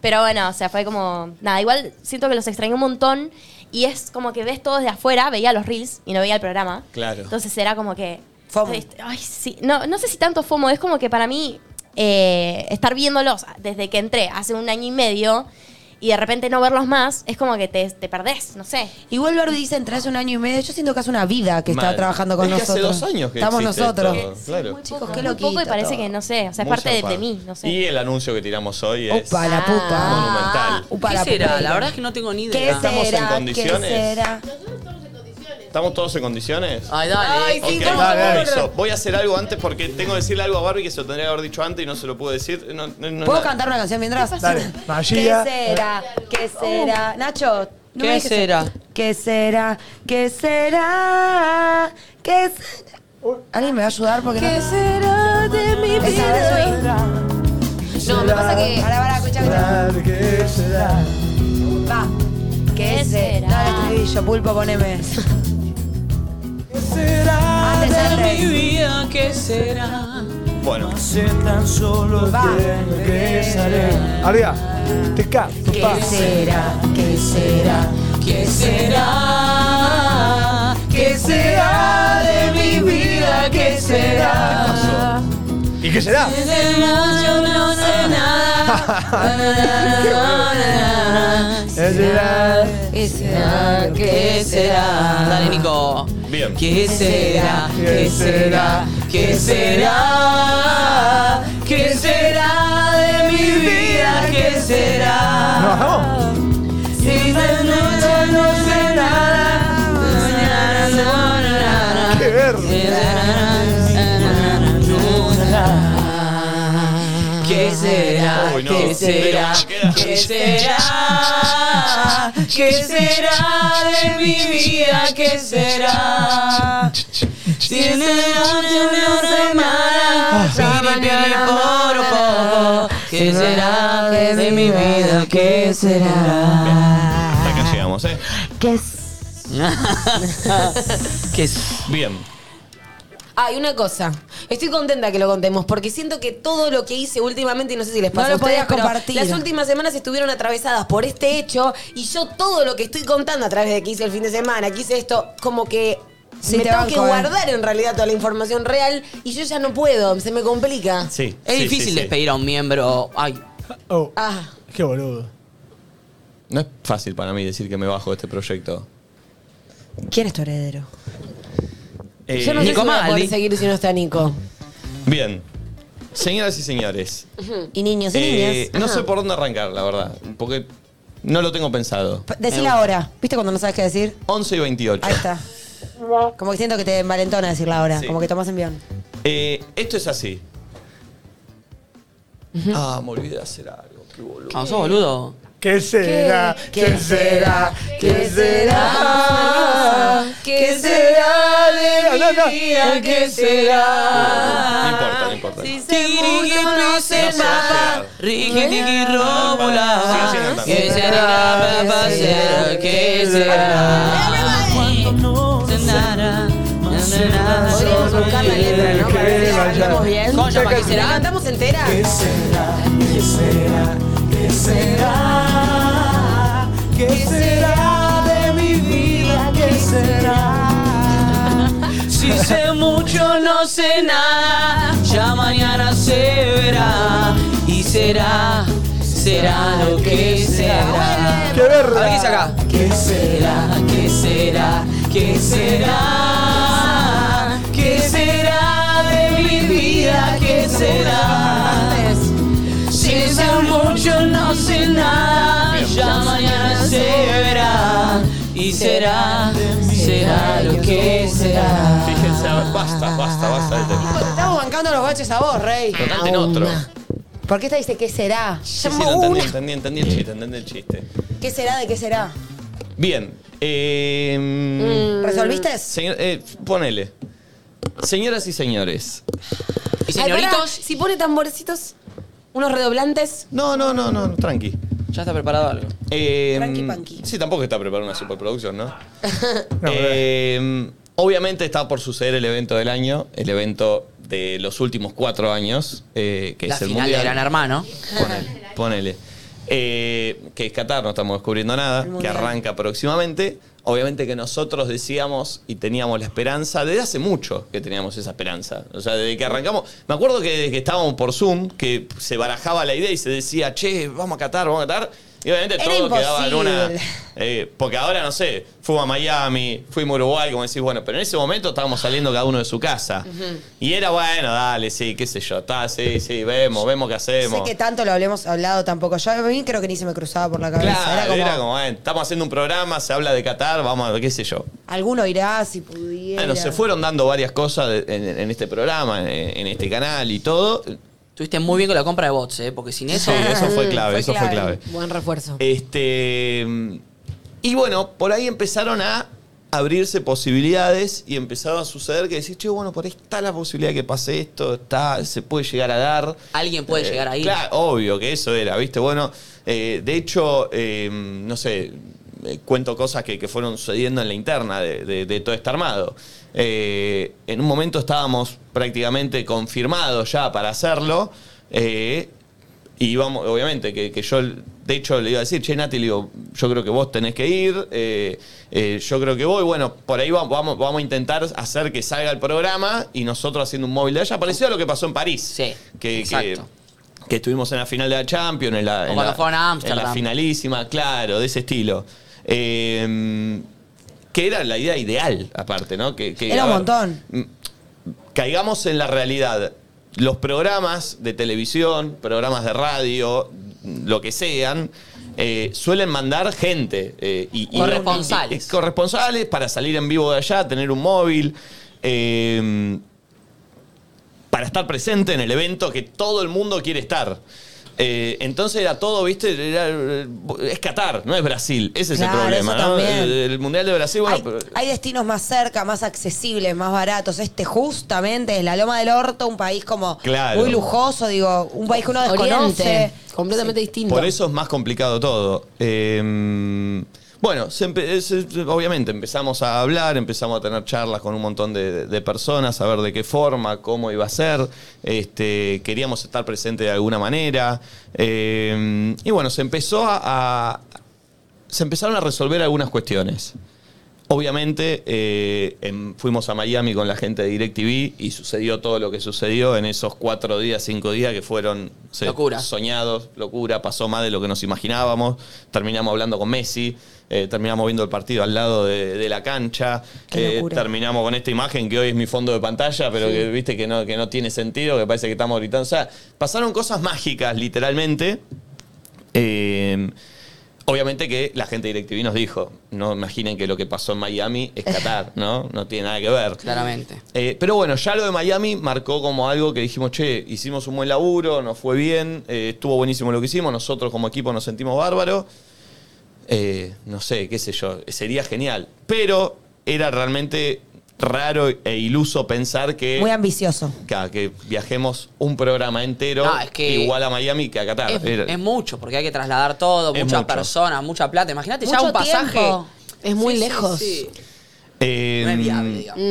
S10: Pero bueno, o sea, fue como. Nada, igual siento que los extrañé un montón. Y es como que ves todos de afuera, veía los reels y no veía el programa.
S5: Claro.
S10: Entonces era como que.
S3: FOMO.
S10: Ay, sí. No, no sé si tanto FOMO, es como que para mí eh, estar viéndolos desde que entré hace un año y medio y de repente no verlos más, es como que te, te perdés, no sé.
S3: Igual Barbie dice entre hace un año y medio. Yo siento que hace una vida que está
S5: Mal.
S3: trabajando con
S5: Es que hace
S3: nosotros.
S5: dos años que
S3: Estamos
S5: existe
S3: nosotros.
S5: todo, Claro.
S3: Chicos, qué
S10: Muy
S3: loquito
S10: poco y parece
S3: todo.
S10: que no sé, o sea,
S5: Muy
S10: es parte de,
S5: zarpado.
S10: de mí, no sé.
S5: Y el anuncio que tiramos hoy es.
S3: Upa la pupa.
S5: Monumental.
S3: Upa
S2: ¿Qué
S3: la
S2: será?
S3: pupa.
S2: La verdad es que no tengo ni
S3: ¿Qué
S2: idea.
S5: ¿Estamos en
S3: será?
S5: condiciones?
S3: ¿Qué será?
S5: ¿Estamos todos en condiciones?
S10: Ah,
S2: Ay, dale.
S5: Ok,
S4: sí,
S5: con
S4: dale, dale.
S5: permiso. Voy a hacer algo antes porque tengo que decirle algo a Barbie que se lo tendría que haber dicho antes y no se lo pude decir. No, no, no,
S3: ¿Puedo
S5: nada.
S3: cantar una canción mientras?
S9: Dale,
S3: ¿Qué
S9: Magia.
S3: será? ¿Qué será? Nacho. no
S2: ¿Qué
S3: me dejes-
S2: será?
S3: ¿Qué será? ¿Qué será? ¿Qué será? ¿Alguien me va a ayudar? Porque no.
S4: será de mi
S3: Esa, esa.
S4: No, me pasa que.
S3: Pará, pará, escucha,
S9: Ah.
S3: escucha.
S9: ¿Qué será?
S3: Va. ¿Qué
S10: ¿Qué
S3: será?
S10: será?
S3: Dale estribillo, pulpo, poneme.
S9: ¿Qué será?
S3: Antes,
S2: Mi
S3: antes.
S2: vida, ¿qué será?
S5: Bueno,
S9: Sé tan solo
S3: Va.
S9: que regresaré. Arriba. Te ca, tu pa.
S3: ¿Qué será? ¿Qué será?
S2: ¿Qué será? ¿Qué será de mi vida? ¿Qué será?
S9: ¿Y qué será?
S2: Desde el mar yo no sé nada.
S9: ¿Qué será?
S3: ¿Qué será?
S2: ¿Qué será? Dale, Nico.
S5: bien.
S2: ¿Qué será? ¿Qué será? ¿Qué será? ¿Qué será de mi vida? ¿Qué será?
S9: ¿Nos bajamos?
S2: Si de noche no sé nada. na, na, na, na, na, na.
S9: ¡Qué verde!
S2: ¿Qué será?
S5: Uy, no.
S2: ¿Qué será? ¿Qué será? ¿Qué será de mi vida? ¿Qué será? Si en el año no sé
S5: Ah,
S2: nada, piripiri, poro, poro. ¿Qué será de mi vida? ¿Qué será?
S5: Hasta acá llegamos, ¿eh?
S2: ¿Qué es?
S5: Bien.
S4: Hay una cosa. Estoy contenta que lo contemos porque siento que todo lo que hice últimamente, y no sé si les pasa
S3: No lo
S4: a ustedes,
S3: podías
S4: pero
S3: compartir.
S4: Las últimas semanas estuvieron atravesadas por este hecho y yo todo lo que estoy contando a través de que hice el fin de semana, que hice esto, como que
S3: Sí,
S4: me
S3: te
S4: tengo
S3: banco,
S4: que
S3: eh.
S4: guardar en realidad toda la información real y yo ya no puedo, se me complica.
S5: Sí.
S2: Es
S5: sí,
S2: difícil
S5: sí, sí.
S2: despedir a un miembro. Ay,
S9: Oh,
S4: Ah,
S9: qué boludo.
S5: No es fácil para mí decir que me bajo de este proyecto.
S3: ¿Quién es tu heredero?
S5: Eh,
S4: yo no sé
S2: Nico
S4: si voy a poder
S2: Magaldi.
S4: seguir si no está Nico.
S5: Bien. Señoras y señores.
S3: Y niños y
S5: eh,
S3: niñas.
S5: no sé por dónde arrancar, la verdad. Porque no lo tengo pensado.
S3: Decí la hora. ¿Viste cuando no sabes qué decir?
S5: 11 y 28.
S3: Ahí está. Como que siento que te envalentona decir la hora.
S5: Sí.
S3: Como que tomás envión.
S5: Eh, esto es así. Ah, me olvidé de hacer algo. Qué boludo.
S2: no, sos boludo.
S9: ¿Qué será? ¿Qué será? ¿Qué
S2: Ah,
S9: será?
S4: ¿Qué será de
S9: No, no, no.
S2: ¿Qué será?
S5: No importa, no importa.
S2: Tiriqui,
S5: No
S2: pluse,
S5: sé
S2: papa,
S5: hacer.
S2: riqui, tiqui,
S5: Sigue
S2: rómula.
S5: haciendo el tango.
S2: Ah, ¿Qué será, papá, será? ¿Qué será? Cenará, na, na, na,
S4: Podríamos buscar la letra, ¿no? Para ver si la cantamos bien.
S2: Concha, ¿para qué
S4: ¿La
S2: será?
S4: cantamos entera?
S9: ¿Qué será de mi vida? ¿Qué será?
S2: Si sé mucho, no sé nada, ya mañana se verá y será, será lo que será.
S9: ¡Qué verga!
S2: A ver, ¿qué dice acá? ¿Qué será? ¿Qué será? ¿Qué será? ¿Qué será de mi vida? ¿Qué será? Si sé mucho, no sé nada, ya mañana se verá y será, será lo que será.
S5: Fíjense, a ver, basta, basta, basta
S2: Ah.
S5: de este tipo.
S3: Pues, Estamos bancando los baches a vos, rey.
S5: Contate en otro.
S4: ¿Por qué esta dice qué será?
S5: Sí, sí, lo entendí, entendí, entendí el chiste, entendí el chiste.
S3: ¿Qué será de qué será?
S5: Bien.
S10: Mm.
S5: Eh,
S4: Mm.
S3: ¿Resolviste?
S5: señor- eh, ponele. Señoras y señores.
S2: ¿Y
S4: Ay, pará,
S2: señoritos?
S4: si pone tamborcitos, unos redoblantes.
S5: No, no, no, no, tranqui.
S2: Ya está preparado algo.
S5: Eh,
S3: Tranqui, panqui.
S5: Sí, tampoco está preparada una superproducción, ¿no?
S9: No,
S5: Eh, obviamente está por suceder el evento del año, el evento de los últimos cuatro años, eh, que
S2: La
S5: es el
S2: final de
S5: Mundial.
S2: Gran Hermano.
S5: Ponele. ponele. Eh, que es Qatar, no estamos descubriendo nada, que arranca próximamente. Obviamente que nosotros decíamos y teníamos la esperanza, desde hace mucho que teníamos esa esperanza. O sea, desde que arrancamos, me acuerdo que desde que estábamos por Zoom, que se barajaba la idea y se decía, che, vamos a Qatar, vamos a Qatar. Y obviamente
S3: Era
S5: todo quedaba en una...
S3: imposible.
S5: eh, porque ahora, no sé, fuimos a Miami, fuimos a Uruguay, como decís, bueno, pero en ese momento estábamos saliendo cada uno de su casa. Y era, bueno, dale, sí, qué sé yo, está, sí, sí, vemos, vemos qué hacemos.
S3: Sé que tanto lo hablemos hablado tampoco. Yo a mí creo que ni se me cruzaba por la cabeza.
S5: Claro,
S3: era como,
S5: eh, estamos haciendo un programa, se habla de Qatar, vamos a ver, qué sé yo.
S3: alguno irá si pudiera.
S5: Bueno, se fueron dando varias cosas de- en, en este programa, en, en este canal y todo.
S2: Estuviste muy bien con la compra de bots, ¿eh? Porque sin eso.
S5: Sí, eso fue clave,
S3: fue
S5: eso fue
S3: clave.
S5: clave. Eh,
S4: Buen refuerzo.
S5: Este. Y bueno, por ahí empezaron a abrirse posibilidades y empezaron a suceder que decís, che, bueno, por ahí está la posibilidad que pase esto, está, se puede llegar a dar.
S2: Alguien puede
S5: Eh,
S2: llegar ahí.
S5: Claro, obvio que eso era, ¿viste? Bueno, eh, de hecho, eh, no sé, eh, cuento cosas que, que fueron sucediendo en la interna de, de- de todo este armado. Eh, en un momento estábamos prácticamente confirmados ya para hacerlo. eh, y vamos, obviamente, que, que yo, de hecho, le iba a decir, che, Nati, le digo, yo creo que vos tenés que ir, eh, eh, yo creo que voy, bueno, por ahí va- vamos, vamos a intentar hacer que salga el programa y nosotros haciendo un móvil de allá, parecido a lo que pasó en París.
S2: Sí,
S5: que, que,
S2: exacto.
S5: que estuvimos en la final de la Champions, en la, en
S2: cuando
S5: la-
S2: fueron a
S5: en la
S2: Ámsterdam.
S5: finalísima, claro, de ese estilo. Eh, que era la idea ideal, aparte, ¿no? Que, que,
S3: Era
S5: a
S3: un
S5: ver,
S3: montón.
S5: caigamos en la realidad. Los programas de televisión, programas de radio, lo que sean, eh, suelen mandar gente. eh, y, y-
S2: Corresponsales.
S5: y- y- corresponsales para salir en vivo de allá, tener un móvil. eh, para estar presente en el evento que todo el mundo quiere estar. Eh, entonces era todo, viste, Era, eh, es Qatar, no es Brasil. Ese es
S3: Claro,
S5: el problema,
S3: eso
S5: ¿no?
S3: también.
S5: El, el Mundial de Brasil, bueno,
S3: hay,
S5: pero-
S3: hay destinos más cerca, más accesibles, más baratos. Este justamente es la Loma del Orto, un país como
S5: Claro.
S3: muy lujoso, digo, un país que uno desconoce.
S4: Oriente, completamente distinto.
S5: Por eso es más complicado todo. Eh, bueno, se empe- se- obviamente empezamos a hablar, empezamos a tener charlas con un montón de, de personas, a ver de qué forma, cómo iba a ser. Este, queríamos estar presentes de alguna manera. Eh, y bueno, se empezó a, a- se empezaron a resolver algunas cuestiones. Obviamente eh, em, fuimos a Miami con la gente de DirecTV y sucedió todo lo que sucedió en esos cuatro días, cinco días que fueron no sé,
S2: Locura.
S5: soñados, locura, pasó más de lo que nos imaginábamos, terminamos hablando con Messi, eh, terminamos viendo el partido al lado de, de la cancha,
S3: Qué
S5: eh,
S3: locura.
S5: terminamos con esta imagen que hoy es mi fondo de pantalla, pero que viste que no, que no tiene sentido, que parece que estamos gritando. O sea, pasaron cosas mágicas literalmente. Eh, Obviamente que la gente de DirecTV nos dijo, no imaginen que lo que pasó en Miami es Qatar, ¿no? No tiene nada que ver.
S2: Claramente.
S5: Eh, pero bueno, ya lo de Miami marcó como algo que dijimos, che, hicimos un buen laburo, nos fue bien, eh, estuvo buenísimo lo que hicimos, nosotros como equipo nos sentimos bárbaros. Eh, no sé, qué sé yo, sería genial. Pero era realmente raro e iluso pensar que,
S3: Muy ambicioso.
S5: que, que viajemos un programa entero
S2: No, es que-
S5: igual a Miami que a Qatar.
S2: Es,
S5: Era-
S2: es mucho, porque hay que trasladar todo,
S5: Es
S2: muchas
S5: mucho.
S2: personas, mucha plata. Imagínate ya
S4: Mucho
S2: un pasaje.
S4: tiempo. Es muy
S2: Sí, sí,
S4: lejos. Mm.
S2: sí.
S5: Eh,
S2: No es viable, digamos.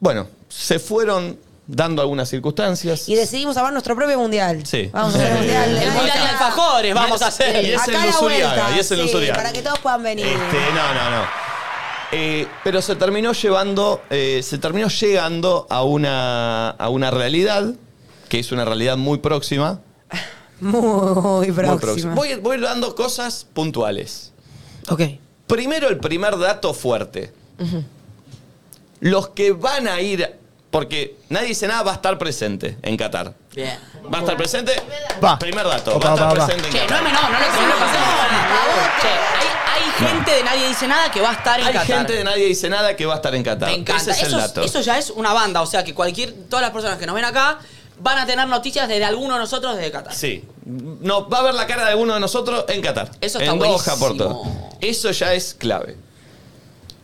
S5: Bueno, se fueron dando algunas circunstancias.
S3: Y decidimos armar nuestro propio mundial.
S5: Sí.
S3: Vamos a hacer el mundial. de
S2: El
S3: la
S2: mundial de
S3: década.
S2: alfajores vamos a
S5: Y
S2: hacer.
S5: es
S3: Acá
S5: el
S3: a la
S5: Lusuriaga,
S3: vuelta,
S5: y es el
S3: sí,
S5: Lusuriaga.
S3: Para que todos puedan venir.
S5: Este, no, no, no. Eh, pero se terminó llevando, eh, se terminó llegando a una, a una realidad, que es una realidad muy próxima.
S3: Muy próxima.
S5: Muy próxima. Voy, voy dando cosas puntuales.
S3: Ok.
S5: Primero, el primer dato fuerte. Los que van a ir, porque nadie dice nada, va a estar presente en Qatar.
S2: Bien.
S5: Va a estar presente.
S9: Va.
S5: Primer dato.
S9: Opa,
S5: va a estar
S9: va, va.
S5: presente en
S2: Che, no
S5: Qatar.
S2: es menor, no lo no lo pasemos por alto. Che, hay, hay gente de nadie dice nada que va a estar en
S5: Hay
S2: Qatar.
S5: gente de nadie dice nada que va a estar en Qatar.
S2: Me encanta.
S5: Ese es el
S2: eso, es-
S5: dato.
S2: eso ya es una banda, o sea que cualquier, todas las personas que nos ven acá van a tener noticias de alguno de nosotros desde Qatar.
S5: Sí. No, va a ver la cara de alguno de nosotros en Qatar.
S2: Eso está
S5: en Doha,
S2: buenísimo.
S5: por todo. Eso ya es clave.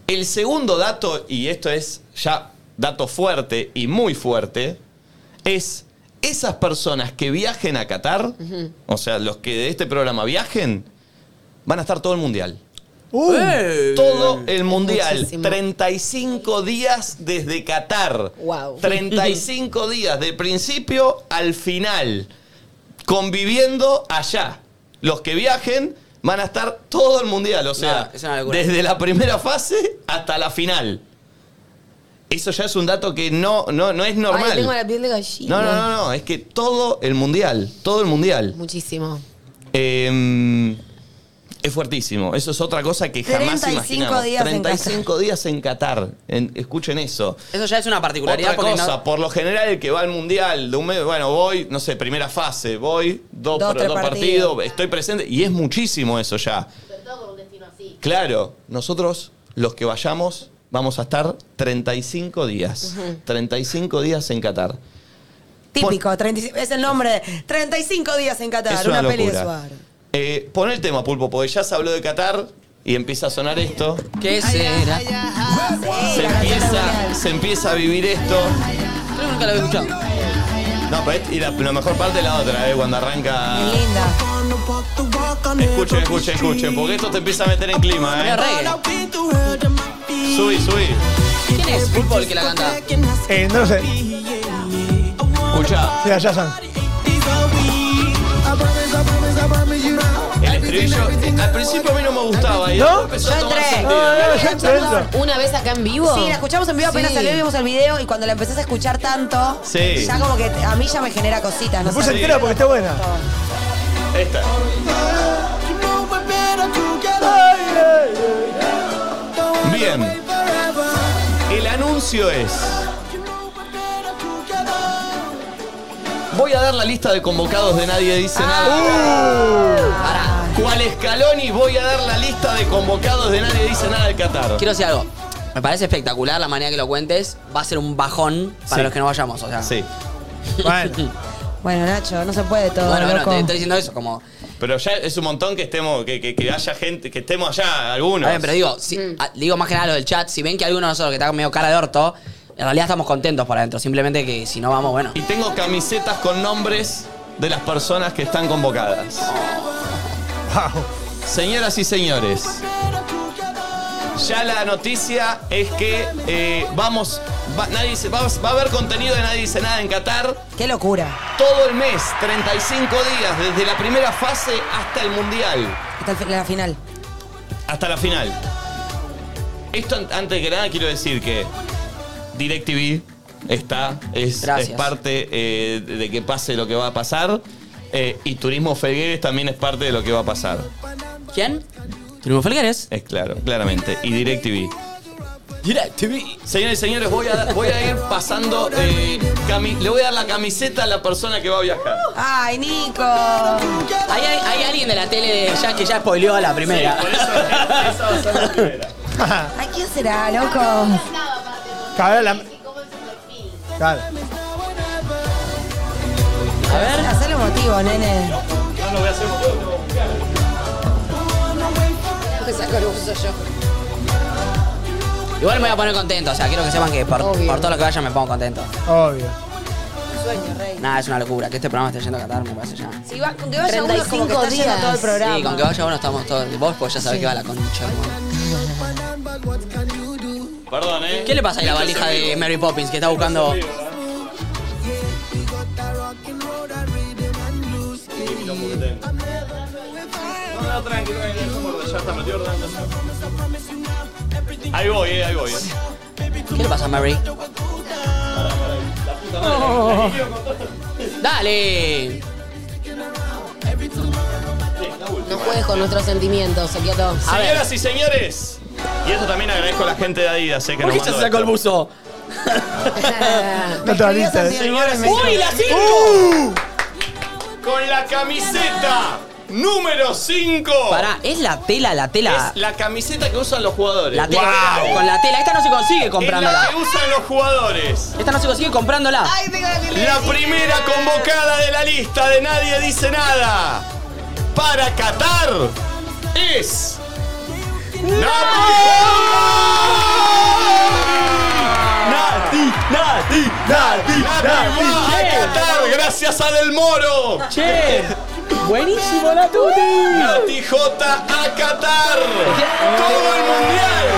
S5: El segundo dato, y esto es ya dato fuerte y muy fuerte, es esas personas que viajen a Qatar, o sea, los que de este programa viajen, van a estar todo el mundial.
S9: Uh,
S2: Eh.
S5: Todo el mundial.
S4: Muchísimo.
S5: 35 días desde Qatar.
S4: Wow.
S5: 35 días, de principio al final. Conviviendo allá. Los que viajen van a estar todo el mundial. O sea,
S2: Nada, es una locura.
S5: desde la primera fase hasta la final. Eso ya es un dato que no, no, no es normal.
S4: Ay, tengo la piel de gallina.
S5: no, no, no, no. Es que todo el mundial. Todo el mundial.
S4: Muchísimo.
S5: Eh, es fuertísimo. Eso es otra cosa que jamás
S3: 35
S5: imaginamos.
S3: días en
S5: 35 días en Qatar. En- escuchen eso.
S2: Eso ya es una particularidad
S5: Otra
S2: porque
S5: cosa,
S2: no-
S5: por lo general el que va al mundial de un mes, bueno, voy, no sé, primera fase, voy, dos,
S3: Dos,
S5: pro-
S3: tres
S5: dos partidos,
S3: partidos.
S5: estoy presente y es muchísimo eso ya. Claro, nosotros los que vayamos vamos a estar 35 días. 35 días en Qatar.
S3: Típico, 35 es el nombre. 35 días en Qatar,
S5: Es
S3: una,
S5: una,
S3: peli de
S5: locura.
S3: Suárez.
S5: Eh, pon el tema, Pulpo, porque ya se habló de Qatar y empieza a sonar esto.
S2: ¿Qué será?
S5: Se empieza, se empieza a vivir esto.
S2: Creo que nunca lo había escuchado.
S5: No, pero es- y la, la mejor parte es la otra, eh, cuando arranca.
S3: Es linda.
S5: Escuchen, escuchen, escuchen, porque esto te empieza a meter en clima,
S2: Medio
S5: eh.
S2: reggae.
S5: Subí, subí.
S2: ¿Quién es Pulpo el que la canta?
S9: eh, no lo sé.
S5: Escucha,
S9: Sí, allá son.
S5: el estribillo. eh, Al principio a mí no me gustaba y
S9: ¿No?
S5: después empezó a
S3: Yo
S5: tomar
S3: entré.
S5: sentido.
S9: Ah, no, yo entro, entro.
S4: Una vez acá en vivo.
S3: Sí, la escuchamos en vivo apenas
S4: Sí.
S3: salió y vimos el video y cuando la empezás a escuchar tanto,
S5: Sí.
S3: ya como que te- a mí ya me genera cositas,
S9: Me
S3: no
S9: puse
S3: sé.
S9: entera porque está buena.
S5: Esta. Bien. El anuncio es. Voy a dar la lista de convocados de Nadie Dice
S1: Ah.
S2: Ah.
S5: Nada. Pará. ¿Cuál escalón y voy a dar la lista de convocados de Nadie Dice Nada del Qatar?
S2: Quiero decir algo. Me parece espectacular la manera que lo cuentes. Va a ser un bajón para
S5: Sí.
S2: los que no vayamos, o sea.
S5: Sí.
S9: Bueno.
S3: Bueno, Nacho, no se puede todo,
S2: Bueno, bueno,
S3: loco.
S2: te estoy diciendo eso como...
S5: Pero ya es un montón que estemos, que, que- que haya gente, que estemos allá algunos.
S2: Está bien, pero digo, si- a- digo más que nada lo del chat. Si ven que alguno de nosotros que está medio cara de orto, en realidad estamos contentos por adentro. Simplemente que si no vamos, bueno.
S5: Y tengo camisetas con nombres de las personas que están convocadas. Señoras y señores, ya la noticia es que eh, vamos, va, nadie dice- va- va a haber contenido de Nadie Dice Nada en Qatar
S3: Qué locura.
S5: todo el mes, 35 días, desde la primera fase hasta el Mundial,
S3: Hasta el fi- la final.
S5: hasta la final. Esto an- antes que nada quiero decir que DirecTV está, es,
S2: Gracias.
S5: es parte eh, de que pase lo que va a pasar. eh, y Turismo Felgueres también es parte de lo que va a pasar.
S2: ¿Quién? Triunfo Felgueres.
S5: Es claro, claramente. Y DirecTV.
S2: DirecTV.
S5: Señores y señores, voy a, voy a ir pasando. eh, cami- le voy a dar la camiseta a la persona que va a viajar.
S3: ¡Ay, Nico!
S2: Hay, hay, hay alguien de la tele de ya que ya spoileó a la primera.
S5: Por eso, esa va a ser la primera.
S3: Ay, ¿quién será, loco?
S9: Cabrá la. Claro.
S2: a ver.
S3: Hacelo motivo, nene.
S5: No lo voy a hacer porque no.
S4: Esa coruso yo.
S2: Igual me voy a poner contento, o sea, quiero que sepan que por,
S4: Obvio.
S2: por todo lo que vaya me pongo contento.
S9: Obvio.
S4: Sueño, rey.
S2: Nada, es una locura, que este programa esté yendo a Qatar, me parece ya.
S3: Si va, con que vaya uno es como que
S4: 35
S3: está yendo
S4: días.
S3: todo el programa.
S2: Sí, con que vaya uno estamos todos. Vos pues ya sabés que va la concha, hermano.
S5: Perdón, ¿eh?
S2: ¿Qué le pasa ahí a la valija de Mary Poppins que está buscando?
S5: Ahí voy, eh, ahí voy. eh.
S2: ¿Qué le pasa a Mary?
S5: Oh.
S2: Dale.
S4: No juegues con nuestros sentimientos, Sequioto.
S2: A ver.
S5: Señoras y señores. Y eso también agradezco a la gente de Adidas, eh, que
S2: ¿Por
S5: nos
S2: qué ya
S5: mandó
S2: se sacó el
S5: esto.
S2: buzo?
S9: No te valiste.
S5: Señoras y
S2: ¡Uy, la cinco!
S5: Uh. Con la camiseta número 5.
S2: Pará, es la tela, la tela.
S5: Es la camiseta que usan los jugadores.
S2: La tela.
S5: ¡Guau!
S2: Con la tela. Esta no se consigue
S5: Es la
S2: comprándola.
S5: que usan los jugadores.
S2: Esta no se consigue comprándola.
S5: La primera convocada de la lista de Nadie Dice Nada para Qatar es. ¡Nati! ¡Nati! ¡Nati! ¡Nati! va a Qatar gracias a Del Moro!
S2: Che. Buenísimo la tuti.
S5: ¡Nati J a Qatar! ¡Todo el mundial!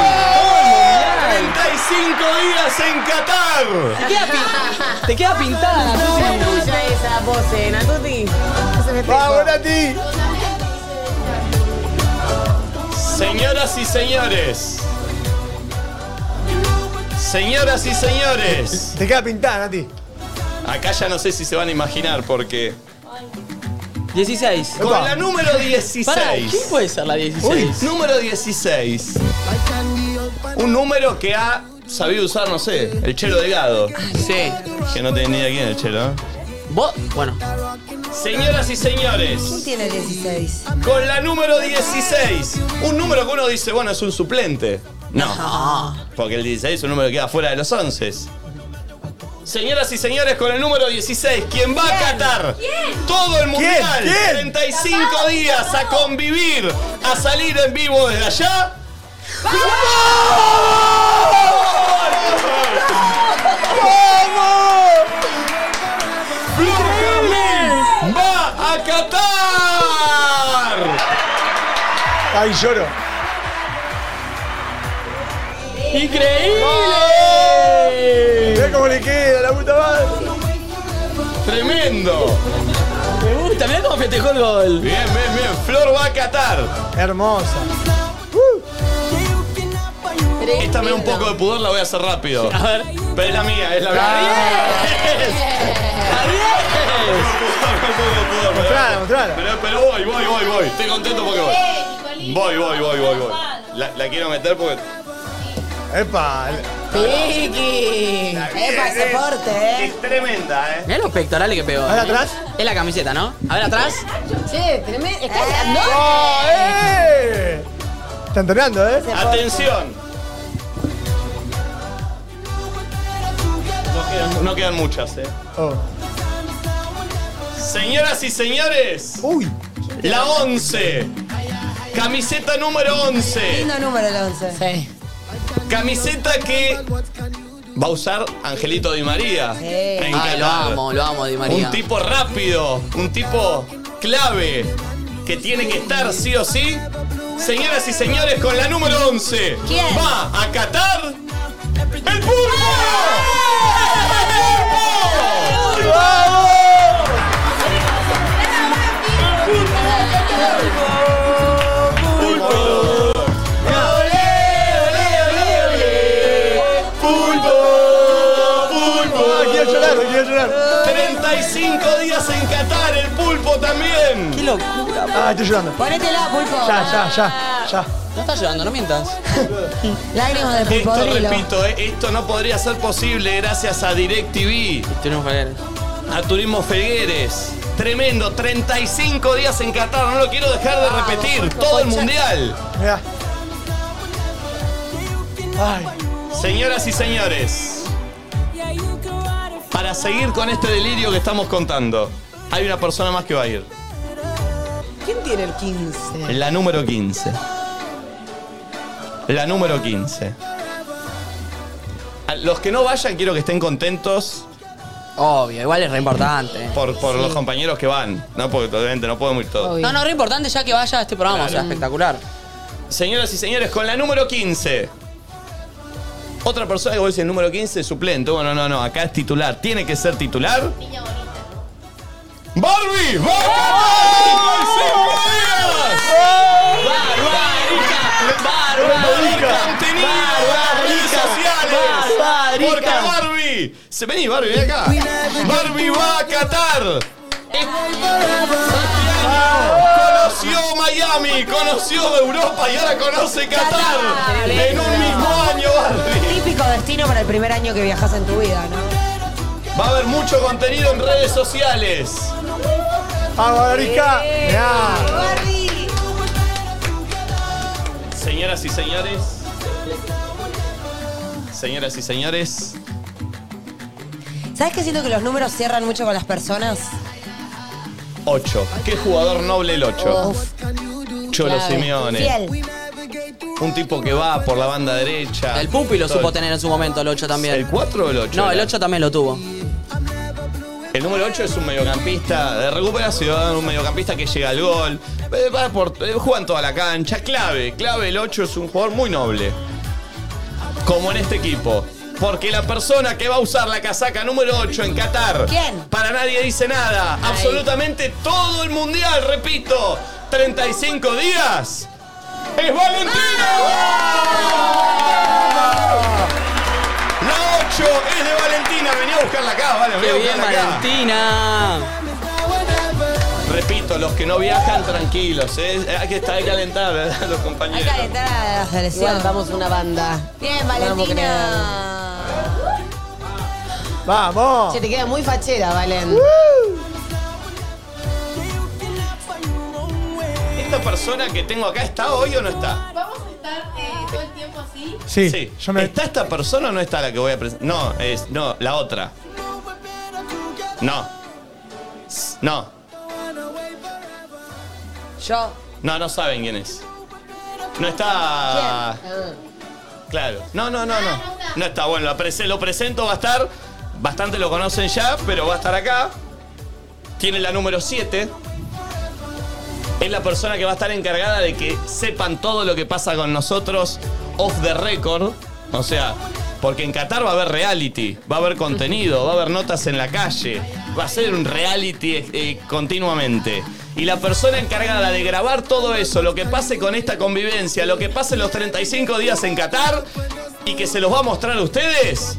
S5: ¡35 días en Qatar!
S2: Te queda, pin- te queda pintada la tuti.
S4: esa pose, Natuti. No se me
S9: ¡Vamos, Nati!
S5: Señoras y señores. Señoras y señores.
S9: Te queda pintada, Nati.
S5: Acá ya no sé si se van a imaginar porque.
S2: 16.
S5: Con la número 16.
S2: Pará, ¿quién puede ser la 16?
S5: Uy, número 16. Un número que ha sabido usar, no sé, el chelo delgado.
S2: Sí.
S5: Que no tenía ni idea quién era el chelo. ¿eh?
S2: Vos, bueno.
S5: Señoras y señores.
S3: Tiene 16.
S5: Con la número 16. Un número que uno dice, bueno, es un suplente. No. Porque el 16 es un número que queda fuera de los 11. Señoras y señores, con el número 16, quien va a Qatar todo el mundial,
S9: ¿Quién?
S5: 35 días a convivir, a salir en vivo desde allá. ¡Vamos! ¡Vamos! ¡Va a Qatar!
S9: Ay, lloro.
S5: ¡Increíble!
S9: Mirá cómo le queda, la puta madre.
S5: ¡Tremendo!
S2: Me gusta, mirá cómo festejó el gol.
S5: Bien, bien, bien. Flor va a Qatar.
S9: Hermosa.
S5: Esta me da un poco de pudor, la voy a hacer rápido.
S2: A ver.
S5: Pero es la mía, es la mía.
S2: ¡Javier!
S9: Mostrala, mostrala.
S5: Pero, pero voy, voy, voy, voy. Estoy contento porque voy. Voy, voy, voy, voy, voy. La, la quiero meter porque.
S9: Epa.
S4: Piki.
S9: Epa,
S3: ese porte, eh.
S5: Es tremenda, eh.
S2: Mirá los pectorales que pegó.
S9: ¿Ahora atrás?
S2: Es la camiseta, ¿no? A ver atrás.
S4: Che, tremendo. ¿Estás dando?
S9: ¡Oh, eh! Está entrenando, ¿eh?
S5: Atención. No quedan, no quedan muchas, eh.
S9: Oh.
S5: Señoras y señores,
S9: Uy.
S5: la 11. Camiseta número 11.
S3: Lindo número el 11.
S4: Sí.
S5: Camiseta que va a usar Angelito Di María. en
S2: Ay, lo
S5: Qatar.
S2: amo, lo amo, Di María.
S5: Un tipo rápido, un tipo clave, que tiene que estar sí o sí. Señoras y señores, con la número 11,
S3: ¿Quién?
S5: va a Qatar el Pulpo. ¡El Pulpo!
S9: Ah, quiero llorar, quiero llorar.
S5: 35 días en Qatar, el Pulpo también.
S2: ¡Qué locura!
S9: Ah, estoy llorando.
S3: Ponétela, pulpo.
S9: Ya, ya, ya, ya.
S2: No estás llorando, no mientas.
S3: Lágrimas de
S5: Esto,
S3: pulpodrilo.
S5: repito, eh, esto no podría ser posible gracias a DirecTV.
S2: Tenemos que ver.
S5: a Turismo Felgueres. Tremendo, 35 días en Qatar, no lo quiero dejar de repetir, todo el mundial.
S9: Mirá. Ay.
S5: Señoras y señores, para seguir con este delirio que estamos contando, hay una persona más que va a ir,
S4: ¿Quién tiene el 15?
S5: la número 15. La número 15. A Los que no vayan quiero que estén contentos
S2: Obvio, igual es re importante.
S5: por, por los compañeros que van, ¿no? Porque obviamente no podemos ir todos.
S4: Obvio.
S2: No, no, re importante ya que vaya a este programa, o sea, espectacular.
S5: Señoras y señores, con la número 15. Otra persona que vos decís, el número 15 es suplente. Bueno, no, no, acá es titular. Tiene que ser titular. ¡Barbie! ¡Va a ganar 35 días! ¡Barbarica! ¡Barbarica! ¡Barbarica! Se vení, Barbie, ven acá. Barbie va a Qatar. Conoció Miami, conoció Europa y ahora conoce Qatar. En un mismo año, Barbie.
S3: Típico destino para el primer año que viajas en tu vida, ¿no?
S5: Va a haber mucho contenido en redes sociales.
S9: ¡Vamos, Arica!
S4: Ah.
S5: Señoras y señores. Señoras y señores.
S3: ¿Sabes que siento que los números cierran mucho con las personas?
S5: 8. ¿Qué jugador noble el 8?
S3: Uf,
S5: Cholo
S2: Oh, clave.
S5: Simeone.
S3: fiel.
S5: Un tipo que va por la banda derecha.
S2: El Pupi lo
S5: Todo
S2: supo
S5: el-
S2: tener en su momento, el 8 también.
S5: ¿El 4 o el 8?
S2: no, el 8 también lo tuvo.
S5: El número 8 es un mediocampista de recuperación, un mediocampista que llega al gol, eh, va por, eh, juega en toda la cancha, clave, clave el 8 es un jugador muy noble. Como en este equipo. Porque la persona que va a usar la casaca número 8 en Qatar.
S3: ¿Quién?
S5: Para nadie dice nada. Absolutamente todo el mundial, repito. 35 días. ¡Es Valentino!
S3: ¡Ah!
S5: La 8 es de Valentina. Venía a buscarla acá, vale. Venía a
S2: ¡Qué bien,
S5: buscarla acá.
S2: Valentina!
S5: Repito, los que no viajan, tranquilos, ¿eh? Hay que estar hay que alentar ¿verdad? los
S3: Hay
S5: compañeros.
S3: que alentar a la
S4: Igual
S3: selección.
S4: vamos una banda.
S3: Bien,
S4: Vamos,
S3: Valentina.
S9: ¡Vamos!
S4: Se te queda muy fachera, Valen.
S5: ¿Esta persona que tengo acá está hoy o no está?
S8: Vamos a estar eh, todo el tiempo así.
S9: Sí, yo me...
S5: ¿Está esta persona o no está la que voy a presentar? No, es. No, la otra. No. S- No.
S3: Yo.
S5: No, no saben quién es. No está. Claro. No, no, no, no. No está. Bueno, la prese- lo presento, va a estar. Bastante lo conocen ya, pero va a estar acá. Tiene la número 7. Es la persona que va a estar encargada de que sepan todo lo que pasa con nosotros off the record. O sea, porque en Qatar va a haber reality, va a haber contenido, va a haber notas en la calle, va a ser un reality eh, continuamente. Y la persona encargada de grabar todo eso, lo que pase con esta convivencia, lo que pase los 35 días en Qatar y que se los va a mostrar a ustedes,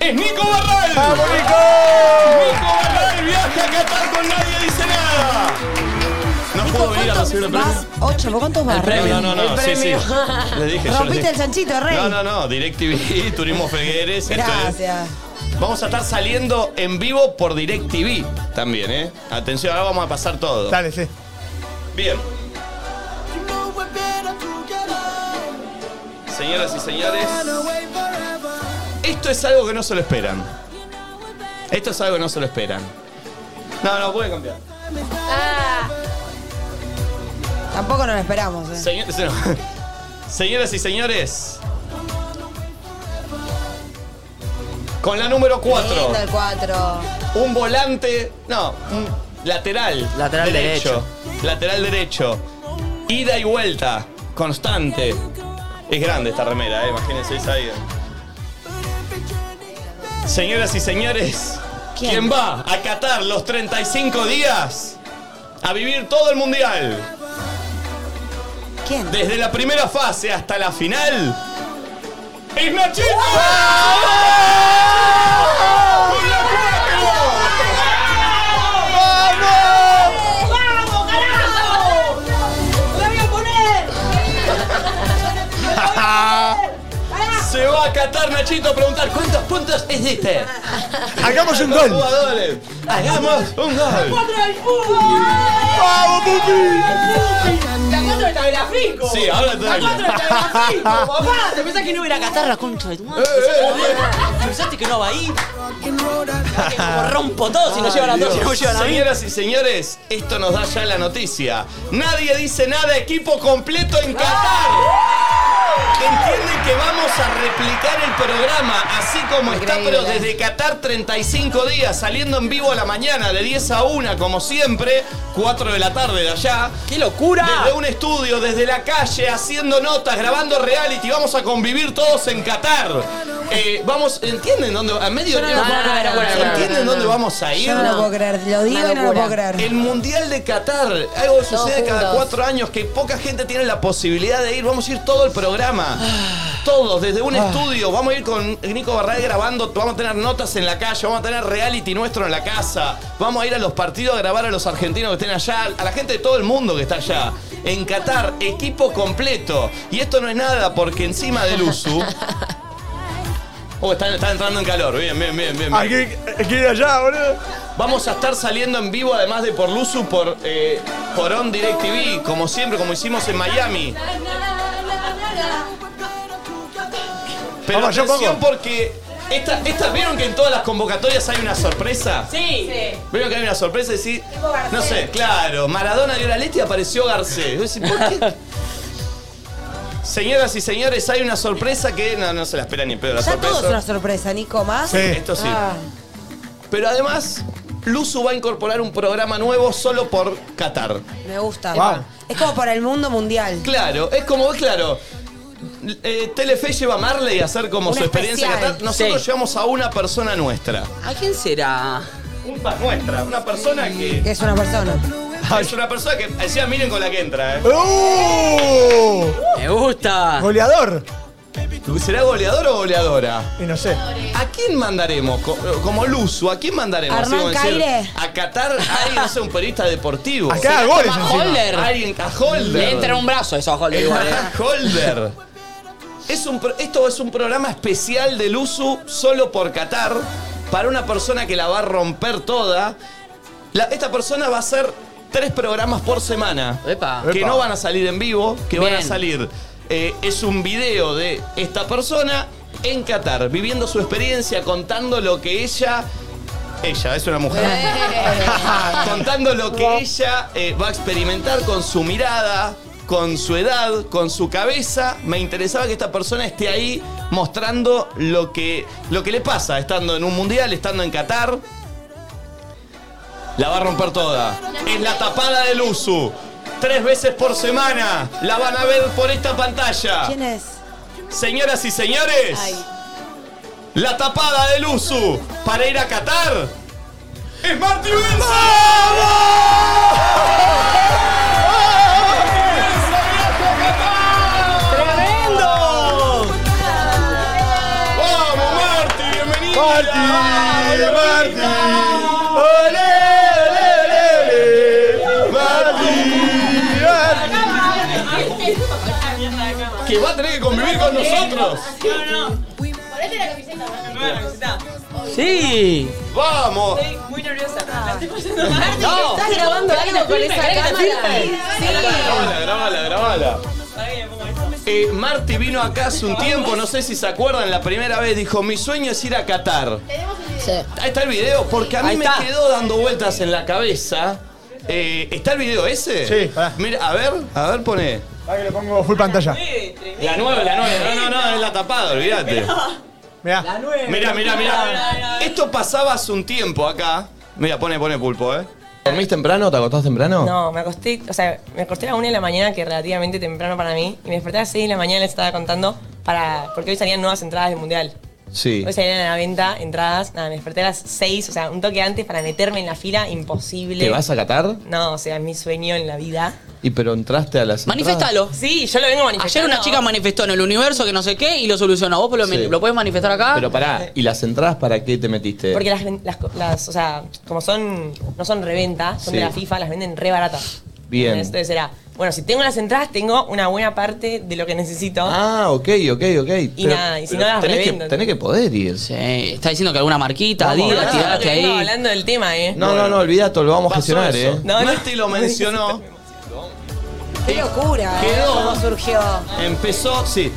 S5: es Nico Barral.
S9: ¡Vamos,
S5: Nico Barral viaja a Qatar con nadie dice nada. No puedo venir a recibir el premio.
S3: Más ocho, ¿vos cuántos más?
S5: No, no, no,
S3: El
S5: no, sí, sí.
S3: premio.
S5: Le dije, yo le
S3: Rompiste
S5: dije.
S3: el chanchito, rey.
S5: No, no, no, DirecTV, Turismo Figueres. esto es-
S3: Gracias.
S5: Vamos a estar saliendo en vivo por DirecTV también, ¿eh? Atención, ahora vamos a pasar todo.
S9: Dale, sí.
S5: Bien. Señoras y señores, esto es algo que no se lo esperan. Esto es algo que no se lo esperan. No, no, puede cambiar.
S10: Ah.
S3: Tampoco nos lo esperamos. eh.
S5: Señor- se- no. Señoras y señores. Con la número 4.
S3: Lindo el cuatro.
S5: Un volante. No, un lateral.
S2: Lateral
S5: Lateral derecho. Ida y vuelta. Constante. Es grande esta remera, eh, imagínense esa ida. Señoras y señores, ¿quién, va a Qatar los 35 días a vivir todo el mundial?
S3: ¿Quién?
S5: desde la primera fase hasta la final. ¡Es Nachito! ¡Con la cuatro! ¡Vamos! Se va a catar Nachito a preguntar cuántos puntos este? hiciste.
S9: Hagamos un
S5: Los
S9: gol.
S5: jugadores. Hagamos un gol.
S9: ¡Vamos, Pupi!
S5: Sí, ahora te doy.
S2: ¡Papá! ¿Te pensás que no iba a catar la concha de tu
S5: Eh,
S2: madre? ¿Pensaste que no va a ir? Como rompo todo si no llevan a todos, si no llevan a mí.
S5: Señoras y señores, esto nos da ya la noticia. Nadie dice nada, equipo completo en Qatar.
S3: ¡Ah!
S5: Entienden que vamos a replicar el programa así como está, pero desde Qatar 35 días, saliendo en vivo a la mañana de 10 a 1, como siempre, 4 de la tarde de allá.
S2: ¡Qué locura!
S5: Desde un estudio, desde la calle, haciendo notas, grabando reality, vamos a convivir todos en Qatar. eh, vamos, ¿entienden dónde va? A medio
S3: Yo no lo puedo creer.
S5: ¿Entienden
S3: No, no,
S5: dónde
S3: no.
S5: vamos a ir?
S3: Yo no lo puedo creer. Lo digo y no lo puedo creer.
S5: El Mundial de Qatar, algo que sucede cada
S4: juntos.
S5: cuatro años, que poca gente tiene la posibilidad de ir. Vamos a ir todo el programa. Todos, desde un estudio. Vamos a ir con Nico Barral grabando, vamos a tener notas en la calle, vamos a tener reality nuestro en la casa. Vamos a ir a los partidos a grabar a los argentinos que estén allá, a la gente de todo el mundo que está allá. En Qatar, equipo completo. Y esto no es nada porque encima del USU. Oh, está, está entrando en calor. Bien, bien, bien, bien. bien.
S9: Aquí, aquí de allá, boludo.
S5: Vamos a estar saliendo en vivo, además de por Luzu, por, eh, por On DirecTV, como siempre, como hicimos en Miami. Pero
S9: Vamos, yo
S5: atención
S9: pongo.
S5: porque... Esta, esta- ¿Vieron que en todas las convocatorias hay una sorpresa?
S2: Sí.
S5: ¿Vieron que hay una sorpresa? Y sí, no sé, claro. Maradona dio la leche y apareció Garcés. Yo decía, ¿por qué? Señoras y señores, hay una sorpresa que no, no se la espera ni en pedo. La
S3: Ya todo es una
S5: sorpresa.
S3: sorpresa, Nico, más.
S9: Sí.
S5: Esto sí.
S3: Ah.
S5: Pero además, Luzu va a incorporar un programa nuevo solo por Qatar.
S3: Me gusta.
S9: Wow.
S3: Es como para el mundo mundial.
S5: Claro, es como, claro. eh, Telefe lleva a Marley a hacer como
S3: Un
S5: su experiencia en
S3: especial.
S5: Qatar. Nosotros
S2: Sí.
S5: llevamos a una persona nuestra.
S2: ¿A quién será?
S5: Una nuestra, una persona que.
S3: Que es una persona.
S5: Es una persona que. Decía, miren con la que entra, ¿eh?
S9: ¡Uh!
S2: Me gusta.
S9: Goleador.
S5: ¿Será goleador o goleadora?
S9: Y no sé.
S5: ¿A quién mandaremos? Co- Como Luzu, ¿a quién mandaremos?
S3: Hernán
S5: como decir,
S3: Caire.
S5: A Qatar, alguien, no sé, un periodista deportivo.
S9: Acá goles encima.
S2: Holder.
S5: Alguien, a Holder.
S2: Le entra un brazo eso a Holder igual, eh.
S5: Holder. Es un pro- esto es un programa especial del USU solo por Qatar para una persona que la va a romper toda. La- esta persona va a hacer tres programas por semana
S2: Epa.
S5: que
S9: Epa.
S5: no van a salir en vivo, que van a
S2: Bien.
S5: salir. eh, es un video de esta persona en Qatar, viviendo su experiencia, contando lo que ella. Ella, es una mujer. contando lo que ella eh, va a experimentar con su mirada, con su edad, con su cabeza. Me interesaba que esta persona esté ahí mostrando lo que, lo que le pasa, estando en un mundial, estando en Qatar. La va a romper toda. Es la tapada del Usu. Tres veces por semana. La van a ver por esta pantalla.
S3: ¿Quién es?
S5: Señoras y señores. La tapada del Usu para ir a Qatar. ¡Es Marty Benza! ¡Tremendo! ¡Vamos, Marty! ¡Bienvenido!
S9: Marty, Marty.
S5: ¡Ole, ole, ole, ole! ¡Marty! ¡Marty! Que va a tener que convivir con nosotros.
S8: Ponete la camiseta, Martín.
S2: Sí.
S5: ¡Vamos!
S2: No.
S4: ¿Estás grabando algo con esa cámara?
S5: Grabala, grabala, grabala. Eh, Marty vino acá hace un tiempo, no sé si se acuerdan, la primera vez dijo, mi sueño es ir a Qatar.
S8: Tenemos el video.
S4: Sí.
S5: Ahí está el video, porque a mí
S2: Ahí
S5: me
S2: está.
S5: quedó dando vueltas en la cabeza. Eh, ¿Está el video ese?
S9: Sí, pará.
S5: Mira, a ver, a ver, pone.
S9: Ahora que le pongo full pantalla.
S5: La nueva, la nueva. No, no, no, es la tapada, olvídate.
S9: Mirá.
S5: Mirá, mirá, mirá. Esto pasaba hace un tiempo acá. Mira, pone, pone pulpo, ¿eh? ¿Dormís temprano? ¿Te acostás temprano?
S11: No, me acosté, o sea, me acosté a la 1 de la mañana, que es relativamente temprano para mí, y me desperté a las 6 de la mañana, les estaba contando, para porque hoy salían nuevas entradas del Mundial.
S5: Sí.
S11: Hoy salían a la venta entradas, nada, me desperté a las 6, o sea, un toque antes para meterme en la fila, imposible.
S5: ¿Te vas a Qatar?
S11: No, o sea, es mi sueño en la vida.
S5: Y pero entraste a las.
S2: Manifestalo.
S11: Sí, yo lo vengo
S2: Ayer
S11: manifestando.
S2: una chica manifestó en el universo que no sé qué y lo solucionó. ¿Vos lo,
S5: Sí.
S2: lo podés manifestar acá?
S5: Pero pará, ¿y las entradas para qué te metiste?
S11: Porque las, ven- las, co- las- o sea, como son, no son reventa, son
S5: Sí.
S11: de la FIFA, las venden re baratas.
S5: Bien.
S11: Entonces era, bueno, si tengo las entradas, tengo una buena parte de lo que necesito.
S5: Ah, ok, ok, ok.
S11: Y nada, y si no las
S5: tenés que,
S11: reventan.
S5: tenés que poder ir.
S2: Sí, está diciendo que alguna marquita,
S11: No,
S2: Adidas,
S11: no,
S2: tiraste
S11: no, no,
S2: ahí.
S11: hablando del tema, ¿eh?
S5: No, no, no, olvidate, lo vamos a gestionar, eh.
S11: No, no.
S5: Marty lo mencionó,
S3: Qué locura, ¿eh?
S5: Quedó.
S3: ¿Cómo surgió?
S5: empezó, sí.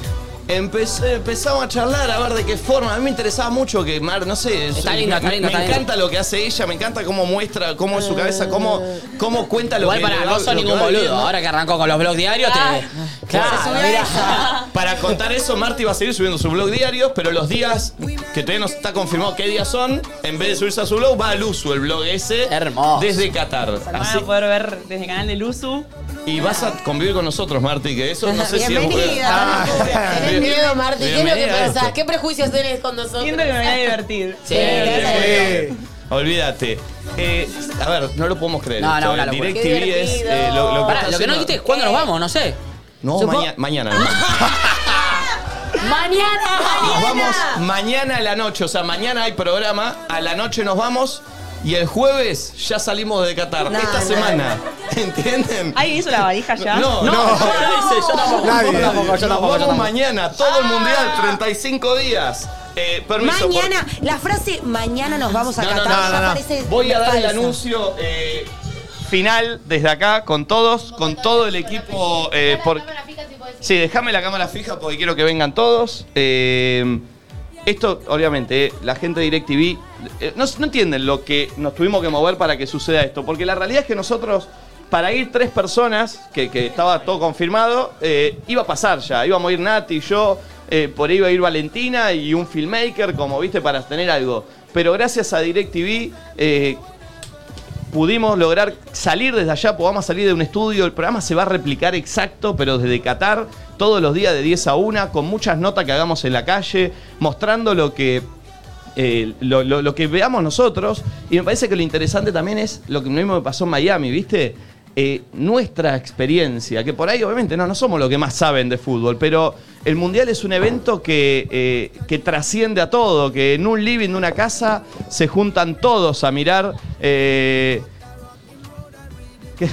S5: Empezó, empezamos a charlar a ver de qué forma. A mí me interesaba mucho que Mar, no sé.
S2: Está
S5: es-
S2: linda, está
S5: me,
S2: linda,
S5: me
S2: está linda.
S5: encanta lo que hace ella, me encanta cómo muestra, cómo es su cabeza, cómo, cómo cuenta lo
S2: Igual
S5: que
S2: para,
S5: lo-
S2: no
S5: lo
S2: sos
S5: que
S2: ningún
S5: va
S2: boludo.
S5: viviendo.
S2: Ahora que arrancó con los blogs diarios, te. Claro, mirá.
S5: Para contar eso, Marty va a seguir subiendo su blog diario, pero los días que todavía no está confirmado qué días son, en vez de subirse a su blog, va al uso el blog ese.
S2: Hermoso.
S5: Desde Qatar.
S12: Van a poder ver desde el canal de Luzu
S5: Y vas a convivir con nosotros, Marti, que eso no sé si es mujer.
S4: Bienvenida. Ah, Tenés
S5: bien-
S4: miedo, Marti. ¿Qué es lo que
S5: bienvenida a
S4: pensás?
S5: esto.
S4: ¿Qué prejuicios tenés con nosotros?
S11: Siento que me voy a divertir.
S4: Sí, te vas a divertir.
S5: Sí. Olvídate. Eh, a ver, no lo podemos creer.
S2: No, no,
S5: esto,
S2: una
S5: eh.
S2: locura.
S5: DirecTV
S4: Qué
S5: es
S4: divertido.
S5: eh, lo, lo que está
S2: Pará, lo que no
S5: haciendo-
S2: dijiste es cuándo nos vamos, no sé.
S5: No,
S2: Supo-
S5: maña- mañana. ¿no? Nos vamos mañana a la noche, o sea, mañana hay programa, a la noche nos vamos y el jueves ya salimos de Qatar,
S3: No,
S5: esta
S3: no.
S5: semana. ¿Entienden?
S11: ¿Alguien hizo la valija ya?
S5: No, no,
S2: yo hice, yo tampoco.
S9: Nadie.
S2: Yo tampoco, yo
S5: Nos
S2: tampoco, yo
S5: vamos
S2: tampoco.
S5: mañana, todo el mundial, 35 días. Eh, permiso. por-
S3: Mañana, la frase mañana nos vamos a
S5: No, no,
S3: Qatar
S5: no, no,
S3: ya
S5: no.
S3: parece
S5: Voy a dar el
S3: falsa.
S5: anuncio eh, final desde acá con todos, con todo el equipo. eh, por- Sí, déjame la cámara fija porque quiero que vengan todos. Eh, esto, obviamente, eh, la gente de DirecTV eh, no, no entienden lo que nos tuvimos que mover para que suceda esto. Porque la realidad es que nosotros, para ir tres personas, que, que estaba todo confirmado, eh, iba a pasar ya. Íbamos a ir Nati, yo, eh, por ahí iba a ir Valentina y un filmmaker, como viste, para tener algo. Pero gracias a DirecTV, eh, pudimos lograr salir desde allá, podamos salir de un estudio. El programa se va a replicar exacto, pero desde Qatar, todos los días de 10 a 1, con muchas notas que hagamos en la calle, mostrando lo que. eh, lo, lo- lo que veamos nosotros, y me parece que lo interesante también es lo que mismo me pasó en Miami, ¿viste? Eh, nuestra experiencia, que por ahí obviamente no, no somos los que más saben de fútbol, pero el Mundial es un evento que, eh, que trasciende a todo, que en un living de una casa se juntan todos a mirar eh, que-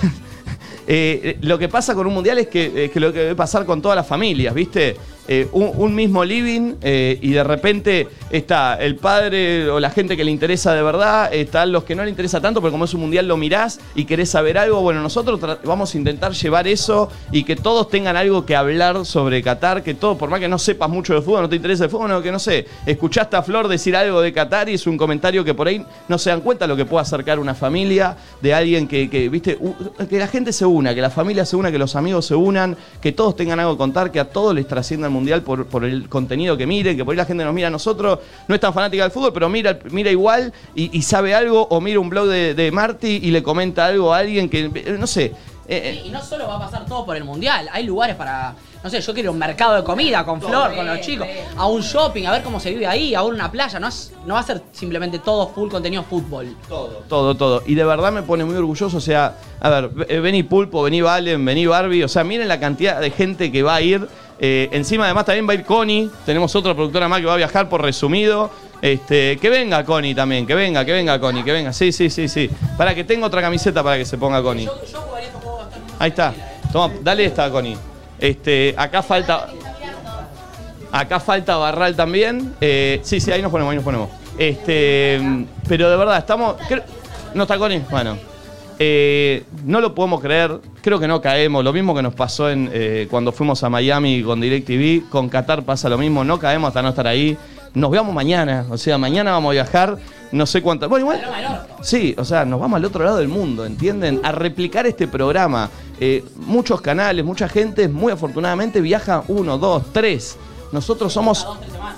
S5: eh, lo que pasa con un mundial es que, eh, que lo que debe pasar con todas las familias, ¿viste? Eh, un, un mismo living eh, y de repente está el padre o la gente que le interesa de verdad, están los que no le interesa tanto, porque como es un mundial lo mirás y querés saber algo. Bueno, nosotros tra- vamos a intentar llevar eso y que todos tengan algo que hablar sobre Qatar, que todo, por más que no sepas mucho de fútbol, no te interesa el fútbol, no, que no sé, escuchaste a Flor decir algo de Qatar y es un comentario que por ahí no se dan cuenta lo que puede acercar una familia de alguien que, que, viste, u- que la gente se una, que la familia se una, que los amigos se unan, que todos tengan algo que contar, que a todos les trascienda el mundial por, por el contenido que miren, que por ahí la gente nos mira a nosotros, no es tan fanática del fútbol, pero mira, mira igual y, y sabe algo, o mira un blog de, de Marty y le comenta algo a alguien que, eh, no sé. eh,
S2: Y no solo va a pasar todo por el mundial, hay lugares para. No sé, yo quiero un mercado de comida con Flor, con los chicos, a un shopping, a ver cómo se vive ahí, a una playa. No, es- no va a ser simplemente todo full contenido fútbol.
S5: Todo, todo. Y de verdad me pone muy orgulloso. O sea, a ver, eh, vení Pulpo, vení Valen, vení Barbie. O sea, miren la cantidad de gente que va a ir. Eh, encima, además, también va a ir Connie. Tenemos otra productora más que va a viajar por resumido. Este, que venga Connie también, que venga, que venga Connie, que venga. Sí, sí, sí, sí. Para que tenga otra camiseta para que se ponga Connie. Ahí está. Toma, dale esta, Connie. Este, acá falta. Acá falta Barral también. Eh, sí, sí, ahí nos ponemos, ahí nos ponemos. Este, pero de verdad, estamos. cre- no está Connie. Bueno. Eh, no lo podemos creer, creo que no caemos. Lo mismo que nos pasó en, eh, cuando fuimos a Miami con DirecTV, con Qatar pasa lo mismo, no caemos hasta no estar ahí. Nos veamos mañana, o sea, mañana vamos a viajar, no sé cuánto. Bueno, igual. Sí, o sea, nos vamos al otro lado del mundo, ¿entienden? A replicar este programa. Eh, muchos canales, mucha gente, muy afortunadamente, viaja uno, dos, tres. Nosotros somos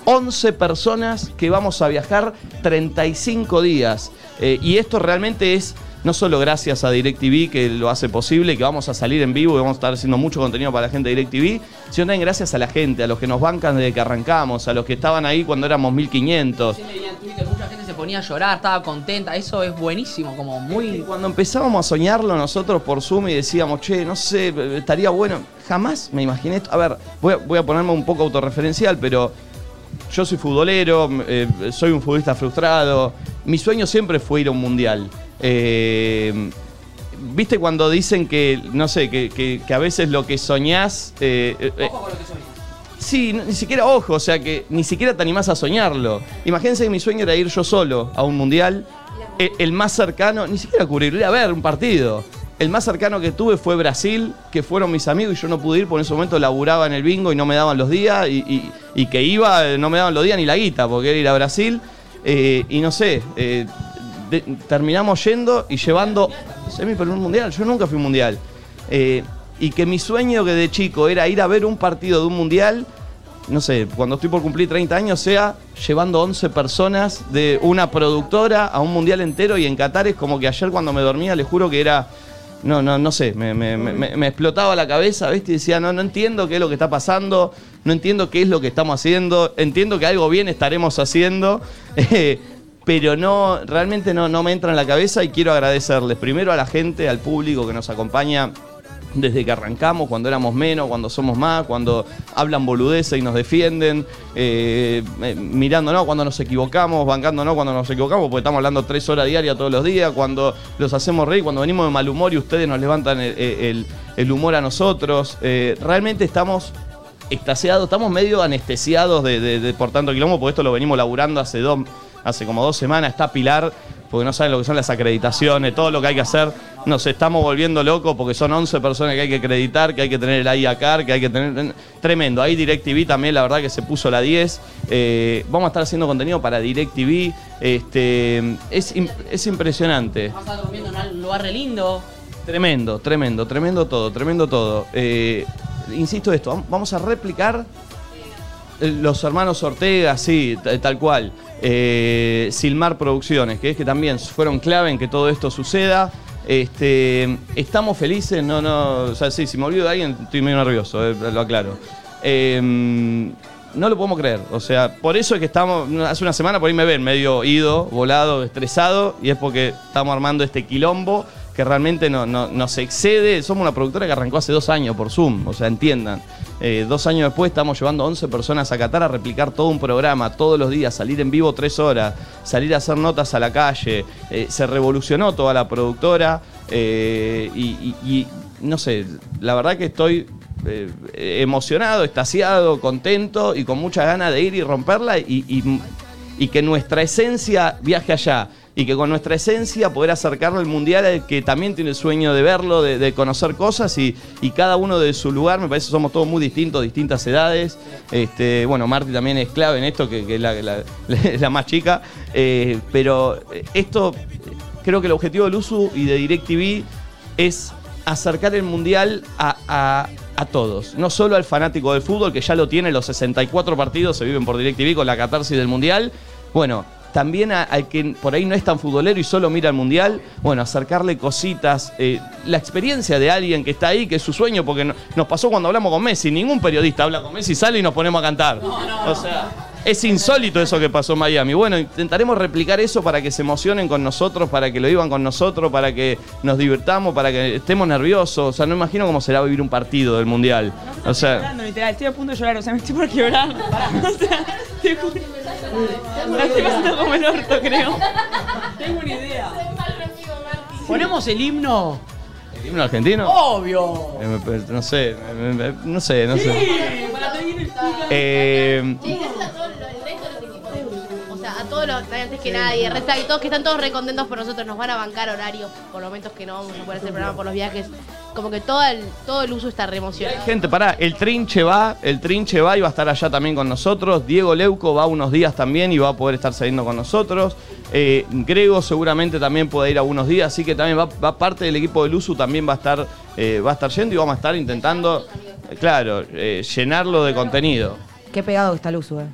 S5: 11 personas que vamos a viajar 35 días. Eh, y esto realmente es no solo gracias a DirecTV que lo hace posible, que vamos a salir en vivo y vamos a estar haciendo mucho contenido para la gente de DirecTV, sino también gracias a la gente, a los que nos bancan desde que arrancamos, a los que estaban ahí cuando éramos 1500.
S2: Recién leía en Twitter, mucha gente se ponía a llorar, estaba contenta. Eso es buenísimo, como
S5: Y
S2: muy.
S5: cuando empezábamos a soñarlo nosotros por Zoom y decíamos, che, no sé, estaría bueno. Jamás me imaginé esto. A ver, voy a, voy a ponerme un poco autorreferencial, pero yo soy futbolero, m- eh, soy un futbolista frustrado. Mi sueño siempre fue ir a un mundial. Eh, ¿Viste cuando dicen que, no sé, que, que- que a veces lo que soñás... eh, eh, eh, Sí, no- ni siquiera ojo, o sea que ni siquiera te animás a soñarlo. Imagínense que mi sueño era ir yo solo a un mundial, e- el, más cercano, ni siquiera cubrir, ir a ver un partido. El más cercano que tuve fue Brasil, que fueron mis amigos y yo no pude ir, porque en ese momento laburaba en el bingo y no me daban los días, y, y- y que iba, eh, no me daban los días ni la guita, porque era ir a Brasil. Eh, y no sé, eh, de- terminamos yendo y llevando semi pero un mundial, yo nunca fui a un mundial. Eh, y que mi sueño que de chico era ir a ver un partido de un mundial, no sé, cuando estoy por cumplir 30 años, sea llevando 11 personas de una productora a un mundial entero y en Qatar es como que ayer cuando me dormía, les juro que era no, no, no sé, me, me- me- me- me explotaba la cabeza, ¿viste? Y decía, no, no entiendo qué es lo que está pasando, no entiendo qué es lo que estamos haciendo, entiendo que algo bien estaremos haciendo, eh, pero no, realmente no, no me entra en la cabeza y quiero agradecerles primero a la gente, al público que nos acompaña desde que arrancamos, cuando éramos menos, cuando somos más, cuando hablan boludeces y nos defienden, eh, eh, mirándonos cuando nos equivocamos, bancándonos cuando nos equivocamos, porque estamos hablando tres horas diarias todos los días, cuando los hacemos reír, cuando venimos de mal humor y ustedes nos levantan el, el- el humor a nosotros. Eh, realmente estamos extasiados, estamos medio anestesiados de, de- de por tanto quilombo, porque esto lo venimos laburando hace, dos, hace como dos semanas, está Pilar, porque no saben lo que son las acreditaciones, todo lo que hay que hacer, nos estamos volviendo locos porque son 11 personas que hay que acreditar, que hay que tener el IACAR, que hay que tener... Tremendo, ahí DirecTV también, la verdad que se puso la 10, Eh, vamos a estar haciendo contenido para DirecTV, este, es, im- es impresionante.
S2: Vas a estar durmiendo en un lugar re lindo.
S5: Tremendo, tremendo, tremendo todo, tremendo todo. Eh, insisto esto, vam- vamos a replicar eh, los hermanos Ortega, sí, ta- tal cual. Eh, Silmar Producciones, que es que también fueron clave en que todo esto suceda. Este, estamos felices, no, no, o sea, sí, si me olvido de alguien estoy medio nervioso, eh, lo aclaro. Eh, no lo podemos creer, o sea, por eso es que estamos, hace una semana por ahí me ven medio ido, volado, estresado, y es porque estamos armando este quilombo que realmente no, no- nos excede. Somos una productora que arrancó hace dos años por Zoom, o sea, entiendan. Eh, dos años después estamos llevando 11 personas a Qatar a replicar todo un programa, todos los días, salir en vivo tres horas, salir a hacer notas a la calle. Eh, se revolucionó toda la productora eh, y, y- y no sé, la verdad que estoy eh, emocionado, estasiado, contento y con muchas ganas de ir y romperla y- y y que nuestra esencia viaje allá. Y que con nuestra esencia poder acercarlo al mundial, al que también tiene el sueño de verlo, de, de conocer cosas y, y cada uno de su lugar. Me parece que somos todos muy distintos, distintas edades. Este, bueno, Marti también es clave en esto, que, que es la, la- la más chica. Eh, pero eh, esto, eh, creo que el objetivo del USU y de DirecTV es acercar el mundial a, a- a todos. No solo al fanático del fútbol, que ya lo tiene, los 64 partidos se viven por DirecTV con la catarsis del mundial. Bueno, también a- al que por ahí no es tan futbolero y solo mira el mundial, bueno, acercarle cositas, eh, la experiencia de alguien que está ahí, que es su sueño, porque no- nos pasó cuando hablamos con Messi, ningún periodista habla con Messi, sale y nos ponemos a cantar. o sea, es insólito eso que pasó en Miami. Bueno, intentaremos replicar eso para que se emocionen con nosotros, para que lo vivan con nosotros, para que nos divirtamos, para que estemos nerviosos. O sea, no imagino cómo será vivir un partido del Mundial. O sea,
S12: llorando, literal. Estoy a punto de llorar, o sea, me estoy por quebrar. O sea, te juro. La estoy pasando como el orto, creo.
S2: Tengo una idea.
S12: Ponemos el himno.
S5: ¿el himno argentino?
S2: Oh.
S12: Obvio.
S5: Eh, me- me- no sé, me- me- me- no sé, no sé.
S12: Para seguir el
S5: Eh,
S8: Sí, gracias a todo lo- el resto de los equipos de fútbol. O sea, a todos los antes que nadie, Resta y todos que están todos recontentos por nosotros, nos van a bancar horarios por momentos que no vamos a poder hacer programa por los viajes. Como que todo el, todo el uso está re emocionado.
S5: Gente, pará, el trinche va, el trinche va y va a estar allá también con nosotros. Diego Leuco va unos días también y va a poder estar saliendo con nosotros. Eh, Grego seguramente también puede ir algunos días, así que también va, va parte del equipo del USU, también va a estar, eh, va a estar yendo y vamos a estar intentando, eh, claro, eh, llenarlo de contenido.
S3: Qué pegado que está el uso, eh.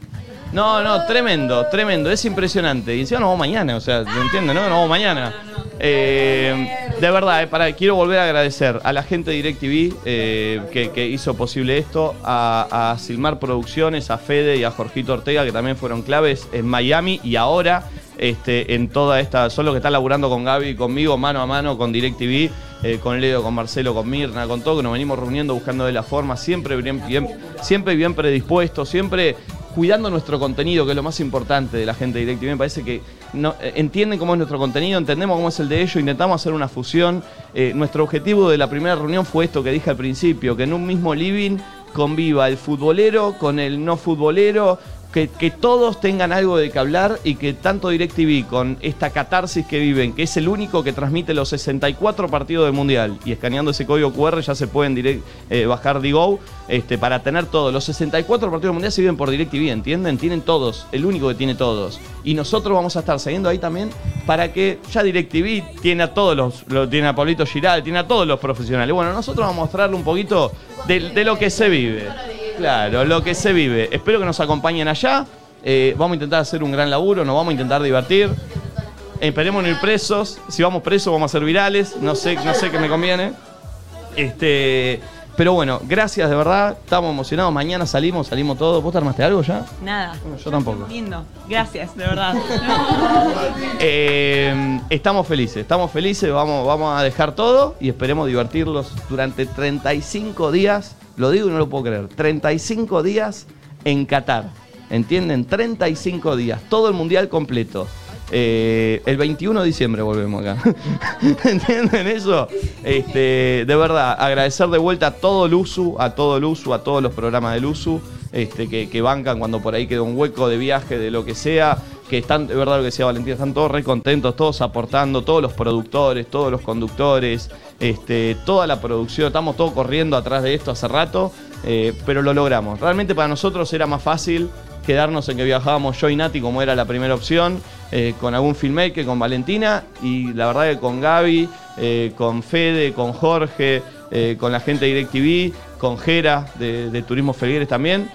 S5: No, no, tremendo, tremendo, es impresionante. Y encima nos vamos mañana, o sea, ¿me entiendes, no? Nos vamos mañana. Eh, de verdad, eh, pará, quiero volver a agradecer a la gente de DirecTV eh, que, que hizo posible esto, a, a Silmar Producciones, a Fede y a Jorgito Ortega, que también fueron claves en Miami y ahora este, en toda esta. Son los que están laburando con Gaby y conmigo, mano a mano, con DirecTV, eh, con Leo, con Marcelo, con Mirna, con todo, que nos venimos reuniendo buscando de la forma, siempre bien, bien- siempre bien predispuestos, siempre cuidando nuestro contenido, que es lo más importante de la gente de DirecTV. Me parece que no, eh, entienden cómo es nuestro contenido, entendemos cómo es el de ellos, intentamos hacer una fusión. Eh, nuestro objetivo de la primera reunión fue esto que dije al principio, que en un mismo living conviva el futbolero con el no futbolero, que, que todos tengan algo de que hablar y que tanto DirecTV con esta catarsis que viven, que es el único que transmite los 64 partidos del Mundial, y escaneando ese código QR ya se pueden direct- eh, bajar DGO este, para tener todos. Los 64 partidos del Mundial se viven por DirecTV, ¿entienden? Tienen todos, el único que tiene todos. Y nosotros vamos a estar siguiendo ahí también para que ya DirecTV tiene a todos los, lo- tiene a Pablito Giral, tiene a todos los profesionales. Bueno, nosotros vamos a mostrarle un poquito de, de lo que se vive. Claro, lo que se vive. Espero que nos acompañen allá. Eh, vamos a intentar hacer un gran laburo, nos vamos a intentar divertir. Esperemos no ir presos. Si vamos presos, vamos a ser virales. No sé, no sé qué me conviene. Este. Pero bueno, gracias de verdad. Estamos emocionados. Mañana salimos, salimos todos. ¿Vos te armaste algo ya?
S12: Nada.
S5: Yo tampoco.
S12: Lindo. Gracias, de verdad.
S5: Eh, estamos felices, estamos felices, vamos, vamos a dejar todo y esperemos divertirlos durante 35 días, lo digo y no lo puedo creer, 35 días en Qatar, ¿entienden? 35 días, todo el mundial completo. Eh, el 21 de diciembre volvemos acá. ¿Entienden eso? Este, de verdad, agradecer de vuelta a todo el USU, a todo el USU, a todos los programas del USU, este, que, que bancan cuando por ahí queda un hueco de viaje, de lo que sea, que están, de verdad lo que decía Valentina, están todos re contentos, todos aportando, todos los productores, todos los conductores, este, toda la producción, estamos todos corriendo atrás de esto hace rato, eh, pero lo logramos. Realmente para nosotros era más fácil quedarnos en que viajábamos yo y Nati como era la primera opción, eh, con algún filmmaker, con Valentina y la verdad que con Gaby, eh, con Fede, con Jorge, eh, con la gente de DirecTV, con Jera de, de Turismo Felgueres también.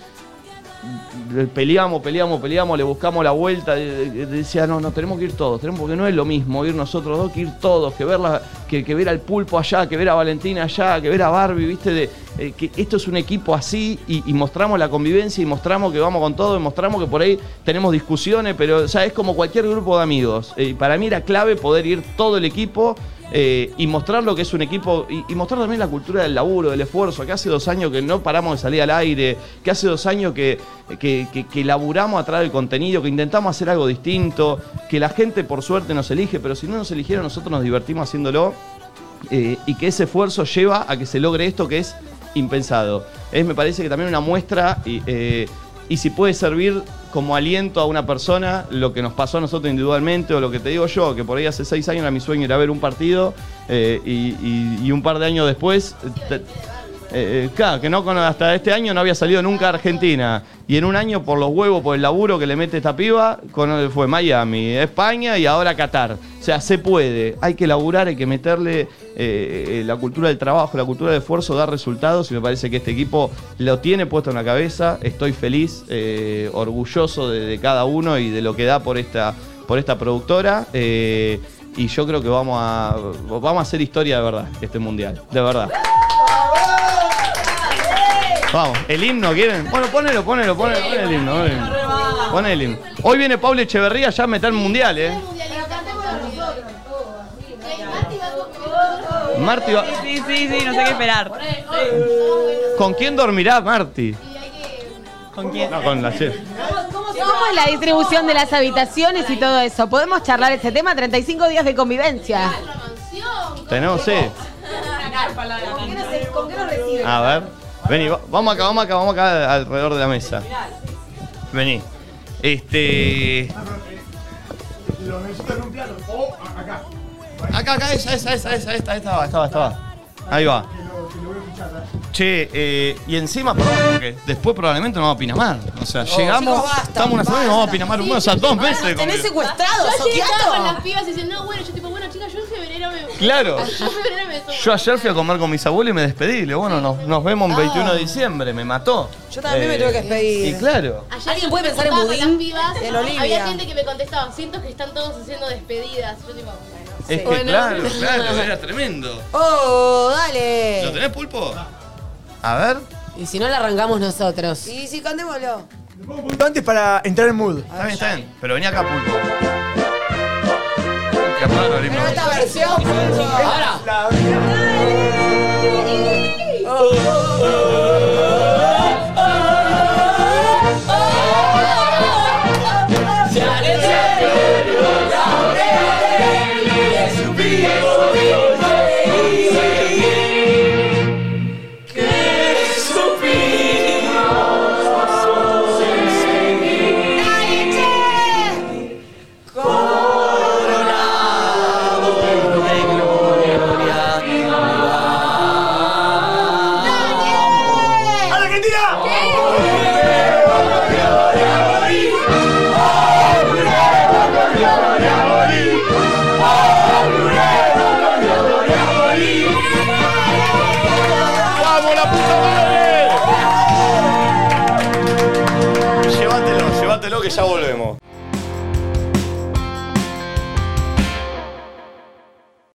S5: Peleamos, peleamos, peleamos, le buscamos la vuelta. eh, eh, Decía, no, no, tenemos que ir todos, tenemos, porque no es lo mismo ir nosotros dos que ir todos, que ver, la- que, que ver al pulpo allá, que ver a Valentina allá, que ver a Barbie, viste, de, eh, que esto es un equipo así y, y mostramos la convivencia y mostramos que vamos con todo y mostramos que por ahí tenemos discusiones, pero o sea, es como cualquier grupo de amigos. Eh, para mí era clave poder ir todo el equipo eh, y mostrar lo que es un equipo y, y mostrar también la cultura del laburo, del esfuerzo, que hace dos años que no paramos de salir al aire, que hace dos años que, que, que- que laburamos atrás del contenido, que intentamos hacer algo distinto, que la gente por suerte nos elige, pero si no nos eligieron nosotros nos divertimos haciéndolo eh, y que ese esfuerzo lleva a que se logre esto que es impensado. Es, me parece que también una muestra y, eh, y si puede servir como aliento a una persona lo que nos pasó a nosotros individualmente o lo que te digo yo, que por ahí hace seis años era mi sueño ir a ver un partido eh, y, y- y un par de años después... te- eh, eh, claro, que no cono- hasta este año no había salido nunca a Argentina. Y en un año, por los huevos, por el laburo que le mete esta piba, cono- fue Miami, España y ahora Qatar. O sea, se puede. Hay que laburar, hay que meterle eh, eh, la cultura del trabajo, la cultura del esfuerzo, dar resultados. Y me parece que este equipo lo tiene puesto en la cabeza. Estoy feliz, eh, orgulloso de, de cada uno y de lo que da por esta, por esta productora. Eh, y yo creo que vamos a, vamos a hacer historia de verdad este mundial. De verdad. Vamos, el himno quieren. Bueno, ponelo, ponelo, ponelo, ponelo el himno. ponelo el himno. Pon el himno. Hoy viene Pablo Echeverría ya a meter mundial, eh. Marti va-
S12: Sí, sí, sí, no sé qué esperar.
S5: ¿Con quién dormirá Marti?
S12: ¿Con quién?
S5: No, con la chef.
S4: ¿Cómo es la distribución de las habitaciones y todo eso? ¿Podemos charlar ese tema? 35 días de convivencia.
S5: Tenemos, sí.
S4: ¿Con qué nos reciben?
S5: A ver. Vení, va- vamos acá, vamos acá, vamos acá alrededor de la mesa. Vení. Este.
S9: Lo necesito en un plano. O acá.
S5: Acá, acá, esa, esa, esa, esa, esta, esta va, esta va, esta va. Ahí va. Che, eh, y encima, perdón, porque después probablemente no vamos a Pinamar. O sea, llegamos,
S3: Chicos, basta,
S5: estamos una semana y no vamos a Pinamar un mes, o sea, dos meses. de
S3: Tenés
S5: conviv-
S3: secuestrado,
S8: Yo ayer estaba con
S3: soqueado.
S8: las pibas y decían, no, bueno, yo tipo, bueno, chicas, yo en febrero me.
S5: Claro.
S8: Yo en febrero me subo.
S5: Yo ayer fui a comer con mis abuelos y me despedí. Le digo, bueno, nos, nos vemos el 21 de diciembre. Me mató.
S3: Ah.
S5: Eh,
S3: Yo también me tuve que despedir.
S5: Y claro.
S8: Ayer
S3: ¿Alguien puede pensar en
S8: estaba con
S3: budín?
S8: las pibas,
S3: En Olivia.
S8: Había gente que me contestaba, siento que están todos haciendo despedidas. Yo tipo, bueno.
S5: Es que
S4: Bueno.
S5: claro, claro, era tremendo.
S3: Oh,
S5: ¿Lo
S3: dale.
S5: tenés, pulpo? A ver.
S4: Y si no la arrancamos nosotros.
S3: Y sí, cantémoslo.
S9: Un poquito antes para entrar en mood.
S5: Está bien, está bien. Pero venía acá, pulpo. Qué raro el himno.
S3: Pero esta versión, Pulpo.
S2: Ahora,
S9: La- ¡Argentina!
S5: ¡Vamos, la puta madre! Llévatelo, llévatelo que ya volvemos.